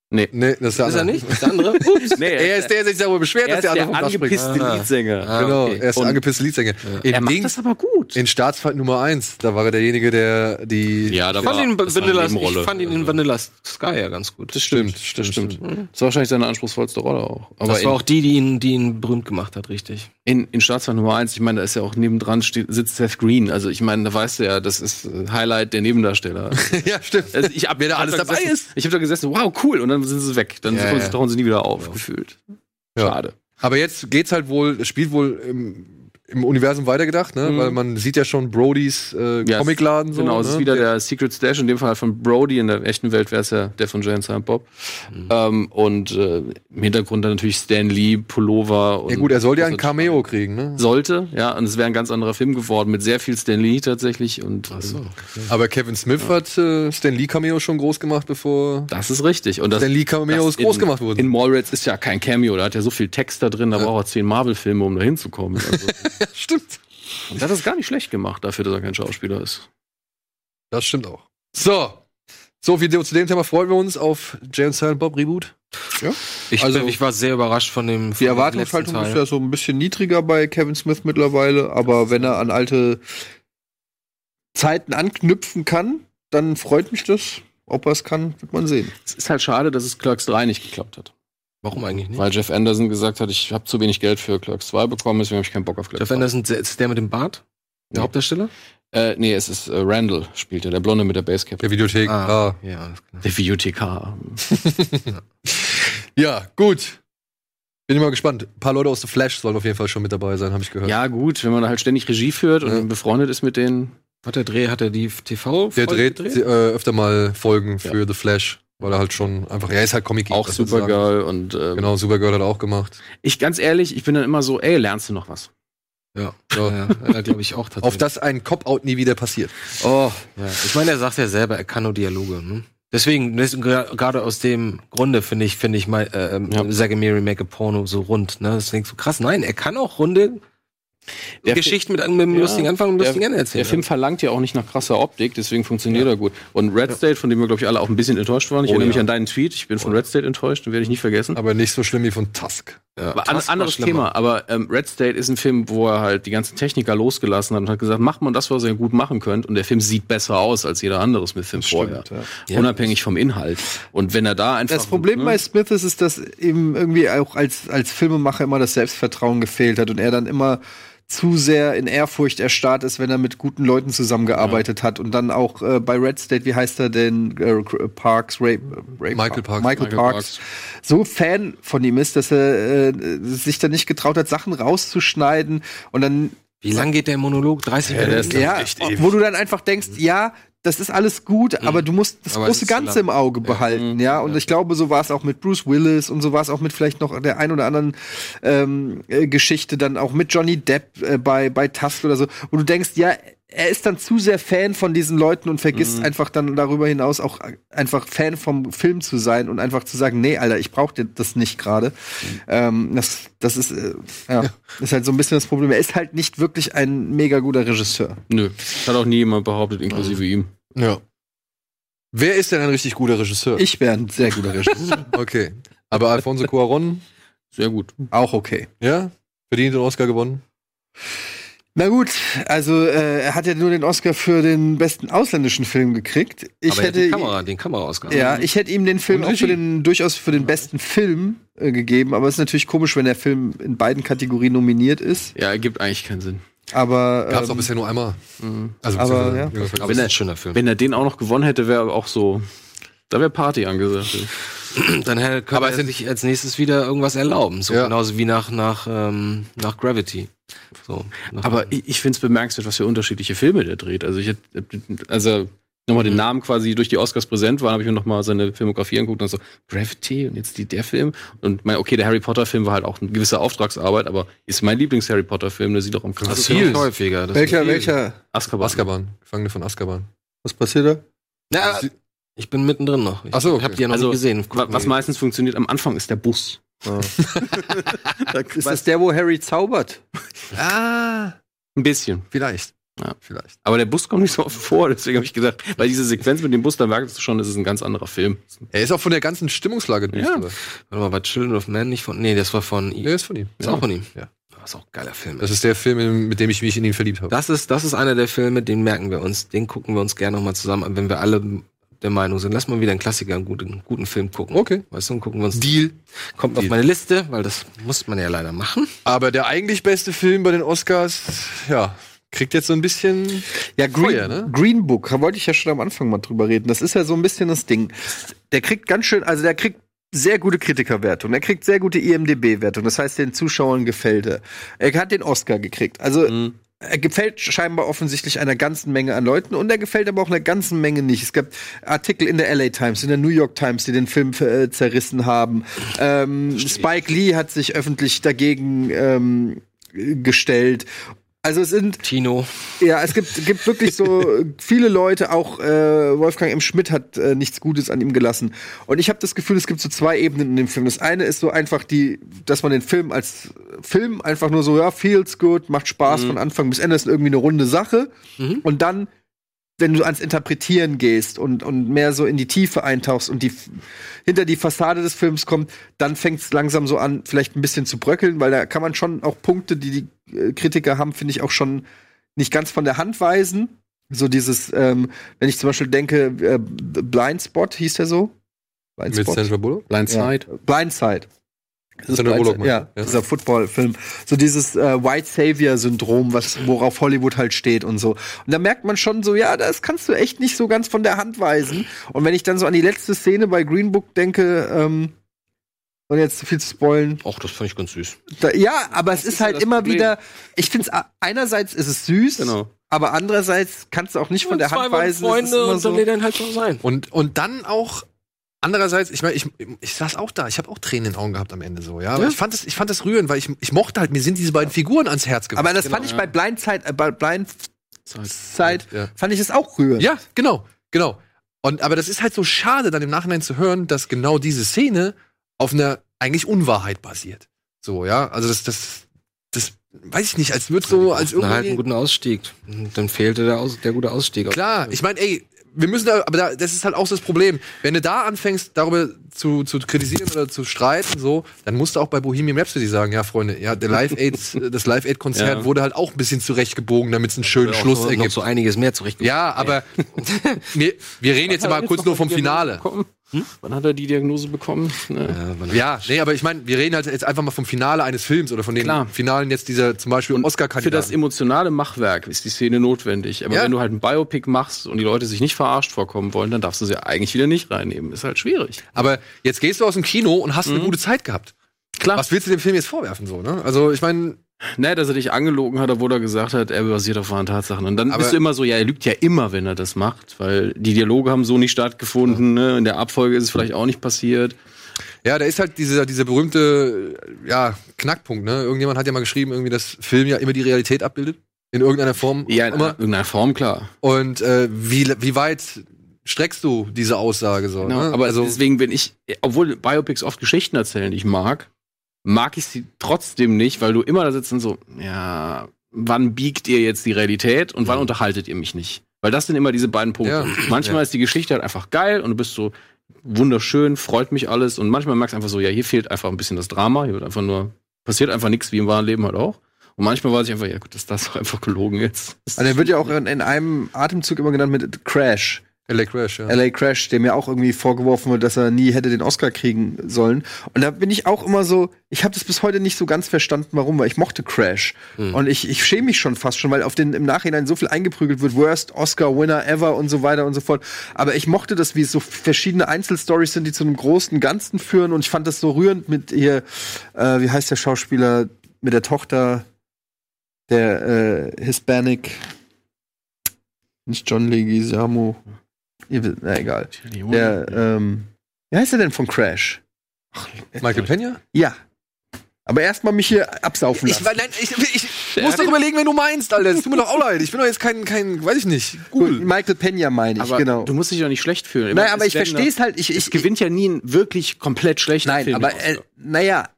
Speaker 1: Nee, das ist, der
Speaker 2: Ist er
Speaker 1: andere.
Speaker 2: nicht? Ist der andere? Ups.
Speaker 4: Nee,
Speaker 1: Er ist der, der sich darüber beschwert, dass der andere vom Dach springt.
Speaker 4: angepisste
Speaker 2: Ah.
Speaker 4: Liedsänger.
Speaker 2: Ah,
Speaker 1: genau,
Speaker 2: okay.
Speaker 1: er ist der
Speaker 4: Und-
Speaker 1: angepisste Leadsänger. In,
Speaker 4: Er macht
Speaker 1: Dings-
Speaker 4: das aber gut.
Speaker 1: in Staatsfeind Nummer 1, da war er derjenige, der die.
Speaker 4: [LAUGHS] Ja, da
Speaker 2: Ich fand,
Speaker 4: war
Speaker 2: ihn in
Speaker 4: das war eine
Speaker 2: Vanilla, ich
Speaker 4: Nebenrolle. Also
Speaker 2: fand ihn in Vanilla Sky ja ganz gut.
Speaker 4: Das stimmt,
Speaker 1: das
Speaker 4: das stimmt. Das war wahrscheinlich seine anspruchsvollste Rolle auch. Aber
Speaker 2: das war auch die, die ihn, die ihn berühmt gemacht hat, richtig.
Speaker 4: in, in, in Staatsfeind Nummer 1, ich meine, da ist ja auch nebendran steht, sitzt Seth Green. Also ich meine, da weißt du ja, das ist äh, Highlight der Nebendarsteller.
Speaker 1: [LAUGHS] ja, stimmt.
Speaker 4: Also ich hab,
Speaker 1: Wer da
Speaker 4: ich hab
Speaker 1: alles
Speaker 4: da
Speaker 1: dabei
Speaker 4: gesessen,
Speaker 1: ist.
Speaker 4: Ich habe da gesessen, wow, cool. Und dann sind sie weg. Dann
Speaker 1: Ja,
Speaker 4: kommen
Speaker 1: ja.
Speaker 4: sie, tauchen sie nie wieder auf, gefühlt.
Speaker 1: Ja.
Speaker 4: Schade.
Speaker 1: Aber jetzt geht's halt wohl, es spielt wohl im, im Universum weitergedacht, ne?
Speaker 4: Mhm.
Speaker 1: Weil man sieht ja schon Brodys äh,
Speaker 4: Ja, es-
Speaker 1: Comicladen so.
Speaker 4: genau,
Speaker 1: ne?
Speaker 4: es ist wieder der Secret Stash, in dem Fall von Brody, in der echten Welt wäre es ja der von Jane Silent Bob. Ähm, und äh, im Hintergrund dann natürlich Stan Lee, Pullover und
Speaker 1: Ja gut, er soll ja
Speaker 4: das
Speaker 1: ein
Speaker 4: hat-
Speaker 1: Cameo kriegen, ne?
Speaker 4: Sollte, ja, und es wäre ein ganz anderer Film geworden, mit sehr viel Stan Lee tatsächlich. Und ähm,
Speaker 1: Aber Kevin Smith hat äh, Stan Lee Cameo schon groß gemacht, bevor
Speaker 4: das ist richtig. Und das,
Speaker 1: Stan Lee Cameos
Speaker 4: das in-
Speaker 1: groß gemacht wurden.
Speaker 4: In Mallrats ist ja kein Cameo, da hat ja so viel Text da drin, da braucht er zehn Marvel-Filme, um da hinzukommen. [LAUGHS] Also,
Speaker 1: [LAUGHS] stimmt.
Speaker 4: und das ist gar nicht schlecht gemacht, dafür, dass er kein Schauspieler ist.
Speaker 1: Das stimmt auch. So. So viel zu dem Thema freuen wir uns auf James Silent Bob Reboot.
Speaker 2: Ja. Ich,
Speaker 13: Also-
Speaker 2: bin- ich war sehr überrascht von dem. Von
Speaker 13: Die
Speaker 2: dem
Speaker 13: Erwartungshaltung
Speaker 2: letzten
Speaker 13: ist
Speaker 2: Teil.
Speaker 13: ja so ein bisschen niedriger bei Kevin Smith mittlerweile, aber wenn er an alte Zeiten anknüpfen kann, dann freut mich das. Ob er es kann, wird man sehen.
Speaker 4: Es ist halt schade, dass es Clerks 3 nicht geklappt hat.
Speaker 2: Warum eigentlich nicht?
Speaker 4: Weil Jeff Anderson gesagt hat, ich habe zu wenig Geld für Clerks 2 bekommen, deswegen habe ich keinen Bock auf Clerks
Speaker 2: Jeff
Speaker 4: 2.
Speaker 2: Anderson, der- ist der mit dem Bart? Der
Speaker 4: Nee.
Speaker 2: Hauptdarsteller?
Speaker 4: Äh, nee, es ist äh, Randall spielt er, der Blonde mit der Basecap.
Speaker 1: Der Videothek. Ah. [LAUGHS]
Speaker 2: Ja, alles klar.
Speaker 4: Der Videothekar.
Speaker 1: Ja, gut. Bin immer gespannt. Ein paar Leute aus The Flash sollen auf jeden Fall schon mit dabei sein, habe ich gehört.
Speaker 4: Ja, gut, wenn man halt ständig Regie führt und befreundet ist mit denen.
Speaker 2: Hat der Dreh, hat er die tv
Speaker 1: Der
Speaker 2: Folge
Speaker 1: dreht äh, öfter mal Folgen für The Flash, weil er halt schon einfach, er ist halt comic
Speaker 4: Auch Supergirl und. ähm,
Speaker 1: Genau, Supergirl hat er auch gemacht.
Speaker 4: Ich, ganz ehrlich, ich bin dann immer so, ey, lernst du noch was?
Speaker 2: Ja, ja, ja, ja glaube ich auch
Speaker 1: Auf
Speaker 2: tatsächlich.
Speaker 1: das ein Cop-Out nie wieder passiert.
Speaker 2: Oh, ja. Ich meine, er sagt ja selber, er kann nur Dialoge. Ne? Deswegen, deswegen gra- gerade aus dem Grunde finde ich, finde ich mal, äh, ähm, Sage Mary Make a Porno so rund. Ne? Das klingt so krass. Nein, er kann auch runde
Speaker 4: Der
Speaker 2: Geschichten mit, einem- mit einem
Speaker 4: Ja,
Speaker 2: lustigen Anfang und einem lustigen
Speaker 4: der,
Speaker 2: Ende erzählen.
Speaker 4: Der Film verlangt ja auch nicht nach krasser Optik, deswegen funktioniert er gut. Und Red State, von dem wir, glaube ich, alle auch ein bisschen enttäuscht waren. Ich
Speaker 1: Oh,
Speaker 4: erinnere mich
Speaker 1: ja.
Speaker 4: an deinen Tweet, ich bin von Red State enttäuscht, den werde ich nie vergessen.
Speaker 1: Aber nicht so schlimm wie von Tusk.
Speaker 4: Aber an,
Speaker 2: Task war
Speaker 4: anderes
Speaker 2: schlimmer.
Speaker 4: Thema, aber ähm, Red State ist ein Film, wo er halt die ganzen Techniker losgelassen hat und hat gesagt, macht man das, was ihr gut machen könnt. Und der Film sieht besser aus als jeder andere Smith-Film vorher.
Speaker 2: Ja.
Speaker 4: Unabhängig vom Inhalt. Und wenn er da einfach.
Speaker 3: Das Problem bei Smith ist, ist, dass ihm irgendwie auch als, als Filmemacher immer das Selbstvertrauen gefehlt hat und er dann immer zu sehr in Ehrfurcht erstarrt ist, wenn er mit guten Leuten zusammengearbeitet hat und dann auch äh, bei Red State, wie heißt er denn, äh, Parks, Ray, Ray
Speaker 1: Michael Parks.
Speaker 3: Michael,
Speaker 4: Michael
Speaker 3: Parks,
Speaker 4: Parks.
Speaker 3: so Fan von ihm ist, dass er äh, sich dann nicht getraut hat, Sachen rauszuschneiden und dann
Speaker 2: ne? Wie lang geht der Monolog? 30
Speaker 4: der
Speaker 2: Minuten?
Speaker 4: ist
Speaker 3: ja, wo du dann einfach denkst, ja, das ist alles gut, aber du musst das
Speaker 2: Aber es
Speaker 3: große
Speaker 2: ist zu
Speaker 3: Ganze im
Speaker 2: lang.
Speaker 3: Auge behalten, ja. Und ich glaube, so war es auch mit Bruce Willis und so war es auch mit vielleicht noch der ein oder anderen ähm, äh, Geschichte, dann auch mit Johnny Depp äh, bei, bei Tusk oder so, wo du denkst, ja, er ist dann zu sehr Fan von diesen Leuten und vergisst einfach dann darüber hinaus auch einfach Fan vom Film zu sein und einfach zu sagen, nee, Alter, ich brauche das nicht gerade. Ähm, das, das ist, äh, ja, ist halt so ein bisschen das Problem. Er ist halt nicht wirklich ein mega guter Regisseur.
Speaker 4: Nö, das hat auch nie jemand behauptet, inklusive ihm.
Speaker 1: Ja. Wer ist denn ein richtig guter Regisseur?
Speaker 3: Ich wäre ein sehr
Speaker 2: [LAUGHS]
Speaker 3: guter Regisseur.
Speaker 1: Okay. Aber Alfonso Cuaron,
Speaker 4: Sehr gut.
Speaker 3: Auch okay.
Speaker 1: ja, verdient den Oscar gewonnen.
Speaker 3: Na gut, also äh, er hat ja nur den Oscar für den besten ausländischen Film gekriegt. Ich
Speaker 2: Aber er hat
Speaker 3: hätte
Speaker 2: die Kamera, den Kameraausgang.
Speaker 3: ja, ich hätte ihm den Film
Speaker 1: Und
Speaker 3: auch für
Speaker 1: Regie.
Speaker 3: den, durchaus für den besten Film äh, gegeben, aber es ist natürlich komisch, wenn der Film in beiden Kategorien nominiert ist.
Speaker 4: Ja, ergibt eigentlich keinen Sinn.
Speaker 3: Aber
Speaker 1: Gab's auch
Speaker 3: ähm,
Speaker 1: bisher nur einmal. Also,
Speaker 3: Aber,
Speaker 1: beziehungsweise-
Speaker 3: ja.
Speaker 2: Aber es ist ein schöner Film.
Speaker 4: Wenn er den auch noch gewonnen hätte, wäre auch so. Da wäre Party angesagt.
Speaker 2: Dann hätte- könnte
Speaker 1: Aber
Speaker 2: er
Speaker 1: es sind-
Speaker 2: sich als nächstes wieder irgendwas erlauben. So
Speaker 1: Ja.
Speaker 2: genauso wie nach, nach, ähm, nach Gravity. So, nach
Speaker 4: Aber ich, ich finde es bemerkenswert, was für unterschiedliche Filme der dreht. Also ich hätt- also nochmal den Namen quasi durch die Oscars präsent waren, habe ich mir nochmal seine Filmografie angeguckt und dann so, Gravity und jetzt die, der Film. Und mein, okay, der Harry Potter-Film war halt auch eine gewisse Auftragsarbeit, aber ist mein Lieblings-Harry Potter-Film, der sieht auch am
Speaker 2: das ist
Speaker 4: krassesten
Speaker 2: viel häufiger. Das
Speaker 3: welcher, welcher?
Speaker 4: Azkaban.
Speaker 1: Azkaban, Gefangene von Azkaban.
Speaker 3: Was passiert da?
Speaker 2: Ja, ich bin mittendrin noch. Ich
Speaker 1: Ach so, okay.
Speaker 2: hab die ja noch
Speaker 4: Also,
Speaker 2: nie gesehen.
Speaker 4: Wa- Was meistens funktioniert am Anfang ist der Bus.
Speaker 3: Ist das der, wo Harry zaubert?
Speaker 1: Ah,
Speaker 4: Ein bisschen.
Speaker 1: vielleicht.
Speaker 4: Ja.
Speaker 1: Vielleicht.
Speaker 4: Aber der Bus kommt nicht so oft vor, deswegen habe ich gesagt, weil diese Sequenz mit dem Bus, da merkst du schon, das ist ein ganz anderer Film.
Speaker 1: Er ist auch von der ganzen Stimmungslage
Speaker 4: Ja.
Speaker 1: oder?
Speaker 2: Warte mal, war Children of Man nicht von. Nee, das war von.
Speaker 1: Der
Speaker 2: Das
Speaker 1: ist von ihm.
Speaker 2: ist auch von ihm.
Speaker 1: Ja.
Speaker 2: Das ist auch ein geiler Film.
Speaker 1: Das ist der Film, in- mit dem ich mich in ihn verliebt habe.
Speaker 2: Das ist, das ist einer der Filme, den merken wir uns. Den gucken wir uns gerne nochmal zusammen an, wenn wir alle der Meinung sind. Lass mal wieder einen Klassiker, einen guten, einen guten Film gucken.
Speaker 1: Okay.
Speaker 2: Weißt du, und gucken wir uns.
Speaker 1: Deal.
Speaker 2: Kommt auf
Speaker 1: Deal.
Speaker 2: meine Liste, weil das muss man ja leider machen.
Speaker 1: Aber der eigentlich beste Film bei den Oscars, ja, kriegt jetzt so ein bisschen.
Speaker 3: Ja, Green,
Speaker 1: Feuer, ne?
Speaker 3: Green Book, da wollte ich ja schon am Anfang mal drüber reden. Das ist ja so ein bisschen das Ding. Der kriegt ganz schön, also der kriegt sehr gute Kritikerwertung, der kriegt sehr gute E IMDB-Wertung. Das heißt, den Zuschauern gefällt er. Er hat den Oscar gekriegt. Also er gefällt scheinbar offensichtlich einer ganzen Menge an Leuten und er gefällt aber auch einer ganzen Menge nicht. Es gab Artikel in der LA Times, in der New York Times, die den Film äh, zerrissen haben. Ähm, Spike Lee hat sich öffentlich dagegen ähm, gestellt. Also es sind
Speaker 2: Tino.
Speaker 3: ja, es gibt, gibt wirklich so viele Leute, auch äh, Wolfgang M. Schmidt hat äh, nichts Gutes an ihm gelassen. Und ich habe das Gefühl, es gibt so zwei Ebenen in dem Film. Das eine ist so einfach die, dass man den Film als Film einfach nur so, ja, feels good, macht Spaß von Anfang bis Ende, ist irgendwie eine runde Sache. Und dann wenn du ans Interpretieren gehst und, und mehr so in die Tiefe eintauchst und die hinter die Fassade des Films kommt, dann fängt es langsam so an, vielleicht ein bisschen zu bröckeln, weil da kann man schon auch Punkte, die die äh, Kritiker haben, finde ich auch schon nicht ganz von der Hand weisen. So dieses, ähm, wenn ich zum Beispiel denke, äh, Blind Spot hieß der so? Blind
Speaker 1: Mit Sandra Bullock?
Speaker 3: Blindside. Ja. Blindside. Das ist Sandra Bullock, ja, ja, dieser Football-Film. So dieses äh, White Savior-Syndrom, was worauf Hollywood halt steht und so. Und da merkt man schon so, ja, das kannst du echt nicht so ganz von der Hand weisen. Und wenn ich dann so an die letzte Szene bei Green Book denke, ähm, und jetzt zu viel zu spoilen.
Speaker 2: Ach, das fand ich ganz süß.
Speaker 3: Da, ja, aber das es ist, ist halt immer Problem. wieder, ich finde es einerseits ist es süß, genau. aber andererseits kannst du auch nicht ja, von der Hand weisen.
Speaker 2: Freunde und so. dann dann halt so sein.
Speaker 1: Und, und dann auch Andererseits, ich meine, ich, ich saß auch da, ich habe auch Tränen in den Augen gehabt am Ende so, ja. Aber
Speaker 3: Ja.
Speaker 1: ich fand es, ich fand es rührend, weil ich, ich mochte halt, mir sind diese beiden Figuren ans Herz gewachsen.
Speaker 3: Aber das fand ich bei Blindside, äh, bei Blindside, fand ich es auch rührend.
Speaker 1: Ja, genau, genau. Und, aber das ist halt so schade, dann im Nachhinein zu hören, dass genau diese Szene auf einer eigentlich Unwahrheit basiert. So, ja. Also das, das, das weiß ich nicht, als wird so, als
Speaker 2: Na, halt einen
Speaker 1: irgendwie.
Speaker 2: guten Ausstieg. Und Dann fehlte der, Aus, der gute Ausstieg.
Speaker 1: Klar, ich meine, ey, wir müssen da, aber da, das ist halt auch das Problem. Wenn du da anfängst, darüber zu, zu kritisieren oder zu streiten, so, dann musst du auch bei Bohemian Rhapsody sagen, ja, Freunde, ja, der Live Aid, das Live Aid Konzert
Speaker 2: Ja.
Speaker 1: wurde halt auch ein bisschen zurechtgebogen, damit es einen schönen
Speaker 2: Auch
Speaker 1: Schluss
Speaker 2: noch, noch
Speaker 1: ergibt.
Speaker 2: so einiges mehr zurecht.
Speaker 1: ja, aber wir, wir reden jetzt mal kurz nur vom
Speaker 4: ne?
Speaker 1: Finale. Hm?
Speaker 4: Wann hat er die Diagnose bekommen? Ne?
Speaker 1: Ja, nee, aber ich meine, wir reden halt jetzt einfach mal vom Finale eines Films oder von den
Speaker 4: Klar.
Speaker 1: Finalen jetzt dieser zum Beispiel
Speaker 4: Für das
Speaker 1: Oscar-Kandidaten.
Speaker 4: emotionale Machwerk ist die Szene notwendig. Aber
Speaker 1: Ja.
Speaker 4: wenn du halt ein Biopic machst und die Leute sich nicht verarscht vorkommen wollen, dann darfst du sie eigentlich wieder nicht reinnehmen. Ist halt schwierig.
Speaker 1: Aber jetzt gehst du aus dem Kino und hast eine
Speaker 4: Mhm.
Speaker 1: gute Zeit gehabt.
Speaker 4: Klar.
Speaker 1: Was willst du dem Film jetzt vorwerfen, so, ne? Also, ich meine,
Speaker 4: Ne, dass er dich angelogen hat, obwohl er gesagt hat, er basiert auf wahren Tatsachen. Und dann
Speaker 1: Aber-
Speaker 4: bist du immer so, ja, er lügt ja immer, wenn er das macht, weil die Dialoge haben so nicht stattgefunden, ne? in der Abfolge ist es vielleicht auch nicht passiert.
Speaker 1: Ja, da ist halt dieser, dieser berühmte äh, ja, Knackpunkt, ne? Irgendjemand hat ja mal geschrieben, irgendwie, dass Film ja immer die Realität abbildet. In irgendeiner Form.
Speaker 4: Ja, in
Speaker 1: immer.
Speaker 4: irgendeiner Form, klar.
Speaker 1: Und äh, wie, wie weit streckst du diese Aussage so?
Speaker 4: Genau,
Speaker 1: ne?
Speaker 4: aber
Speaker 1: also,
Speaker 4: deswegen bin ich, obwohl Biopics oft Geschichten erzählen, die ich mag, mag ich sie trotzdem nicht, weil du immer da sitzt und so, ja, wann biegt ihr jetzt die Realität und wann unterhaltet ihr mich nicht? Weil das sind immer diese beiden Punkte.
Speaker 1: Ja.
Speaker 4: Manchmal
Speaker 1: Ja.
Speaker 4: ist die Geschichte halt einfach geil und du bist so wunderschön, freut mich alles und manchmal merkst du einfach so, ja, hier fehlt einfach ein bisschen das Drama, hier wird einfach nur, passiert einfach nichts wie im wahren Leben halt auch. Und manchmal weiß ich einfach, ja gut, dass das [LAUGHS] doch einfach gelogen ist.
Speaker 3: Also er wird ja auch in, in einem Atemzug immer genannt mit Crash.
Speaker 1: LA Crash, ja.
Speaker 3: LA Crash, dem ja auch irgendwie vorgeworfen wird, dass er nie hätte den Oscar kriegen sollen. Und da bin ich auch immer so, ich habe das bis heute nicht so ganz verstanden, warum, weil ich mochte Crash. Und ich, ich schäme mich schon fast schon, weil auf den im Nachhinein so viel eingeprügelt wird, Worst Oscar Winner ever und so weiter und so fort. Aber ich mochte das, wie es so verschiedene Einzelstories sind, die zu einem großen Ganzen führen. Und ich fand das so rührend mit ihr, äh, wie heißt der Schauspieler, mit der Tochter, der äh, Hispanic, nicht John Leguizamo. Ihr wisst- Na egal. Der, ähm, wie heißt er denn von Crash?
Speaker 1: Michael Pena?
Speaker 3: Ja. Aber erstmal mich hier absaufen lassen.
Speaker 1: Ich, nein, ich, ich muss doch überlegen, wenn du meinst, Alter. Das tut mir doch auch leid. Ich bin doch jetzt kein, kein weiß ich nicht.
Speaker 3: Gut, Michael Pena meine ich,
Speaker 4: Aber
Speaker 3: genau.
Speaker 4: du musst dich doch nicht schlecht fühlen.
Speaker 3: Nein, aber
Speaker 4: Es
Speaker 3: ich
Speaker 4: werden
Speaker 3: verstehe es halt. Ich,
Speaker 4: es
Speaker 3: ich,
Speaker 4: gewinnt ja nie ein wirklich komplett schlechter
Speaker 3: nein,
Speaker 4: Film.
Speaker 3: aber
Speaker 4: den
Speaker 3: äh,
Speaker 4: Oscar.
Speaker 3: naja.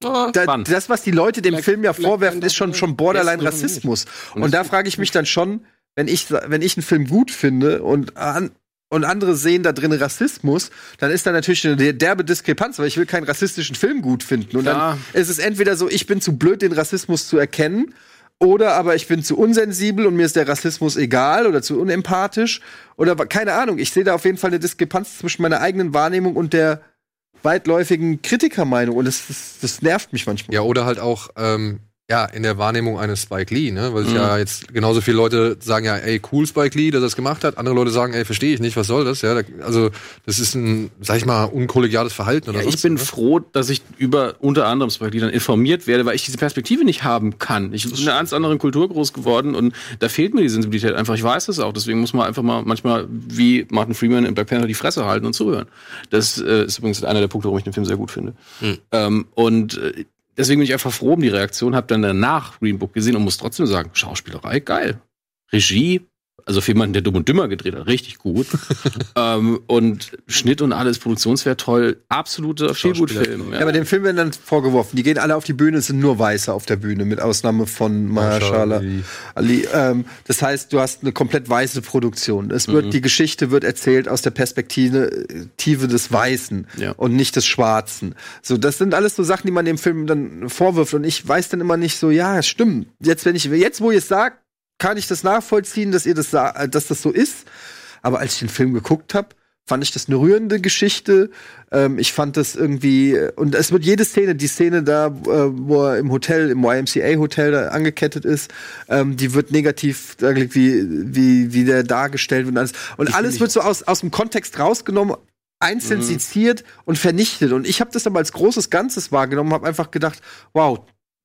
Speaker 3: Da,
Speaker 4: Wann?
Speaker 3: das, was die Leute dem
Speaker 4: Ah, Vielleicht-
Speaker 3: Film ja
Speaker 4: vielleicht
Speaker 3: vorwerfen,
Speaker 4: kann
Speaker 3: ist schon,
Speaker 4: das-
Speaker 3: schon borderline
Speaker 4: Ja, ist drin
Speaker 3: Rassismus. Und da frage ich mich dann schon, wenn ich, sa- wenn ich einen Film gut finde und, an, und andere sehen da drin Rassismus, dann ist da natürlich eine der- derbe Diskrepanz, weil ich will keinen rassistischen Film gut finden. Und
Speaker 4: Klar.
Speaker 3: dann ist es entweder so, ich bin zu blöd, den Rassismus zu erkennen, oder aber ich bin zu unsensibel und mir ist der Rassismus egal oder zu unempathisch. Oder wa- keine Ahnung, ich sehe da auf jeden Fall eine Diskrepanz zwischen meiner eigenen Wahrnehmung und der weitläufigen Kritikermeinung. Und das, das, das nervt mich manchmal.
Speaker 1: Ja, oder halt auch ähm, ja, in der Wahrnehmung eines Spike Lee, ne? Weil sich
Speaker 4: Mhm.
Speaker 1: ja jetzt genauso viele Leute sagen ja, ey, cool Spike Lee, dass er das gemacht hat. Andere Leute sagen, ey, verstehe ich nicht, was soll das? Ja, da, also das ist ein, sag ich mal, unkollegiales Verhalten oder
Speaker 4: Ja,
Speaker 1: sonst
Speaker 4: ich bin
Speaker 1: was, ne?
Speaker 4: froh, dass ich über unter anderem Spike dann informiert werde, weil ich diese Perspektive nicht haben kann. Ich bin in einer ganz anderen Kultur groß geworden und da fehlt mir die Sensibilität einfach. Ich weiß das auch. Deswegen muss man einfach mal manchmal wie Martin Freeman in Black Panther die Fresse halten und zuhören. Das äh, ist übrigens einer der Punkte, warum ich den Film sehr gut finde.
Speaker 1: Hm.
Speaker 4: Ähm, und äh, deswegen bin ich einfach froh um die Reaktion, habe dann danach Green Book gesehen und muss trotzdem sagen, Schauspielerei geil. Regie Also für jemanden, der dumm und dümmer gedreht hat, richtig gut. ähm, und Schnitt und alles, Produktionswert toll. Absoluter Feelgood-Film.
Speaker 3: Ja. aber dem Film werden dann vorgeworfen. Die gehen alle auf die Bühne, es sind nur Weiße auf der Bühne, mit Ausnahme von
Speaker 1: ne?
Speaker 4: äh,
Speaker 3: Mahershala
Speaker 1: Ali.
Speaker 3: Ali. Ähm, das heißt, du hast eine komplett weiße Produktion. Es wird,
Speaker 4: Mhm.
Speaker 3: die Geschichte wird erzählt aus der Perspektive äh, Tiefe des Weißen
Speaker 4: Ja.
Speaker 3: und nicht des Schwarzen. So, das sind alles so Sachen, die man dem Film dann vorwirft. Und ich weiß dann immer nicht so, ja, stimmt. Jetzt, wenn ich, jetzt, wo ihr es sagt, kann ich das nachvollziehen, dass ihr das, sa- äh, dass das so ist. Aber als ich den Film geguckt habe, fand ich das eine rührende Geschichte. Ähm, ich fand das irgendwie und es wird jede Szene, die Szene da, äh, wo er im Hotel, im YMCA-Hotel da angekettet ist, ähm, die wird negativ dargelegt, wie wie wie der dargestellt wird und alles. Und alles wird so aus aus dem Kontext rausgenommen. Einzeln
Speaker 4: Mhm.
Speaker 3: seziert und vernichtet. Und ich habe das aber als großes Ganzes wahrgenommen, habe einfach gedacht, wow,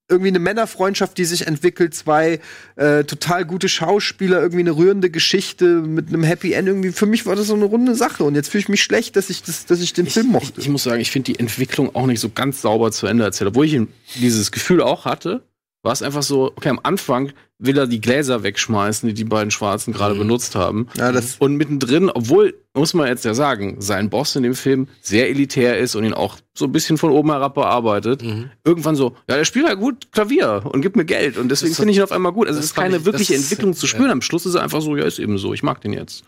Speaker 3: irgendwie eine Männerfreundschaft, die sich entwickelt, zwei äh, total gute Schauspieler, irgendwie eine rührende Geschichte mit einem Happy End. Irgendwie für mich war das so eine runde Sache und jetzt fühle ich mich schlecht, dass ich das, dass ich den Film mochte.
Speaker 4: Ich muss sagen, ich finde die Entwicklung auch nicht so ganz sauber zu Ende erzählt. Obwohl ich dieses Gefühl auch hatte, war es einfach so, okay, am Anfang will er die Gläser wegschmeißen, die die beiden Schwarzen
Speaker 2: Mhm.
Speaker 4: gerade benutzt haben. und mittendrin, obwohl, muss man jetzt ja sagen, sein Boss in dem Film sehr elitär ist und ihn auch so ein bisschen von oben herab bearbeitet,
Speaker 2: Mhm.
Speaker 4: irgendwann so, ja, der spielt ja gut Klavier und gibt mir Geld und deswegen
Speaker 2: Das-
Speaker 4: finde ich ihn auf einmal gut. Also es
Speaker 2: das
Speaker 4: ist
Speaker 2: fand
Speaker 4: keine
Speaker 2: ich-
Speaker 4: wirkliche
Speaker 2: das-
Speaker 4: Entwicklung zu spüren.
Speaker 2: ja.
Speaker 4: Am Schluss ist er einfach so, ja, ist eben so, ich mag den jetzt.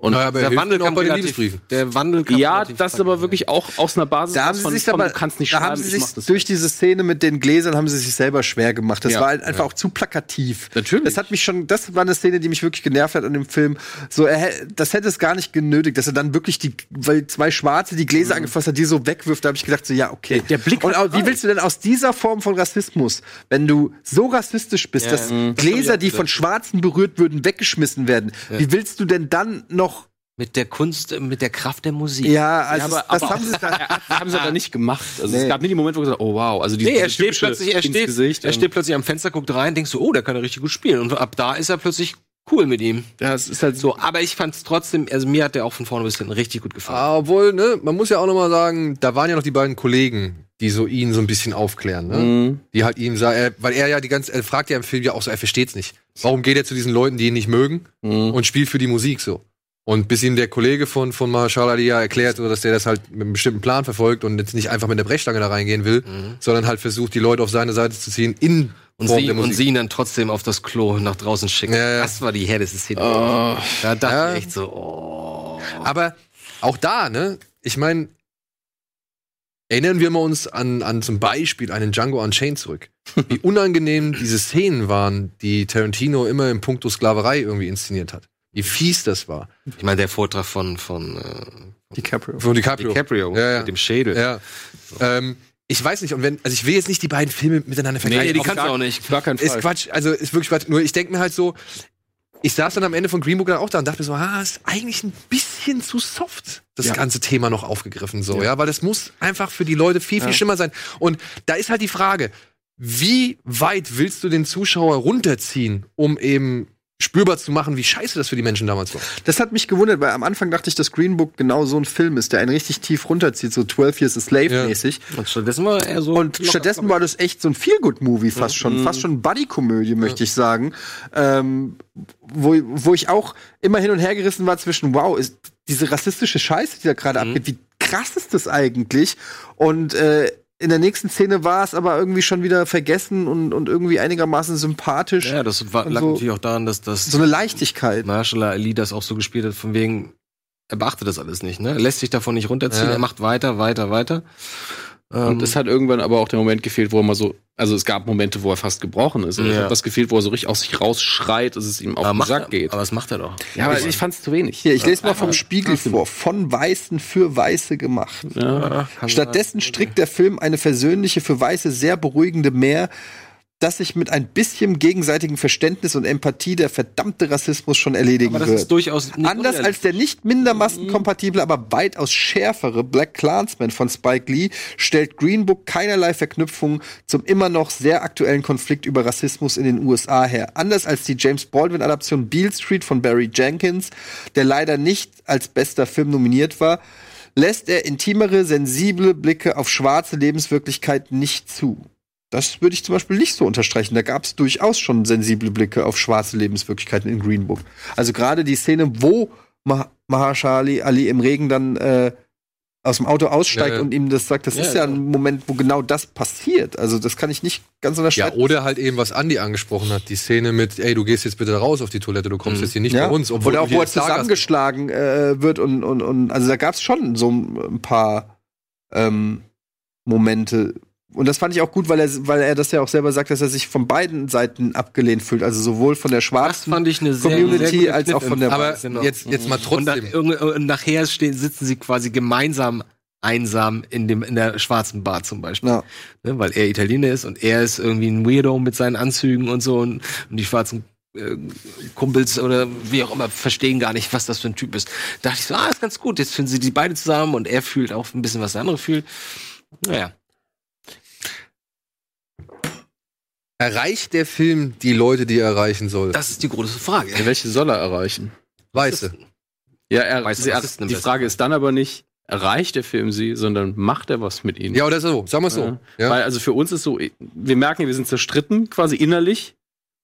Speaker 4: Und
Speaker 1: Naja, aber er
Speaker 2: Der
Speaker 1: hilft
Speaker 2: Wandel
Speaker 1: ihnen auch
Speaker 2: kam
Speaker 1: bei den
Speaker 2: relativ-
Speaker 1: Liebesbriefen.
Speaker 2: Der Wandel kam
Speaker 4: ja,
Speaker 2: relativ
Speaker 4: das aber wirklich auch aus einer Basis
Speaker 3: Da haben
Speaker 4: aus
Speaker 3: sie
Speaker 4: von-
Speaker 3: sich
Speaker 4: von,
Speaker 3: aber
Speaker 4: du kannst nicht
Speaker 3: da
Speaker 4: schreiben,
Speaker 3: haben sie
Speaker 4: ich
Speaker 3: sich
Speaker 4: mach das
Speaker 3: durch diese Szene mit den Gläsern haben sie sich selber schwer gemacht. Das
Speaker 4: Ja.
Speaker 3: war halt einfach
Speaker 4: Ja.
Speaker 3: auch zu plakativ.
Speaker 4: Natürlich.
Speaker 3: Das hat mich schon, das war eine Szene, die mich wirklich genervt hat an dem Film. So, er, hä- das hätte es gar nicht genötigt, dass er dann wirklich die, weil zwei Schwarze die Gläser angefasst hat, die so wegwirft. Da habe ich gedacht so, ja okay.
Speaker 4: Mhm. Der Blick
Speaker 3: Und
Speaker 4: hat
Speaker 3: auch, wie
Speaker 4: rein.
Speaker 3: willst du denn aus dieser Form von Rassismus, wenn du so rassistisch bist,
Speaker 2: Ja,
Speaker 3: dass
Speaker 2: ja. Mhm. Das hab ich
Speaker 3: Gläser,
Speaker 2: auch
Speaker 3: die von
Speaker 2: gesagt.
Speaker 3: Schwarzen berührt würden, weggeschmissen werden? Wie willst du denn dann noch?
Speaker 14: Mit der Kunst, äh, mit der Kraft der Musik.
Speaker 3: Ja, also
Speaker 4: aber-
Speaker 3: das
Speaker 4: aber-
Speaker 3: haben sie
Speaker 4: [LAUGHS]
Speaker 3: da.
Speaker 4: haben sie aber nicht gemacht. Also es
Speaker 3: Ah. Nee.
Speaker 4: gab nicht den Moment, wo ich gesagt habe, oh wow, also die
Speaker 2: Nee, er steht plötzlich, er steht, er steht plötzlich am Fenster, guckt rein, denkst du, oh, der kann ja richtig gut spielen. Und ab da ist er plötzlich cool mit ihm.
Speaker 4: Ja, es ist halt
Speaker 2: so. Aber ich fand's trotzdem, also mir hat der auch von vorne bis hinten richtig gut gefallen.
Speaker 1: Ah, obwohl, ne, man muss ja auch nochmal sagen, da waren ja noch die beiden Kollegen, die so ihn so ein bisschen aufklären, ne?
Speaker 4: Mhm.
Speaker 1: Die halt ihm sagen, er, weil er ja die ganze, er fragt ja im Film ja auch so, er versteht's nicht. Warum geht er zu diesen Leuten, die ihn nicht mögen
Speaker 2: Mhm.
Speaker 1: und spielt für die Musik so? Und bis ihm der Kollege von, von Mahershala Ali ja erklärt, so, dass der das halt mit einem bestimmten Plan verfolgt und jetzt nicht einfach mit der Brechstange da reingehen will, sondern halt versucht, die Leute auf seine Seite zu ziehen in
Speaker 2: Mhm. Und
Speaker 1: Form
Speaker 2: sie,
Speaker 1: der Musik.
Speaker 2: und sie ihn dann trotzdem auf das Klo nach draußen schicken. Das war die härteste Szene.
Speaker 4: ah.
Speaker 2: Da dachte ich echt so, oh.
Speaker 1: Aber auch da, ne? Ich meine, erinnern wir mal uns an, an zum Beispiel einen Django Unchained zurück.
Speaker 2: [LAUGHS]
Speaker 1: Wie unangenehm diese Szenen waren, die Tarantino immer im Punkto Sklaverei irgendwie inszeniert hat. Wie fies das war.
Speaker 2: Ich meine, der Vortrag von, von äh,
Speaker 3: DiCaprio.
Speaker 1: Von DiCaprio.
Speaker 2: DiCaprio
Speaker 1: Ja, ja.
Speaker 2: mit dem Schädel.
Speaker 1: Ja. Ähm, ich weiß nicht, und wenn, also ich will jetzt nicht die beiden Filme miteinander vergleichen.
Speaker 2: Nee, die
Speaker 1: Auf
Speaker 2: kannst du
Speaker 1: gar-
Speaker 2: auch nicht.
Speaker 4: Gar kein
Speaker 1: Ist Quatsch, also ist wirklich Quatsch. Nur ich denke mir halt so, ich saß dann am Ende von Green Book dann auch da und dachte mir so, ah, ist eigentlich ein bisschen zu soft, das
Speaker 4: Ja.
Speaker 1: ganze Thema noch aufgegriffen so, ja. weil das muss einfach für die Leute viel, viel schlimmer sein. Und da ist halt die Frage, wie weit willst du den Zuschauer runterziehen, um eben spürbar zu machen, wie scheiße das für die Menschen damals war?
Speaker 3: Das hat mich gewundert, weil am Anfang dachte ich, dass Green Book genau so ein Film ist, der einen richtig tief runterzieht, so 12 Years a Slave-mäßig.
Speaker 2: Und stattdessen war er so.
Speaker 3: Und stattdessen war das echt so ein Feel-Good-Movie fast schon, fast schon Buddy-Komödie, möchte ich sagen. Ähm, wo, wo ich auch immer hin und her gerissen war zwischen, wow, ist diese rassistische Scheiße, die da gerade abgeht, wie krass ist das eigentlich? Und äh, in der nächsten Szene war es aber irgendwie schon wieder vergessen und, und irgendwie einigermaßen sympathisch.
Speaker 2: Ja, das war,
Speaker 3: Und
Speaker 2: lag
Speaker 3: so-
Speaker 2: natürlich auch daran, dass das
Speaker 3: so eine Leichtigkeit.
Speaker 2: Marshall Ali das auch so gespielt hat, von wegen, er beachtet das alles nicht, ne? Er lässt sich davon nicht runterziehen,
Speaker 4: Ja.
Speaker 2: er macht weiter, weiter, weiter.
Speaker 4: Und es hat irgendwann aber auch der Moment gefehlt, wo er mal so, also es gab Momente, wo er fast gebrochen ist. Und es
Speaker 2: Ja.
Speaker 4: hat was gefehlt, wo er so richtig aus sich rausschreit, dass es ihm auf den
Speaker 2: macht
Speaker 4: Sack
Speaker 2: er-
Speaker 4: geht.
Speaker 2: aber das macht er doch.
Speaker 4: Ja, aber ich fand's zu wenig.
Speaker 3: Hier, ich lese mal
Speaker 2: Äh,
Speaker 3: vom
Speaker 4: Ja.
Speaker 3: Spiegel vor. Von Weißen für Weiße gemacht.
Speaker 4: Ja,
Speaker 2: kann
Speaker 3: Stattdessen strickt der Film eine versöhnliche, für Weiße sehr beruhigende Mehr, dass sich mit ein bisschen gegenseitigem Verständnis und Empathie der verdammte Rassismus schon erledigen
Speaker 2: aber das
Speaker 3: wird.
Speaker 2: ist durchaus nicht
Speaker 3: Anders als der nicht minder massenkompatible, aber weitaus schärfere Black Clansman von Spike Lee stellt Green Book keinerlei Verknüpfung zum immer noch sehr aktuellen Konflikt über Rassismus in den USA her. Anders als die James Baldwin-Adaption Beale Street von Barry Jenkins, der leider nicht als bester Film nominiert war, lässt er intimere, sensible Blicke auf schwarze Lebenswirklichkeit nicht zu. Das würde ich zum Beispiel nicht so unterstreichen. Da gab es durchaus schon sensible Blicke auf schwarze Lebenswirklichkeiten in Green Book. Also gerade die Szene, wo Mah Maharshali Ali im Regen dann äh, aus dem Auto aussteigt
Speaker 1: Ja, ja.
Speaker 3: und ihm das sagt, das
Speaker 1: Ja,
Speaker 3: ist ja
Speaker 1: ja.
Speaker 3: ein Moment, wo genau das passiert. Also das kann ich nicht ganz
Speaker 1: Ja,
Speaker 3: unterstreichen.
Speaker 1: oder halt eben, was Andi angesprochen hat, die Szene mit, ey, du gehst jetzt bitte raus auf die Toilette, du kommst jetzt hier nicht bei uns. obwohl
Speaker 3: Oder
Speaker 1: du
Speaker 3: auch,
Speaker 1: hier
Speaker 3: wo er
Speaker 1: als Stargast
Speaker 3: zusammengeschlagen äh, wird und, und, und also da gab es schon so ein paar ähm, Momente. Und das fand ich auch gut, weil er, weil er das ja auch selber sagt, dass er sich von beiden Seiten abgelehnt fühlt. Also sowohl von der
Speaker 2: Das
Speaker 3: schwarzen
Speaker 2: fand ich eine sehr, sehr
Speaker 3: Community
Speaker 2: gute
Speaker 3: als auch von der
Speaker 2: Kniffin-
Speaker 3: weißen.
Speaker 2: Genau.
Speaker 1: jetzt- jetzt mal
Speaker 2: Und, da,
Speaker 1: trotzdem.
Speaker 2: irgend- und nachher stehen, sitzen sie quasi gemeinsam einsam in dem in der schwarzen Bar zum Beispiel,
Speaker 3: Ja.
Speaker 2: ne, weil er Italiener ist und er ist irgendwie ein Weirdo mit seinen Anzügen und so und, und die schwarzen äh, Kumpels oder wie auch immer verstehen gar nicht, was das für ein Typ ist. Da dachte ich so, ah, ist ganz gut. Jetzt finden sie die beide zusammen und er fühlt auch ein bisschen was der andere fühlt. Naja,
Speaker 1: Erreicht der Film die Leute, die er erreichen soll?
Speaker 2: das ist die große Frage.
Speaker 4: Ja, welche soll er erreichen?
Speaker 1: Weiße.
Speaker 4: Ja, er,
Speaker 2: Weißt du,
Speaker 4: sie-
Speaker 2: was ist denn
Speaker 4: die
Speaker 2: besser?
Speaker 4: Frage ist dann aber nicht, erreicht der Film sie, sondern macht er was mit ihnen?
Speaker 1: Ja, oder so, sagen wir so.
Speaker 4: Ja.
Speaker 1: Ja.
Speaker 4: Weil also für uns ist so, wir merken, wir sind zerstritten quasi innerlich.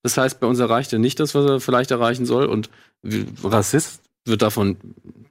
Speaker 4: Das heißt, bei uns erreicht er nicht das, was er vielleicht erreichen soll. Und wir- Rassist wird davon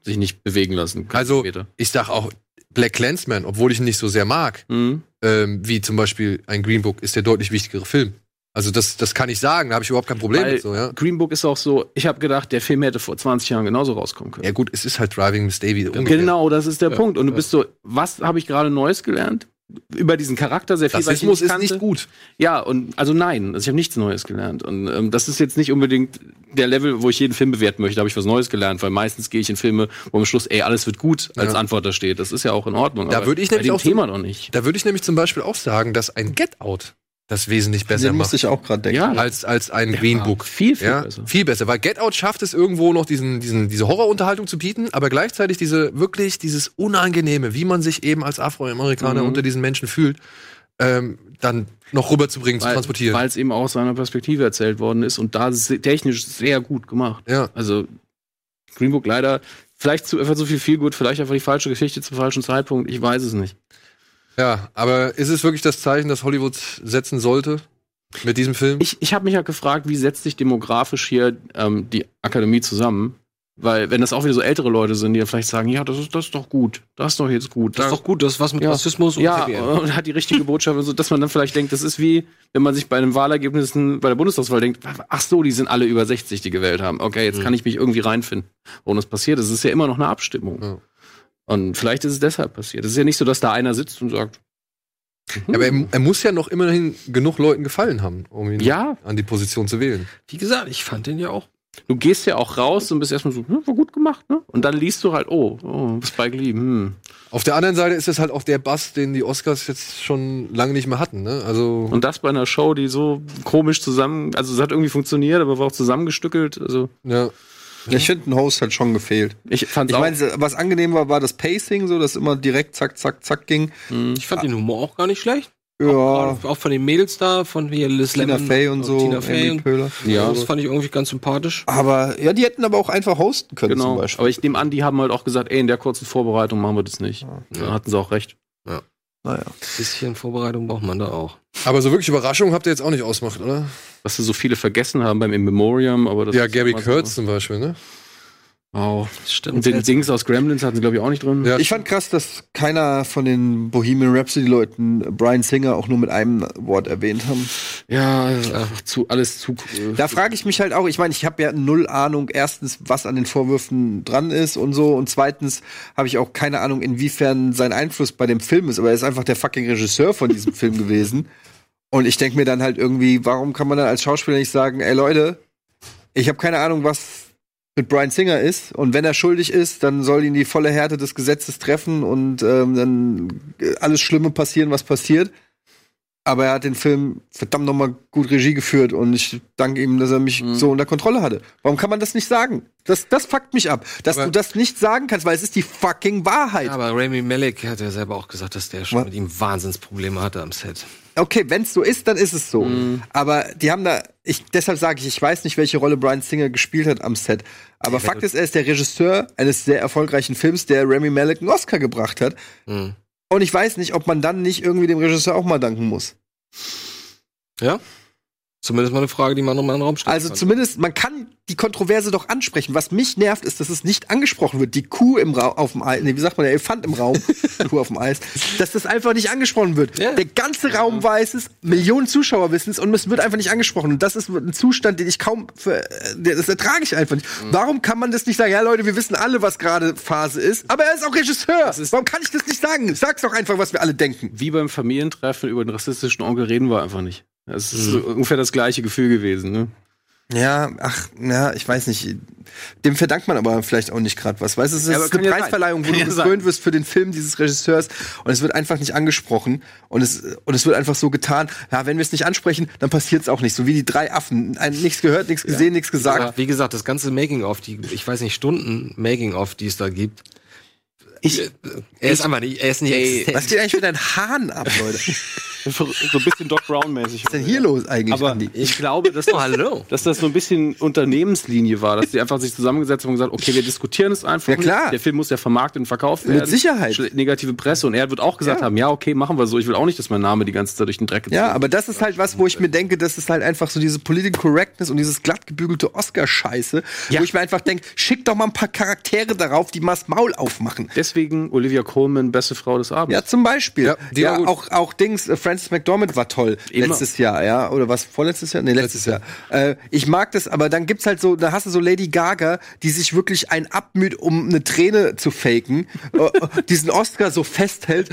Speaker 4: sich nicht bewegen lassen.
Speaker 1: Also,
Speaker 4: Später.
Speaker 1: ich sag auch, Black Clansman, obwohl ich ihn nicht so sehr mag,
Speaker 4: Mhm.
Speaker 1: ähm, wie zum Beispiel ein Green Book, ist der deutlich wichtigere Film. Also, das, das kann ich sagen, da habe ich überhaupt kein Problem
Speaker 4: Weil
Speaker 1: mit so, ja.
Speaker 4: Green Book ist auch so, ich habe gedacht, der Film hätte vor 20 Jahren genauso rauskommen können.
Speaker 1: Ja, gut, es ist halt Driving Miss Davy. umgekehrt.
Speaker 4: Genau, das ist der
Speaker 1: Ja,
Speaker 4: Punkt. Und du
Speaker 1: ja.
Speaker 4: bist so, was habe ich gerade Neues gelernt? Über diesen Charakter sehr viel, was ich
Speaker 1: Rassismus ist
Speaker 4: kannte.
Speaker 1: nicht gut.
Speaker 4: Ja, und also nein, also ich habe nichts Neues gelernt. Und ähm, das ist jetzt nicht unbedingt der Level, wo ich jeden Film bewerten möchte, habe ich was Neues gelernt, weil meistens gehe ich in Filme, wo am Schluss, ey, alles wird gut als
Speaker 1: Ja.
Speaker 4: Antwort da steht. Das ist ja auch in Ordnung.
Speaker 1: Da
Speaker 4: aber
Speaker 1: würde ich
Speaker 4: bei
Speaker 1: nämlich
Speaker 4: dem
Speaker 1: auch so-
Speaker 4: Thema noch nicht.
Speaker 1: Da würde ich nämlich zum Beispiel auch sagen, dass ein Get Out das wesentlich besser
Speaker 3: Den
Speaker 1: macht
Speaker 3: musste ich auch gerade denken.
Speaker 4: Ja,
Speaker 1: als, als ein Green Book.
Speaker 4: viel, viel
Speaker 1: ja,
Speaker 4: besser.
Speaker 1: Viel besser, weil Get Out schafft es irgendwo noch, diesen, diesen, diese Horrorunterhaltung zu bieten, aber gleichzeitig diese wirklich dieses Unangenehme, wie man sich eben als Afroamerikaner
Speaker 4: Mhm.
Speaker 1: unter diesen Menschen fühlt, ähm, dann noch rüberzubringen, zu transportieren.
Speaker 4: Weil es eben auch aus seiner Perspektive erzählt worden ist und da se- technisch sehr gut gemacht.
Speaker 1: ja.
Speaker 4: Also Green Book leider vielleicht zu, einfach zu viel viel gut, vielleicht einfach die falsche Geschichte zum falschen Zeitpunkt. Ich weiß es nicht.
Speaker 1: ja, aber ist es wirklich das Zeichen, das Hollywood setzen sollte mit diesem Film?
Speaker 4: Ich, ich habe mich ja gefragt, wie setzt sich demografisch hier ähm, die Akademie zusammen? Weil, wenn das auch wieder so ältere Leute sind, die ja vielleicht sagen, ja, das ist, das ist doch gut, das ist doch jetzt gut.
Speaker 2: Das ist doch gut, das ist was mit
Speaker 4: Ja.
Speaker 2: Rassismus und
Speaker 4: ja,
Speaker 2: CBR.
Speaker 4: [LAUGHS] und hat die richtige Botschaft und so, dass man dann vielleicht denkt, das ist wie, wenn man sich bei den Wahlergebnissen bei der Bundestagswahl denkt, ach so, die sind alle über 60, die gewählt haben. Okay, jetzt
Speaker 2: Mhm.
Speaker 4: kann ich mich irgendwie reinfinden, warum das passiert ist. Es ist ja immer noch eine Abstimmung.
Speaker 1: Ja.
Speaker 4: Und vielleicht ist es deshalb passiert. Es ist ja nicht so, dass da einer sitzt und sagt,
Speaker 1: Ja, aber er, er muss ja noch immerhin genug Leuten gefallen haben, um ihn
Speaker 4: ja,
Speaker 1: an die Position zu wählen.
Speaker 2: Wie gesagt, ich fand den ja auch
Speaker 4: du gehst ja auch raus und bist erstmal so, hm, war gut gemacht, ne? Und dann liest du halt, oh, oh Spike Lee, hm.
Speaker 1: Auf der anderen Seite ist es halt auch der Bass, den die Oscars jetzt schon lange nicht mehr hatten. Ne? Also
Speaker 4: Und das bei einer Show, die so komisch zusammen, also es hat irgendwie funktioniert, aber war auch zusammengestückelt. Also
Speaker 1: ja.
Speaker 3: Ich finde, ein Host hat schon gefehlt.
Speaker 4: ich fand's
Speaker 3: Ich
Speaker 4: auch.
Speaker 3: meine, was angenehm war, war das Pacing, so dass immer direkt zack, zack, zack ging.
Speaker 4: hm.
Speaker 2: Ich fand den Humor auch gar nicht schlecht.
Speaker 3: Ja,
Speaker 2: Auch, auch von den Mädels da, von hier Liz
Speaker 3: Tina
Speaker 2: Lemon
Speaker 3: Fey und so,
Speaker 2: Tina Fey.
Speaker 3: Amy
Speaker 2: Und
Speaker 3: Pöhler.
Speaker 4: Ja.
Speaker 2: Das fand ich irgendwie ganz sympathisch.
Speaker 3: Aber ja, die hätten aber auch einfach hosten können zum
Speaker 4: Genau.
Speaker 3: Beispiel.
Speaker 4: Aber ich nehme an, die haben halt auch gesagt, ey, in der kurzen Vorbereitung machen wir das nicht. Da hatten sie auch recht.
Speaker 3: Naja.
Speaker 2: bisschen Vorbereitung braucht man da auch.
Speaker 1: Aber so wirklich Überraschung habt ihr jetzt auch nicht ausmacht, oder?
Speaker 4: Dass sie so viele vergessen haben beim In Memoriam, aber das
Speaker 1: ja,
Speaker 4: ist
Speaker 1: Gary
Speaker 4: immer so.
Speaker 1: Kurtz zum Beispiel, ne?
Speaker 4: Wow.
Speaker 2: Stimmt.
Speaker 4: Und den Dings aus Gremlins hatten sie, glaube ich, auch nicht drin.
Speaker 1: Ja.
Speaker 3: Mhm. Ich fand krass, dass keiner von den Bohemian Rhapsody-Leuten Brian Singer auch nur mit einem Wort erwähnt haben.
Speaker 4: Ja, ach, zu, alles zu. äh,
Speaker 3: Da frage ich mich halt auch, ich meine, ich habe ja null Ahnung, erstens, was an den Vorwürfen dran ist und so, und zweitens habe ich auch keine Ahnung, inwiefern sein Einfluss bei dem Film ist, aber er ist einfach der fucking Regisseur von diesem Film gewesen. Und ich denke mir dann halt irgendwie, warum kann man dann als Schauspieler nicht sagen, ey Leute, ich habe keine Ahnung, was mit Brian Singer ist und wenn er schuldig ist, dann soll ihn die volle Härte des Gesetzes treffen und ähm, dann äh, alles Schlimme passieren, was passiert. Aber er hat den Film verdammt nochmal gut Regie geführt und ich danke ihm, dass er mich so unter Kontrolle hatte. Warum kann man das nicht sagen? Das, das fuckt mich ab, dass
Speaker 1: Aber-
Speaker 3: du das nicht sagen kannst, weil es ist die fucking Wahrheit.
Speaker 2: Ja, aber Rami Malek hat ja selber auch gesagt, dass der schon
Speaker 3: Wa-
Speaker 2: mit ihm Wahnsinnsprobleme hatte am Set.
Speaker 3: okay, wenn es so ist, dann ist es so. Aber die haben da, ich, deshalb sage ich, ich weiß nicht, welche Rolle Brian Singer gespielt hat am Set. Aber Fakt ist, er ist der Regisseur eines sehr erfolgreichen Films, der Remy Malek einen Oscar gebracht hat.
Speaker 2: Hm.
Speaker 3: Und ich weiß nicht, ob man dann nicht irgendwie dem Regisseur auch mal danken muss.
Speaker 2: Ja? Zumindest mal eine Frage, die man nochmal in den Raum stellt.
Speaker 3: Also zumindest, man kann die Kontroverse doch ansprechen. Was mich nervt, ist, dass es nicht angesprochen wird. Die Kuh im Raum, auf dem Eis, nee, wie sagt man, der Elefant im Raum, Kuh auf dem Eis, dass das einfach nicht angesprochen wird.
Speaker 2: Ja.
Speaker 3: Der ganze Raum weiß es, Millionen Zuschauer wissen es und es wird einfach nicht angesprochen. Und das ist ein Zustand, den ich kaum, ver- äh, der- das ertrage ich einfach nicht. Warum kann man das nicht sagen? Ja, Leute, wir wissen alle, was gerade Phase ist, aber er ist auch Regisseur. Warum kann ich das nicht sagen? Sag's doch einfach, was wir alle denken.
Speaker 4: Wie beim Familientreffen über den rassistischen Onkel reden wir einfach nicht. Das ist so ungefähr das gleiche Gefühl gewesen. Ne?
Speaker 3: Ja, ach, ja, ich weiß nicht. Dem verdankt man aber vielleicht auch nicht gerade was. Weißt du, es ist
Speaker 4: aber kann
Speaker 3: eine
Speaker 4: ja sein.
Speaker 3: Preisverleihung, wo
Speaker 4: Kann
Speaker 3: du
Speaker 4: ja sein.
Speaker 3: gekrönt wirst für den Film dieses Regisseurs und es wird einfach nicht angesprochen und es, und es wird einfach so getan, ja, wenn wir es nicht ansprechen, dann passiert es auch nicht. So wie die drei Affen. Ein, nichts gehört, nichts gesehen, nichts gesagt.
Speaker 2: Aber wie gesagt, das ganze Making-of, die, ich weiß nicht, Stunden Making-of, die es da gibt. Äh, er ist einfach nicht, er ist nicht existent.
Speaker 3: Was geht eigentlich mit deinen Haaren ab, Leute? Was
Speaker 15: So ein bisschen Doc Brown-mäßig.
Speaker 3: ist denn
Speaker 4: [LAUGHS]
Speaker 3: hier los eigentlich?
Speaker 4: Aber
Speaker 3: Andi?
Speaker 4: ich glaube, dass das,
Speaker 2: Oh, hallo.
Speaker 4: dass das so ein bisschen Unternehmenslinie war, dass die einfach sich zusammengesetzt haben und gesagt, okay, wir diskutieren es einfach.
Speaker 3: Ja, klar.
Speaker 4: Der Film muss ja vermarktet und verkauft werden.
Speaker 3: Mit Sicherheit.
Speaker 4: Schle- Negative Presse. Und er wird auch gesagt
Speaker 3: Ja.
Speaker 4: haben, ja, okay, machen wir so. Ich will auch nicht, dass mein Name die ganze Zeit durch den Dreck gezogen
Speaker 3: Ja, aber das ist halt was, wo ich mir denke, das ist halt einfach so diese Political Correctness und dieses glattgebügelte Oscar-Scheiße, wo ich mir einfach denke, schick doch mal ein paar Charaktere darauf, die mal das Maul aufmachen.
Speaker 4: Deswegen Olivia Coleman, beste Frau des Abends.
Speaker 3: Ja, zum Beispiel. Ja,
Speaker 4: die war gut.
Speaker 3: auch, auch Dings, äh, Francis McDormand war toll
Speaker 4: Immer.
Speaker 3: letztes Jahr, ja. Oder was, vorletztes Jahr? Nee, letztes Jahr. Äh, ich mag das, aber dann gibt's halt so, da hast du so Lady Gaga, die sich wirklich ein abmüht, um eine Träne zu faken, [LAUGHS] äh, diesen Oscar so festhält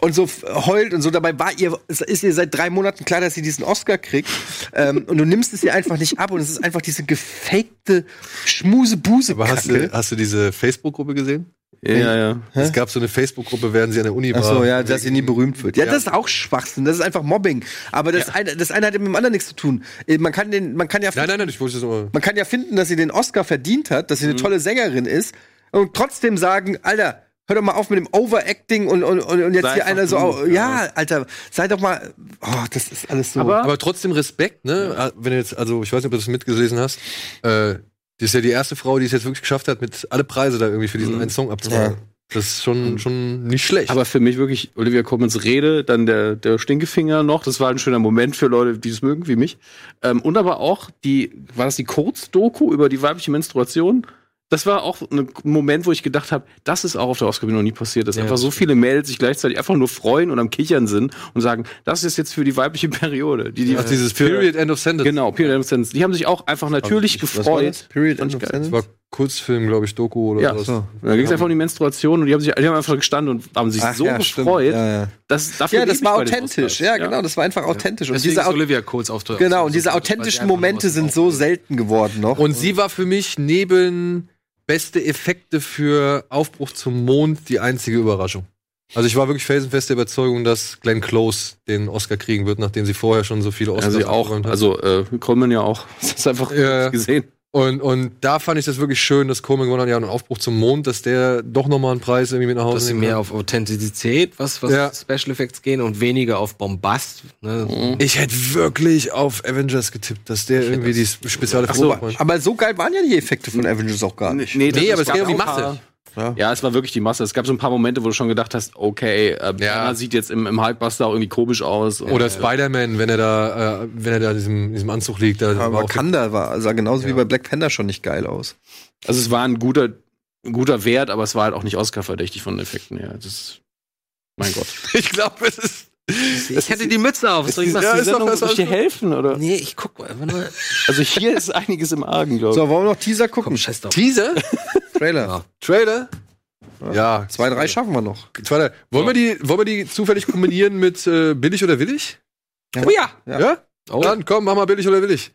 Speaker 3: und so f- heult und so. Dabei war ihr, es ist ihr seit drei Monaten klar, dass sie diesen Oscar kriegt. ähm, und du nimmst es ihr einfach nicht ab und es ist einfach diese gefakte Schmusebuse.
Speaker 1: Aber hast du, hast du diese Facebook-Gruppe gesehen?
Speaker 4: Ja, ja.
Speaker 1: Es gab so eine Facebook-Gruppe, während sie an der Uni war.
Speaker 3: Ach so, ja, dass sie nie berühmt wird. Ja,
Speaker 1: Ja.
Speaker 3: das ist auch Schwachsinn, das ist einfach Mobbing. Aber das, eine, das eine hat mit dem anderen nichts zu tun. Äh, Man kann, den, man kann ja
Speaker 1: Nein, nein, nein, ich wollte es nur.
Speaker 3: man kann ja finden, dass sie den Oscar verdient hat, dass sie eine tolle Sängerin ist und trotzdem sagen, Alter, hör doch mal auf mit dem Overacting und, und, und und jetzt
Speaker 4: Sei
Speaker 3: hier einer so,
Speaker 4: einfach du,
Speaker 3: au- ja, Alter, sei doch mal, oh, das ist alles so.
Speaker 4: Aber-
Speaker 1: Aber trotzdem Respekt, ne? Ah, Wenn du jetzt, also ich weiß nicht, ob du das mitgelesen hast. Äh, die ist ja die erste Frau, die es jetzt wirklich geschafft hat, mit alle Preise da irgendwie für
Speaker 3: Mhm.
Speaker 1: diesen einen Song abzuräumen. Das ist schon, schon nicht schlecht.
Speaker 4: Aber für mich wirklich Olivia Commons Rede, dann der, der Stinkefinger noch, das war ein schöner Moment für Leute, die es mögen, wie mich. Ähm, und aber auch die, war das die Kurz-Doku über die weibliche Menstruation? Das war auch ein Moment, wo ich gedacht habe, das ist auch auf der Oscar noch nie passiert, dass
Speaker 2: Ja,
Speaker 4: einfach so viele Mädels sich gleichzeitig einfach nur freuen und am Kichern sind und sagen, das ist jetzt für die weibliche [LAUGHS] Periode. Die, die,
Speaker 1: Ach, dieses
Speaker 4: für-
Speaker 1: Period End of Sentence.
Speaker 4: Genau, Period of Sentence. Die haben sich auch einfach natürlich gefreut.
Speaker 3: Period
Speaker 4: Fand
Speaker 3: End
Speaker 4: ich
Speaker 3: of
Speaker 4: geil.
Speaker 1: Das
Speaker 3: Sentence?
Speaker 1: war Kurzfilm, glaube ich, Doku oder
Speaker 4: Ja,
Speaker 1: was.
Speaker 3: so.
Speaker 4: Und dann ging es einfach um die Menstruation und die haben sich die haben einfach gestanden und haben sich
Speaker 3: Ach
Speaker 4: so
Speaker 3: ja, stimmt.
Speaker 4: gefreut.
Speaker 3: Ja, ja.
Speaker 4: Das, dafür
Speaker 3: Ja, das
Speaker 4: lebe ich
Speaker 3: war
Speaker 4: bei den
Speaker 3: authentisch.
Speaker 4: Oscars,
Speaker 3: Ja, genau, das war einfach authentisch. Und diese,
Speaker 2: ist
Speaker 3: au-
Speaker 2: Olivia Kohls Auftritt.
Speaker 3: genau, und diese authentischen Momente sind so selten geworden noch.
Speaker 1: Und sie war für mich neben beste Effekte für Aufbruch zum Mond die einzige Überraschung. Also ich war wirklich felsenfest der Überzeugung, dass Glenn Close den Oscar kriegen wird, nachdem sie vorher schon so viele Oscars
Speaker 4: Also ja auch,
Speaker 1: abgeräumt hat.
Speaker 4: also äh, Coleman ja auch. [LAUGHS] Das ist einfach
Speaker 1: Ja.
Speaker 4: gesehen.
Speaker 1: Und, und da fand ich das wirklich schön, dass Coleman gewonnen hat, ja, und Aufbruch zum Mond, dass der doch nochmal einen Preis irgendwie mit nach
Speaker 2: Dass
Speaker 1: Hause
Speaker 2: sie
Speaker 1: nehmen
Speaker 2: mehr
Speaker 1: kann.
Speaker 2: auf Authentizität, was, was
Speaker 1: Ja.
Speaker 2: Special Effects gehen und weniger auf Bombast. Ne?
Speaker 1: Ich hätte wirklich auf Avengers getippt, dass der irgendwie die spezielle
Speaker 3: so,
Speaker 1: Frau macht.
Speaker 3: aber so geil waren ja die Effekte von Avengers auch gar nicht.
Speaker 4: Nee,
Speaker 1: Nee, aber es
Speaker 4: gab
Speaker 1: geht um die
Speaker 4: auch
Speaker 1: Masse.
Speaker 4: Paar- Ja, es war wirklich die Masse. Es gab so ein paar Momente, wo du schon gedacht hast, okay, äh, Banner sieht jetzt im, im Hulkbuster auch irgendwie komisch aus. Und-
Speaker 1: Oder Spider-Man, wenn er da, äh, wenn er da in diesem, in diesem Anzug liegt. Da war
Speaker 3: Aber
Speaker 1: auch-
Speaker 3: Wakanda war, sah genauso wie bei Black Panther schon nicht geil aus.
Speaker 4: Also es war ein guter, ein guter Wert, aber es war halt auch nicht Oscar-verdächtig von den Effekten her. Das ist, mein Gott.
Speaker 1: [LAUGHS] ich glaube, es ist.
Speaker 2: Ich hätte die Mütze auf. Soll ich was?
Speaker 1: ist doch das
Speaker 4: soll ich dir
Speaker 1: alles-
Speaker 4: helfen, [LAUGHS] oder?
Speaker 2: Nee, ich guck mal. einfach nur-
Speaker 4: Also hier ist einiges im Argen, glaube ich.
Speaker 3: So, wollen wir noch Teaser gucken?
Speaker 2: Komm, scheiß drauf.
Speaker 1: Teaser?
Speaker 3: Trailer.
Speaker 1: Trailer? Ja.
Speaker 3: Zwei, drei schaffen wir noch.
Speaker 1: Zweiter. Wollen, wir die, wollen wir die zufällig kombinieren mit äh, billig oder willig?
Speaker 3: Oh
Speaker 2: ja.
Speaker 1: Ja? Dann komm, mach mal billig oder willig.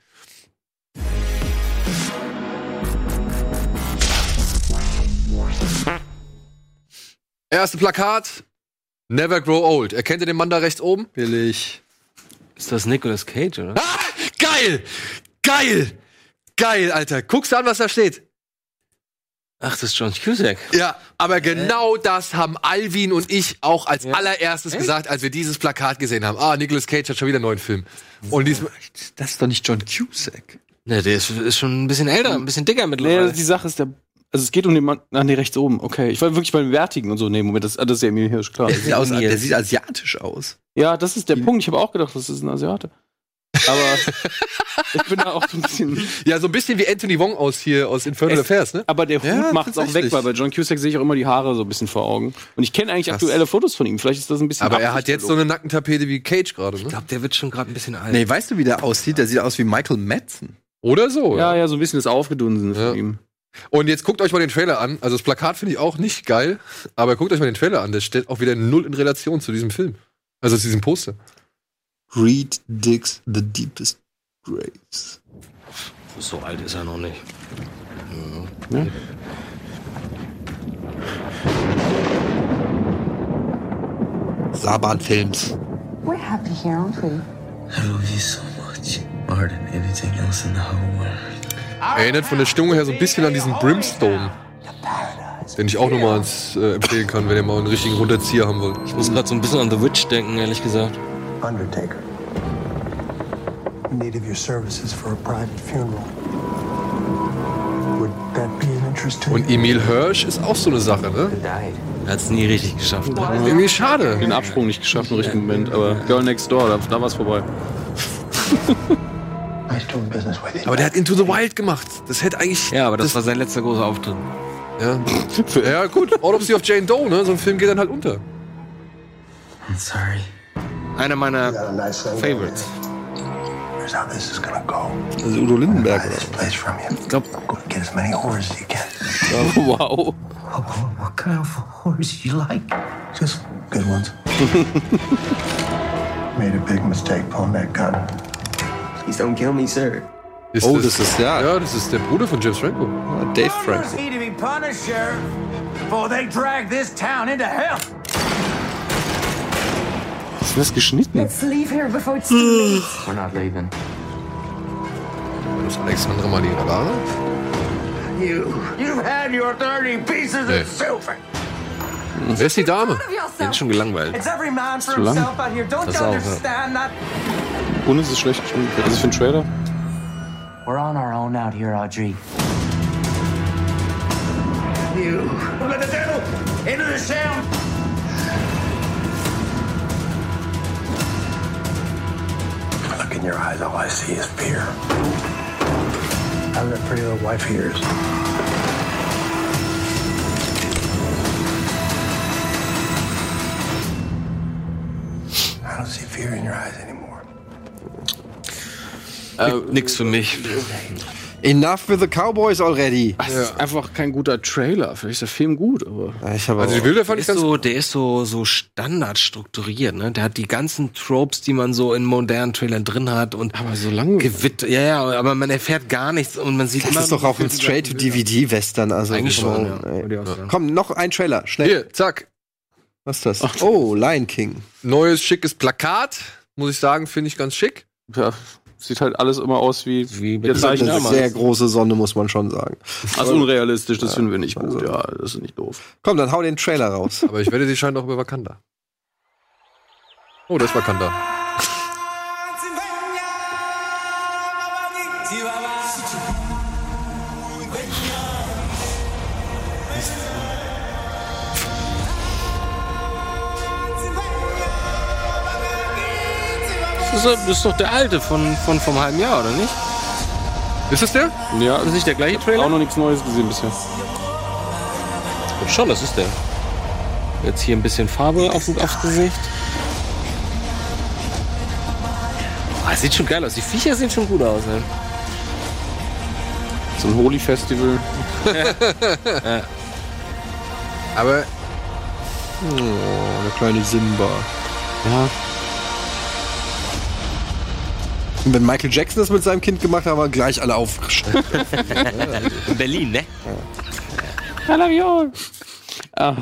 Speaker 1: Erste Plakat. Never grow old. Erkennt ihr den Mann da rechts oben?
Speaker 3: Billig.
Speaker 2: Ist das Nicolas Cage, oder?
Speaker 1: Ah, geil! Geil! Geil, Alter. Guckst du an, was da steht?
Speaker 2: Ach, das ist John Cusack.
Speaker 1: Ja, aber genau das haben Alvin und ich auch als allererstes gesagt, als wir dieses Plakat gesehen haben. Ah, Nicolas Cage hat schon wieder einen neuen Film. Und diesmal,
Speaker 3: Das ist doch nicht John Cusack.
Speaker 2: Ne, der ist, ist schon ein bisschen älter, ein bisschen dicker
Speaker 4: Nee,
Speaker 2: mittlerweile.
Speaker 4: die Sache ist, der Also es geht um den Mann. Ah, nee, rechts oben. Okay. Ich war wirklich beim Wertigen und so. Nee, Moment, das, ah, das ist ja Emil Hirsch, klar.
Speaker 16: Der sieht, aus, der sieht asiatisch aus.
Speaker 4: Ja, das ist der Punkt. Ich habe auch gedacht, das ist ein Asiate.
Speaker 17: [LAUGHS]
Speaker 4: Aber ich bin da auch so ein bisschen.
Speaker 1: Ja, so ein bisschen wie Anthony Wong aus hier aus Infernal
Speaker 4: Es-
Speaker 1: Affairs, ne?
Speaker 4: Aber der Hut
Speaker 1: Ja,
Speaker 4: macht's auch weg,
Speaker 1: tatsächlich.
Speaker 4: weil bei John Cusack sehe ich auch immer die Haare so ein bisschen vor Augen. Und ich kenne eigentlich aktuelle Fotos von ihm. Vielleicht ist das ein bisschen.
Speaker 1: Aber er hat jetzt so eine Nackentapete wie Cage gerade, ne?
Speaker 2: glaube, der wird schon gerade ein bisschen alt.
Speaker 16: Nee, weißt du, wie der aussieht? Der sieht aus wie Michael Madsen.
Speaker 1: Oder so.
Speaker 4: Ja, ja, so ein bisschen das Aufgedunsen
Speaker 1: Ja.
Speaker 4: von ihm.
Speaker 1: Und jetzt guckt euch mal den Trailer an. Also das Plakat finde ich auch nicht geil, aber guckt euch mal den Trailer an. Der steht auch wieder null in Relation zu diesem Film. Also zu diesem Poster.
Speaker 5: Reed digs the deepest graves.
Speaker 2: So alt ist er noch nicht.
Speaker 5: Saban-Films.
Speaker 11: We're happy here, aren't we?
Speaker 5: I love you so much. More than anything else in the whole world.
Speaker 1: Erinnert von der Stimmung her so ein bisschen an diesen Brimstone. Den ich auch nochmal ans, äh, empfehlen kann, wenn ihr mal einen richtigen Runterzieher haben wollt.
Speaker 2: Ich muss gerade so ein bisschen an The Witch denken, ehrlich gesagt.
Speaker 5: Undertaker. In need of your services for a private funeral. Would that be an interest to you?
Speaker 1: Und Emil Hirsch ist auch so eine Sache, ne?
Speaker 2: Er hat's nie richtig geschafft.
Speaker 1: Irgendwie schade.
Speaker 4: Den Absprung nicht geschafft im richtigen Moment. Aber Girl Next Door, da, da war's vorbei.
Speaker 1: Aber der hat Into the Wild gemacht. Das hätte eigentlich.
Speaker 2: Ja, aber das, war sein letzter großer Auftritt.
Speaker 1: Ja, ja gut. Autopsy of Jane Doe, ne? So ein Film geht dann halt unter.
Speaker 5: I'm sorry.
Speaker 2: Einer meiner Favorites.
Speaker 5: Here's how this is gonna go.
Speaker 3: Das ist Udo Lindenberg. Oder?
Speaker 5: Place from you. I'm gonna get as many whores as you can.
Speaker 4: wow.
Speaker 5: [LAUGHS] What kind of whores you like? Just good ones. Made a big mistake pulling that gun. Please don't kill me, sir.
Speaker 3: Oh, das ist der.
Speaker 1: Ja, das ist der Bruder von James Franco.
Speaker 3: Dave Franco.
Speaker 5: He to be punished, Sheriff, before they drag this town into hell.
Speaker 4: Ist das geschnitten?
Speaker 11: Let's leave here before it's too late.
Speaker 1: We're not leaving. Das ist Alexandra Marlene Ware.
Speaker 5: You, you've had your 30 pieces
Speaker 1: Hey.
Speaker 5: of silver.
Speaker 1: Wer ist die Dame?
Speaker 2: Bin schon gelangweilt.
Speaker 5: It's every man for
Speaker 4: Zu lang.
Speaker 5: himself out here. Don't
Speaker 4: Das
Speaker 5: you
Speaker 4: auch, ja.
Speaker 5: understand that?
Speaker 4: Und es ist schlecht geschnitten. Also für den Trailer.
Speaker 5: We're on our own out here, Audrey. You. Let the devil into the sound. I look in your eyes, all I see is fear. I've got pretty little wife of yours. I don't see fear in your eyes anymore.
Speaker 2: Nix für mich.
Speaker 3: Enough with the Cowboys already.
Speaker 17: Das ist einfach kein guter Trailer. Vielleicht ist der Film gut, aber.
Speaker 3: Ja, Ich habe
Speaker 1: Also die
Speaker 3: also
Speaker 1: Bilder fand ich
Speaker 2: Ist
Speaker 1: ganz
Speaker 2: so, der ist so, so standardstrukturiert, ne? Der hat die ganzen Tropes, die man so in modernen Trailern drin hat und
Speaker 17: Aber so lange.
Speaker 2: gewitt, ja, ja, aber man erfährt gar nichts und man sieht
Speaker 3: das ist doch auch ein Straight-to-DVD-Western. Also
Speaker 2: Eigentlich
Speaker 3: come
Speaker 2: schon,
Speaker 3: on,
Speaker 2: ja.
Speaker 3: ey.
Speaker 2: Würde ich auch sagen.
Speaker 3: Komm, noch ein Trailer. Schnell.
Speaker 1: Hier, zack.
Speaker 3: Was ist das? oh, Lion King.
Speaker 1: Neues schickes Plakat. Muss ich sagen, finde ich ganz schick.
Speaker 4: Ja, sieht halt alles immer aus wie,
Speaker 2: Wie
Speaker 4: der
Speaker 3: Das ist
Speaker 4: Zeichen
Speaker 3: eine
Speaker 4: damals.
Speaker 3: sehr große Sonne, muss man schon sagen.
Speaker 4: Also unrealistisch, das finden wir nicht gut. Ja, das ist nicht doof.
Speaker 3: Komm, dann hau den
Speaker 2: [LAUGHS]
Speaker 3: Trailer raus.
Speaker 1: Aber ich werde sie scheint auch über Wakanda. Oh, das ist Wakanda.
Speaker 2: Das ist, das ist doch der alte von, von vom halben Jahr, oder nicht?
Speaker 1: Ist es der?
Speaker 4: Ja, also
Speaker 2: Ist das nicht der gleiche
Speaker 4: auch
Speaker 2: Trailer?
Speaker 4: noch nichts Neues gesehen bisher.
Speaker 2: Schon, das ist der. Jetzt hier ein bisschen Farbe auf, aufs Gesicht. Ah, sieht schon geil aus. Die Viecher sehen schon gut aus. Ne?
Speaker 4: So ein Holy Festival.
Speaker 1: Aber
Speaker 3: Oh, der kleine Simba. Ja. Und wenn Michael Jackson das mit seinem Kind gemacht hat, waren gleich
Speaker 2: [LAUGHS]
Speaker 3: alle aufgeschreckt.
Speaker 2: In Berlin, ne?
Speaker 1: ja,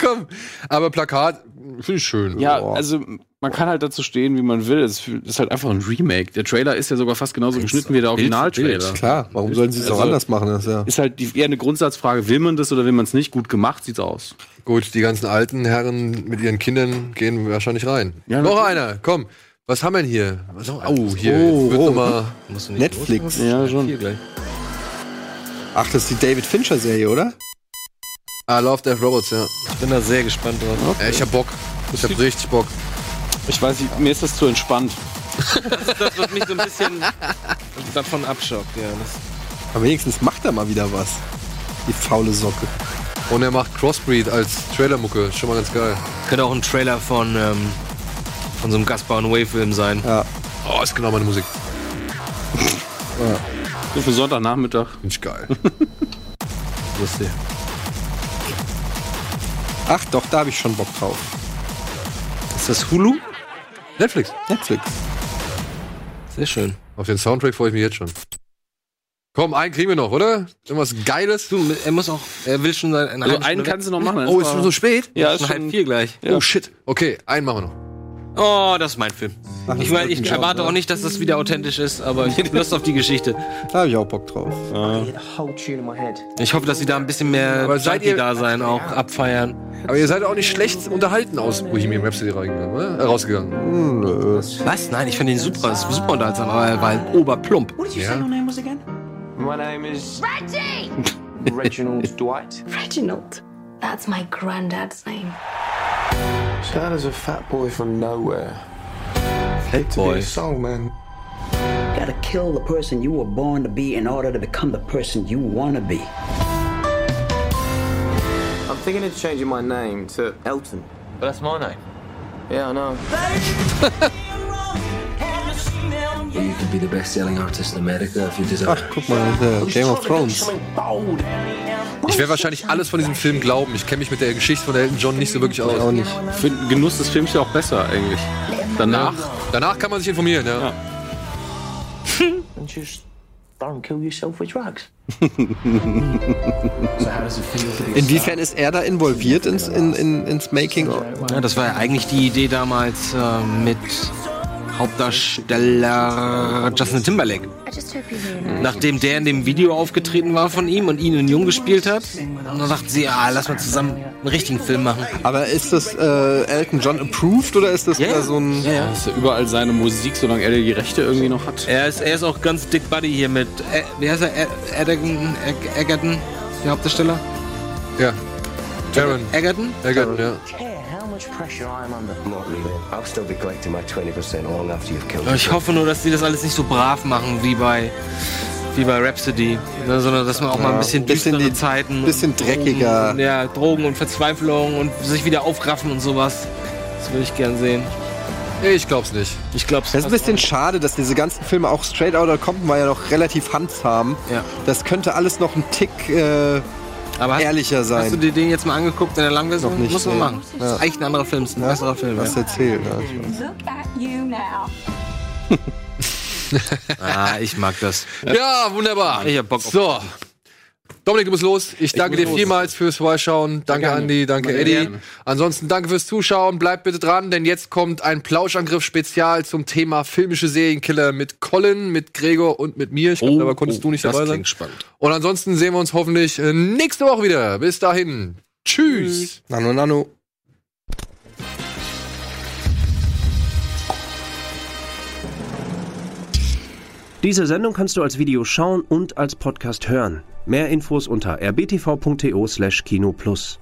Speaker 1: komm. Aber Plakat finde ich schön.
Speaker 4: Ja, also man kann halt dazu stehen, wie man will. Es ist halt einfach ein Remake. Der Trailer ist ja sogar fast genauso geschnitten wie
Speaker 2: Bild
Speaker 4: der
Speaker 2: für
Speaker 4: Originaltrailer.
Speaker 3: Klar, warum sollen sie es auch
Speaker 4: Also-
Speaker 3: anders machen? Das, ist ja.
Speaker 4: Ist halt die, eher eine Grundsatzfrage, will man das oder will man es nicht? Gut gemacht sieht's aus.
Speaker 1: Gut, die ganzen alten Herren mit ihren Kindern gehen wahrscheinlich rein.
Speaker 4: Ja,
Speaker 1: Noch
Speaker 4: natürlich.
Speaker 1: einer, komm. Was haben wir denn hier? Was, oh, hier.
Speaker 3: Oh,
Speaker 1: jetzt wird
Speaker 3: oh.
Speaker 1: noch mal,
Speaker 2: Musst du nicht
Speaker 3: Netflix.
Speaker 4: Ja, schon.
Speaker 2: Hier gleich.
Speaker 3: Ach, das ist die David Fincher-Serie, oder?
Speaker 1: Ah, Love Death Robots, ja.
Speaker 6: Bin da sehr gespannt drauf.
Speaker 1: Ey, ich hab Bock. Ich hab richtig Bock.
Speaker 15: Ich weiß nicht, mir ist das zu entspannt.
Speaker 2: Das wird mich so ein bisschen davon abschockt, ja.
Speaker 3: Aber wenigstens macht er mal wieder was. Die faule Socke.
Speaker 1: Und er macht Crossbreed als Trailermucke. Schon mal ganz geil.
Speaker 2: Könnte auch ein Trailer von, ähm, von so einem Gaspar und Way-Film sein.
Speaker 3: Ja.
Speaker 1: Oh, ist genau meine Musik.
Speaker 15: So für Sonntagnachmittag.
Speaker 1: Finde ich geil.
Speaker 2: [LAUGHS] Lustig.
Speaker 3: Ach doch, da habe ich schon Bock drauf.
Speaker 2: Ist das Hulu?
Speaker 1: Netflix.
Speaker 3: Netflix.
Speaker 2: Sehr schön.
Speaker 1: Auf den Soundtrack freue ich mich jetzt schon. Komm, einen kriegen wir noch, oder? Irgendwas Geiles.
Speaker 2: Du, er muss auch, er will schon sein.
Speaker 15: Also einen kannst du noch machen.
Speaker 1: Oh, ist schon so spät?
Speaker 15: ja, ist
Speaker 2: schon halb
Speaker 15: schon,
Speaker 2: vier gleich.
Speaker 1: Oh, shit. Okay, einen machen wir noch.
Speaker 2: Oh, das ist mein Film.
Speaker 3: das
Speaker 2: Ich, meine, ich erwarte auch nicht, dass das wieder authentisch ist, aber ich hätte Lust auf die Geschichte.
Speaker 3: Da habe ich auch Bock drauf.
Speaker 2: Ich hoffe, dass sie da ein bisschen mehr
Speaker 1: Aber seid ihr-
Speaker 2: da sein, auch abfeiern.
Speaker 1: Aber ihr seid auch nicht schlecht unterhalten aus Bohemian Rhapsody reingegangen, oder? Äh, rausgegangen.
Speaker 2: Was? Nein, ich finde ihn super, ist super unterhaltsam, aber er war halt oberplump.
Speaker 1: Ja.
Speaker 9: My name is
Speaker 11: Reggie!
Speaker 9: Reginald Dwight.
Speaker 11: Reginald. That's my granddad's name.
Speaker 9: Dad is a fat boy from nowhere.
Speaker 2: Fat Boy.
Speaker 9: soul man.
Speaker 18: gotta kill the person you were born to be in order to become the person you want to be.
Speaker 9: I'm thinking of changing my name to Elton. But that's my name. Yeah, I know.
Speaker 5: You could be the best selling artist in America if you desire.
Speaker 3: Ach, guck mal, das ist, äh, Game of Thrones.
Speaker 1: Ich werde wahrscheinlich alles von diesem Film glauben. Ich kenne mich mit der Geschichte von Elton John nicht so wirklich aus.
Speaker 3: Auch nicht.
Speaker 15: Ich finde den Genuss des Films ja auch besser eigentlich. Danach.
Speaker 1: Danach kann man sich informieren, ja.
Speaker 5: And just don't kill yourself with drugs. so how does it feel to be
Speaker 3: Inwiefern ist er da involviert ins, in, in, ins Making? of?
Speaker 2: Ja, das war ja eigentlich die Idee damals äh, mit Hauptdarsteller Justin Timberlake.
Speaker 11: I just hope you realize.
Speaker 2: Nachdem der in dem Video aufgetreten war von ihm und ihn in Jung gespielt hat, und dann dachten sie, ah, lass mal zusammen einen richtigen Film machen.
Speaker 3: Aber ist das äh, Elton John approved oder ist das
Speaker 2: Ja,
Speaker 3: wieder so ein.
Speaker 2: ja, ja.
Speaker 15: Das ist ja überall seine Musik, solange er die Rechte irgendwie noch hat.
Speaker 2: Er ist, er ist auch ganz dick Buddy hier mit, äh, wie heißt er, Ä- Edgerton, Ä- Egerton, der Hauptdarsteller?
Speaker 1: Ja. Darren.
Speaker 2: Egerton?
Speaker 1: Egerton, ja.
Speaker 5: care how much pressure I'm under? I'm not leaving. I'll still be collecting my 20% long after you've killed
Speaker 2: Ich hoffe nur, dass die das alles nicht so brav machen wie bei, wie bei Rhapsody, ne, sondern dass man auch mal ein bisschen
Speaker 3: bisschen
Speaker 2: düstere
Speaker 3: die-
Speaker 2: Zeiten,
Speaker 3: bisschen dreckiger.
Speaker 2: Drogen, ja, Drogen und Verzweiflung und sich wieder aufraffen und sowas. Das würde ich gern sehen.
Speaker 1: Ich glaub's nicht.
Speaker 2: Ich glaube,
Speaker 3: Das ist ein bisschen schade, dass diese ganzen Filme auch Straight Outta Compton war ja noch relativ handzahm.
Speaker 2: Ja.
Speaker 3: Das könnte alles noch ein Tick äh,
Speaker 2: Aber hast,
Speaker 3: ehrlicher sein.
Speaker 2: hast du dir den jetzt mal angeguckt in der Langversion?
Speaker 3: Noch nicht,
Speaker 2: Muss man
Speaker 3: nee.
Speaker 2: machen. Das ist eigentlich ein anderer Film, ist ein besserer Film.
Speaker 3: was
Speaker 2: ja.
Speaker 3: erzählt? Ja, ich weiß.
Speaker 19: Look at you now.
Speaker 2: Ah, ich mag das.
Speaker 1: Ja, wunderbar.
Speaker 2: Ich hab Bock auf-
Speaker 1: So. Dominik, du musst los. Ich danke
Speaker 15: muss
Speaker 1: dir
Speaker 15: los.
Speaker 1: vielmals fürs Vorbeischauen. Danke,
Speaker 15: gerne.
Speaker 1: Andi. Danke,
Speaker 15: Sehr
Speaker 1: Eddie.
Speaker 15: gerne.
Speaker 1: Ansonsten danke fürs Zuschauen. Bleibt bitte dran, denn jetzt kommt ein Plauschangriff-Spezial zum Thema filmische Serienkiller mit Colin, mit Gregor und mit mir. Ich glaube,
Speaker 3: Oh,
Speaker 1: dabei konntest du nicht dabei
Speaker 2: Oh, Das
Speaker 1: sein.
Speaker 2: klingt spannend.
Speaker 1: Und ansonsten sehen wir uns hoffentlich äh, nächste Woche wieder. Bis dahin. Tschüss.
Speaker 3: Nano, nano.
Speaker 20: Diese Sendung kannst du als Video schauen und als Podcast hören. Mehr Infos unter rbtv.to/kinoplus.